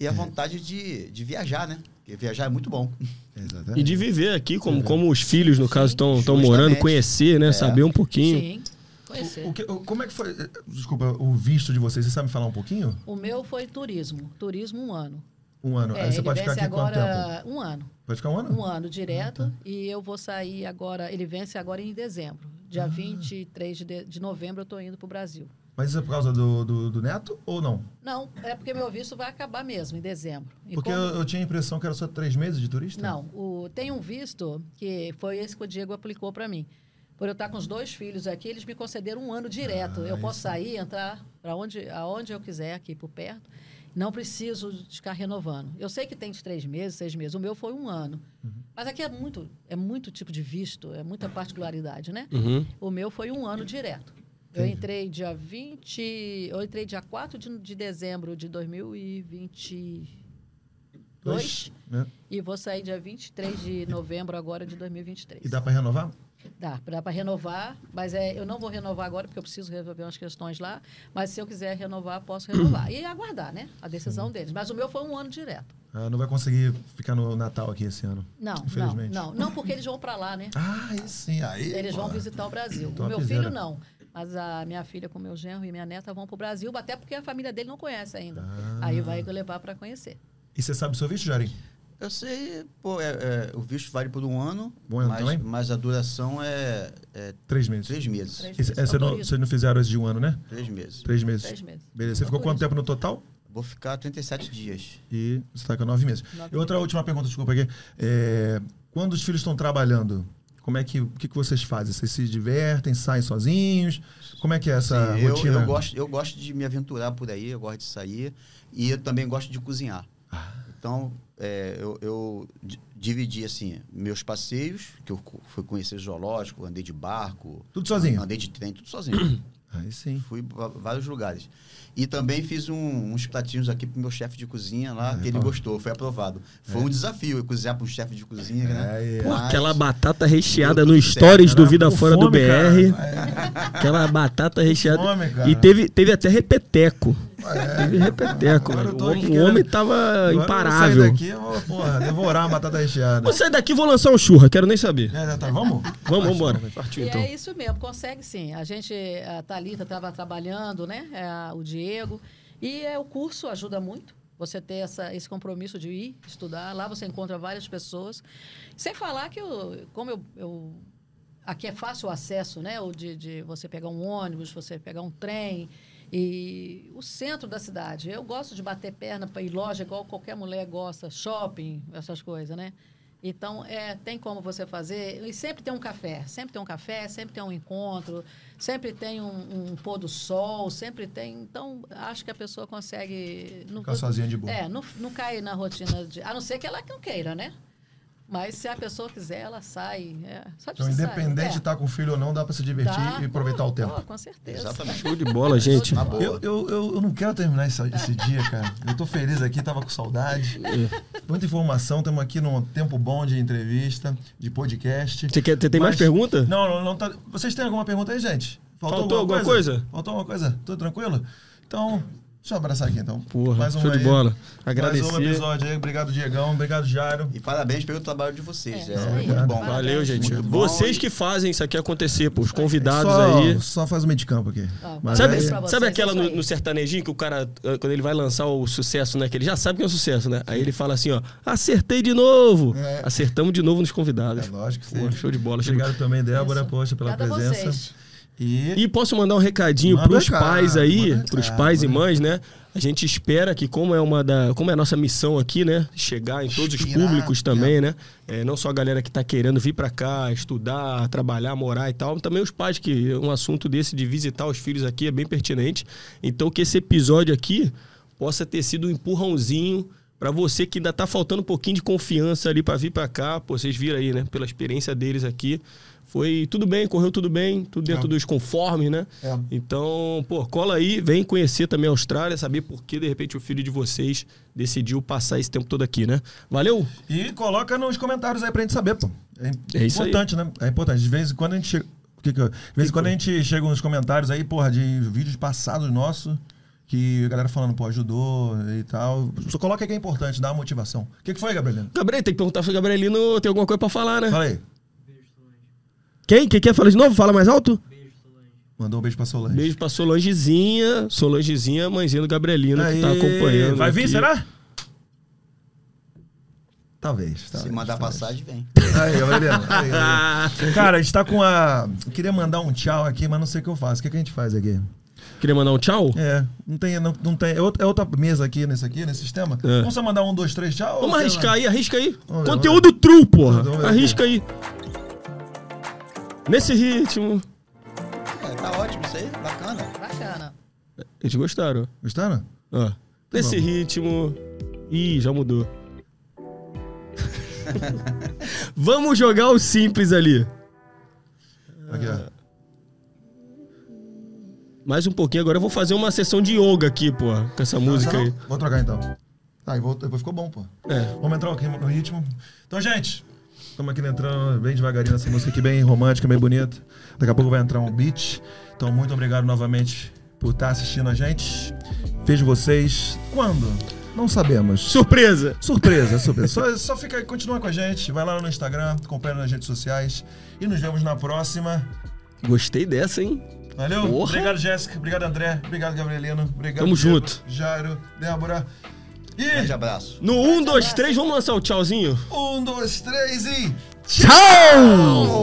S3: e a vontade de, de viajar, né? Porque viajar é muito bom.
S1: Exatamente.
S2: E de viver aqui,
S1: É.
S2: como, como os filhos, no caso, estão morando,
S3: justamente.
S2: conhecer, né? Saber um pouquinho.
S4: Sim. Conhecer.
S1: O- o que- o- como é que foi? eh, Desculpa, o visto de vocês, você sabe me falar um pouquinho?
S4: O meu foi turismo. Turismo um ano.
S1: Um ano.
S4: É,
S1: Aí você
S4: ele
S1: pode ficar
S4: vence
S1: aqui quanto tempo?
S4: agora um ano.
S1: Pode ficar um ano?
S4: Um ano direto. E eu vou sair agora. Ele vence agora em dezembro. Dia
S1: Ah.
S4: 23 de, de- de novembro eu estou indo para o Brasil.
S1: Mas isso é por causa do, do, do neto ou não?
S4: Não, é porque meu visto vai acabar mesmo em dezembro. E
S1: Porque
S4: como-
S1: eu, eu tinha a impressão que era só três meses de turista.
S4: Não, o- tem um visto que foi esse que o Diego aplicou para mim. Por eu estar com os dois filhos aqui, eles me concederam um ano direto.
S1: Ah,
S4: eu posso
S1: isso.
S4: sair, entrar para onde, aonde eu quiser aqui por perto. Não preciso de ficar renovando. Eu sei que tem de três meses, seis meses. O meu foi um ano.
S1: Uhum.
S4: Mas aqui é muito, é muito tipo de visto, é muita particularidade, né?
S2: Uhum.
S4: O meu foi um ano direto. Eu entrei dia 20. Eu entrei dia 4 de, de dezembro de 2022.
S1: né?
S4: E vou sair dia 23 de novembro agora de 2023.
S1: E dá pra renovar?
S4: Dá, dá para renovar, mas é, eu não vou renovar agora porque eu preciso resolver umas questões lá. Mas se eu quiser renovar, posso renovar. E aguardar, né? A decisão deles. Mas o meu foi um ano direto.
S1: Ah, não vai conseguir ficar no Natal aqui esse ano.
S4: Não, não,
S1: Infelizmente.
S4: não. Não porque eles vão para lá, né?
S1: Ah, aí sim. Aí,
S4: Eles vão
S1: pô.
S4: visitar o Brasil. O meu
S1: Topzera.
S4: filho não. Mas a minha filha com meu genro e minha neta vão para o Brasil, até porque a família dele não conhece ainda.
S1: Ah.
S4: Aí vai levar para conhecer.
S1: E você sabe o seu visto, Jarim?
S3: Eu sei, pô, é- é, o visto vale por um ano,
S1: Um ano
S3: mas,
S1: também?
S3: mas a duração é, é
S1: Três meses.
S3: três meses.
S4: Três
S3: Três,
S1: Esse-
S4: meses.
S1: essa não,
S4: Autoriza.
S1: vocês não fizeram esse de um ano, né?
S3: meses.
S1: Três meses.
S4: Três meses.
S1: Beleza. Você ficou quanto tempo no total?
S3: Vou ficar 37 dias.
S1: E você está com nove meses.
S4: Nove
S1: e outra última pergunta, desculpa aqui. É, quando os filhos estão trabalhando, como é que, o que, que vocês fazem? Vocês se divertem, saem sozinhos? Como é que é essa
S3: Sim, eu,
S1: rotina?
S3: eu gosto, eu gosto de me aventurar por aí, eu gosto de sair e eu também gosto de cozinhar.
S1: Ah.
S3: Então, é, eu, eu di- dividi assim meus passeios, que eu co- fui conhecer zoológico, andei de barco,
S1: Tudo sozinho?
S3: andei de trem, tudo sozinho.
S1: Aí sim.
S3: Fui para vários lugares. E também fiz um- uns pratinhos aqui pro meu chefe de cozinha lá,
S1: É,
S3: que
S1: tá.
S3: ele gostou, foi aprovado. Foi um desafio eu cozinhar para um chefe de cozinha, né?
S1: É, é.
S2: Pô,
S3: Mas-
S2: aquela batata recheada
S3: Deu
S2: no
S3: tudo certo,
S2: Stories do
S1: Cara,
S2: Vida
S1: né? com
S2: Fora do ah,
S1: fome, cara.
S2: BR.
S1: É,
S2: Aquela batata recheada.
S1: fome, cara.
S2: e teve, teve até repeteco.
S1: é.
S2: Teve repeteco.
S1: Agora
S2: velho.
S1: eu
S2: O
S1: tô
S2: homem,
S1: aqui
S2: o homem
S1: querendo-
S2: tava
S1: Agora
S2: imparável.
S1: Eu vou sair daqui, eu vou, porra, devorar a batata recheada.
S2: Vou sair daqui e vou lançar um churra, quero nem saber.
S1: É, é, tá, vamos?
S2: Vamos, embora.
S4: E
S2: Partiu
S1: então.
S2: então.
S4: é isso mesmo, consegue sim. A gente, a Thalita estava trabalhando, né? É, a- o Diego. E é, o curso ajuda muito. Você ter essa, esse compromisso de ir estudar. Lá você encontra várias pessoas. Sem falar que, eu, como eu, eu- Aqui é fácil o acesso, né? O de, de você pegar um ônibus, você pegar um trem. E o centro da cidade. Eu gosto de bater perna para ir loja, igual qualquer mulher gosta. Shopping, essas coisas, né? Então, é, tem como você fazer. E sempre tem um café. Sempre tem um café, sempre tem um encontro, sempre tem um, um pôr do sol, sempre tem. Então, acho que a pessoa consegue. Não,
S1: Ficar sozinha de boa.
S4: É, não, não cai na rotina de. A não ser que ela não queira, né? Mas se a pessoa quiser, ela sai. É, só de
S1: Então,
S4: você sair,
S1: independente
S4: é.
S1: de estar com filho ou não, dá pra se divertir
S4: Tá.
S1: e aproveitar o
S4: Pô,
S1: tempo.
S4: pô, com certeza.
S3: Exatamente. Tá
S2: Show de bola, gente.
S3: Na boa.
S1: Eu, eu, eu, eu não quero terminar esse, esse dia, cara. Eu tô feliz aqui, tava com saudade.
S2: É.
S1: Muita informação, estamos aqui num tempo bom de entrevista, de podcast.
S2: Você quer- você tem mais
S1: Mas-
S2: pergunta?
S1: Não, não, não tá. Vocês têm alguma pergunta aí, gente?
S2: Faltou alguma coisa?
S1: Faltou alguma coisa? Tudo tranquilo? Então, deixa eu abraçar aqui então.
S2: Porra,
S1: mais uma
S2: show de
S1: aí.
S2: bola.
S1: Mais um
S2: Agradecer.
S1: episódio aí. Obrigado, Diegão. Obrigado, Jairo.
S3: E parabéns pelo trabalho de vocês.
S4: É,
S3: É,
S4: isso aí.
S3: muito bom.
S2: Valeu, gente.
S3: Muito bom.
S2: Vocês que fazem isso aqui acontecer, pô. Os convidados
S1: É só,
S2: aí.
S1: só faz o meio de campo aqui.
S4: Ó,
S1: Mas
S2: Sabe,
S1: aí-
S4: Parabéns pra vocês,
S2: sabe aquela
S4: é isso
S2: no,
S4: aí.
S2: no sertanejinho que o cara, eh, quando ele vai lançar o sucesso, né? Que ele já sabe que é um sucesso, né? Aí ele fala assim, ó, acertei de novo!
S1: É.
S2: Acertamos de novo nos convidados.
S1: É lógico que
S2: Pô,
S1: sim.
S2: show de bola. show de bola.
S1: Obrigado também, Débora,
S4: Isso.
S1: poxa, pela
S4: Obrigada a
S1: presença.
S4: vocês.
S1: E,
S2: E posso mandar um recadinho
S1: Manda
S2: para os
S1: recado,
S2: pais aí,
S1: manda
S2: para os
S1: recado,
S2: pais e
S1: manda
S2: mães, né? A gente espera que, como é uma da, como é a nossa missão aqui, né? Chegar em todos
S1: Inspirar,
S2: os públicos também, né? É, não só a galera que está querendo vir para cá, estudar, trabalhar, morar e tal, mas também os pais que um assunto desse de visitar os filhos aqui é bem pertinente. Então que esse episódio aqui possa ter sido um empurrãozinho para você que ainda tá faltando um pouquinho de confiança ali para vir para cá, pô, vocês viram aí, né? Pela experiência deles aqui, foi tudo bem, correu tudo bem, tudo dentro dos conformes, né?
S1: É.
S2: Então, pô, cola aí, vem conhecer também a Austrália, saber por que de repente o filho de vocês decidiu passar esse tempo todo aqui, né? Valeu?
S1: e coloca nos comentários aí pra gente saber, pô. É, im-
S2: É isso aí.
S1: importante, né? É importante. De vez em quando a gente chega. o que que eu- De vez em quando a gente chega nos comentários aí, porra, de vídeos passados nossos, que a galera falando, pô, ajudou e tal. Só coloca aí que é importante, dá uma motivação. O que, que foi, Gabrielino?
S2: Gabriel, tem que perguntar se o Gabrielino tem alguma coisa para falar, né?
S1: Fala aí.
S2: Quem? Quem quer falar de novo? Fala mais alto?
S1: Mandou um beijo pra Solange.
S2: Beijo pra Solangezinha, Solangezinha, mãezinha do Gabrielino, que tá
S1: Aí.
S2: acompanhando.
S1: Vai vir,
S2: aqui.
S1: será? Talvez.
S3: Se
S1: talvez,
S3: mandar
S1: talvez.
S3: passagem, vem.
S1: <laughs> Aí, Gabrielino. Aí, Gabrielino. Cara, a gente tá com a. Eu queria mandar um tchau aqui, mas não sei o que eu faço. O que, que a gente faz aqui?
S2: Queria mandar um tchau?
S1: É, não tem. Não, não tem é, outra, é outra mesa aqui nesse aqui, nesse sistema.
S2: É.
S1: Vamos só mandar um, dois, três, tchau. né?
S2: Vamos
S1: sei lá.
S2: arriscar aí, arrisca aí.
S1: Vamos ver,
S2: Conteúdo true,
S1: Vamos
S2: porra.
S1: ver.
S2: Arrisca aí. Nesse ritmo.
S3: É, tá ótimo isso aí, bacana.
S4: Bacana.
S2: Eles gostaram.
S1: Gostaram?
S2: Ó. Nesse
S1: bom.
S2: ritmo. Ih, já mudou. <laughs> Vamos jogar o simples ali. É.
S1: Aqui, ó.
S2: Mais um pouquinho agora. Eu vou fazer uma sessão de yoga aqui, porra. Com essa música aí.
S1: Vou trocar então. Tá, e voltou- depois ficou bom, pô.
S2: É.
S1: Vamos entrar aqui no ritmo. Então, gente, estamos aqui entrando bem devagarinho nessa música aqui, bem romântica, bem bonita. Daqui a pouco vai entrar um beat. Então, muito obrigado novamente por estar assistindo a gente. Vejo vocês quando? Não sabemos.
S2: Surpresa!
S1: Surpresa, surpresa. Só, só fica, continua com a gente, vai lá no Instagram, acompanha nas redes sociais e nos vemos na próxima.
S2: Gostei dessa, hein?
S1: Valeu?
S2: Porra.
S1: Obrigado, Jéssica. Obrigado, André. Obrigado, Gabrielino. Obrigado, Diego,
S2: Tamo junto.
S1: Jairo, Débora.
S3: Grande
S1: E
S3: abraço.
S2: um, No 1, 2, 3, vamos lançar o tchauzinho?
S1: um, dois, três e...
S2: Tchau!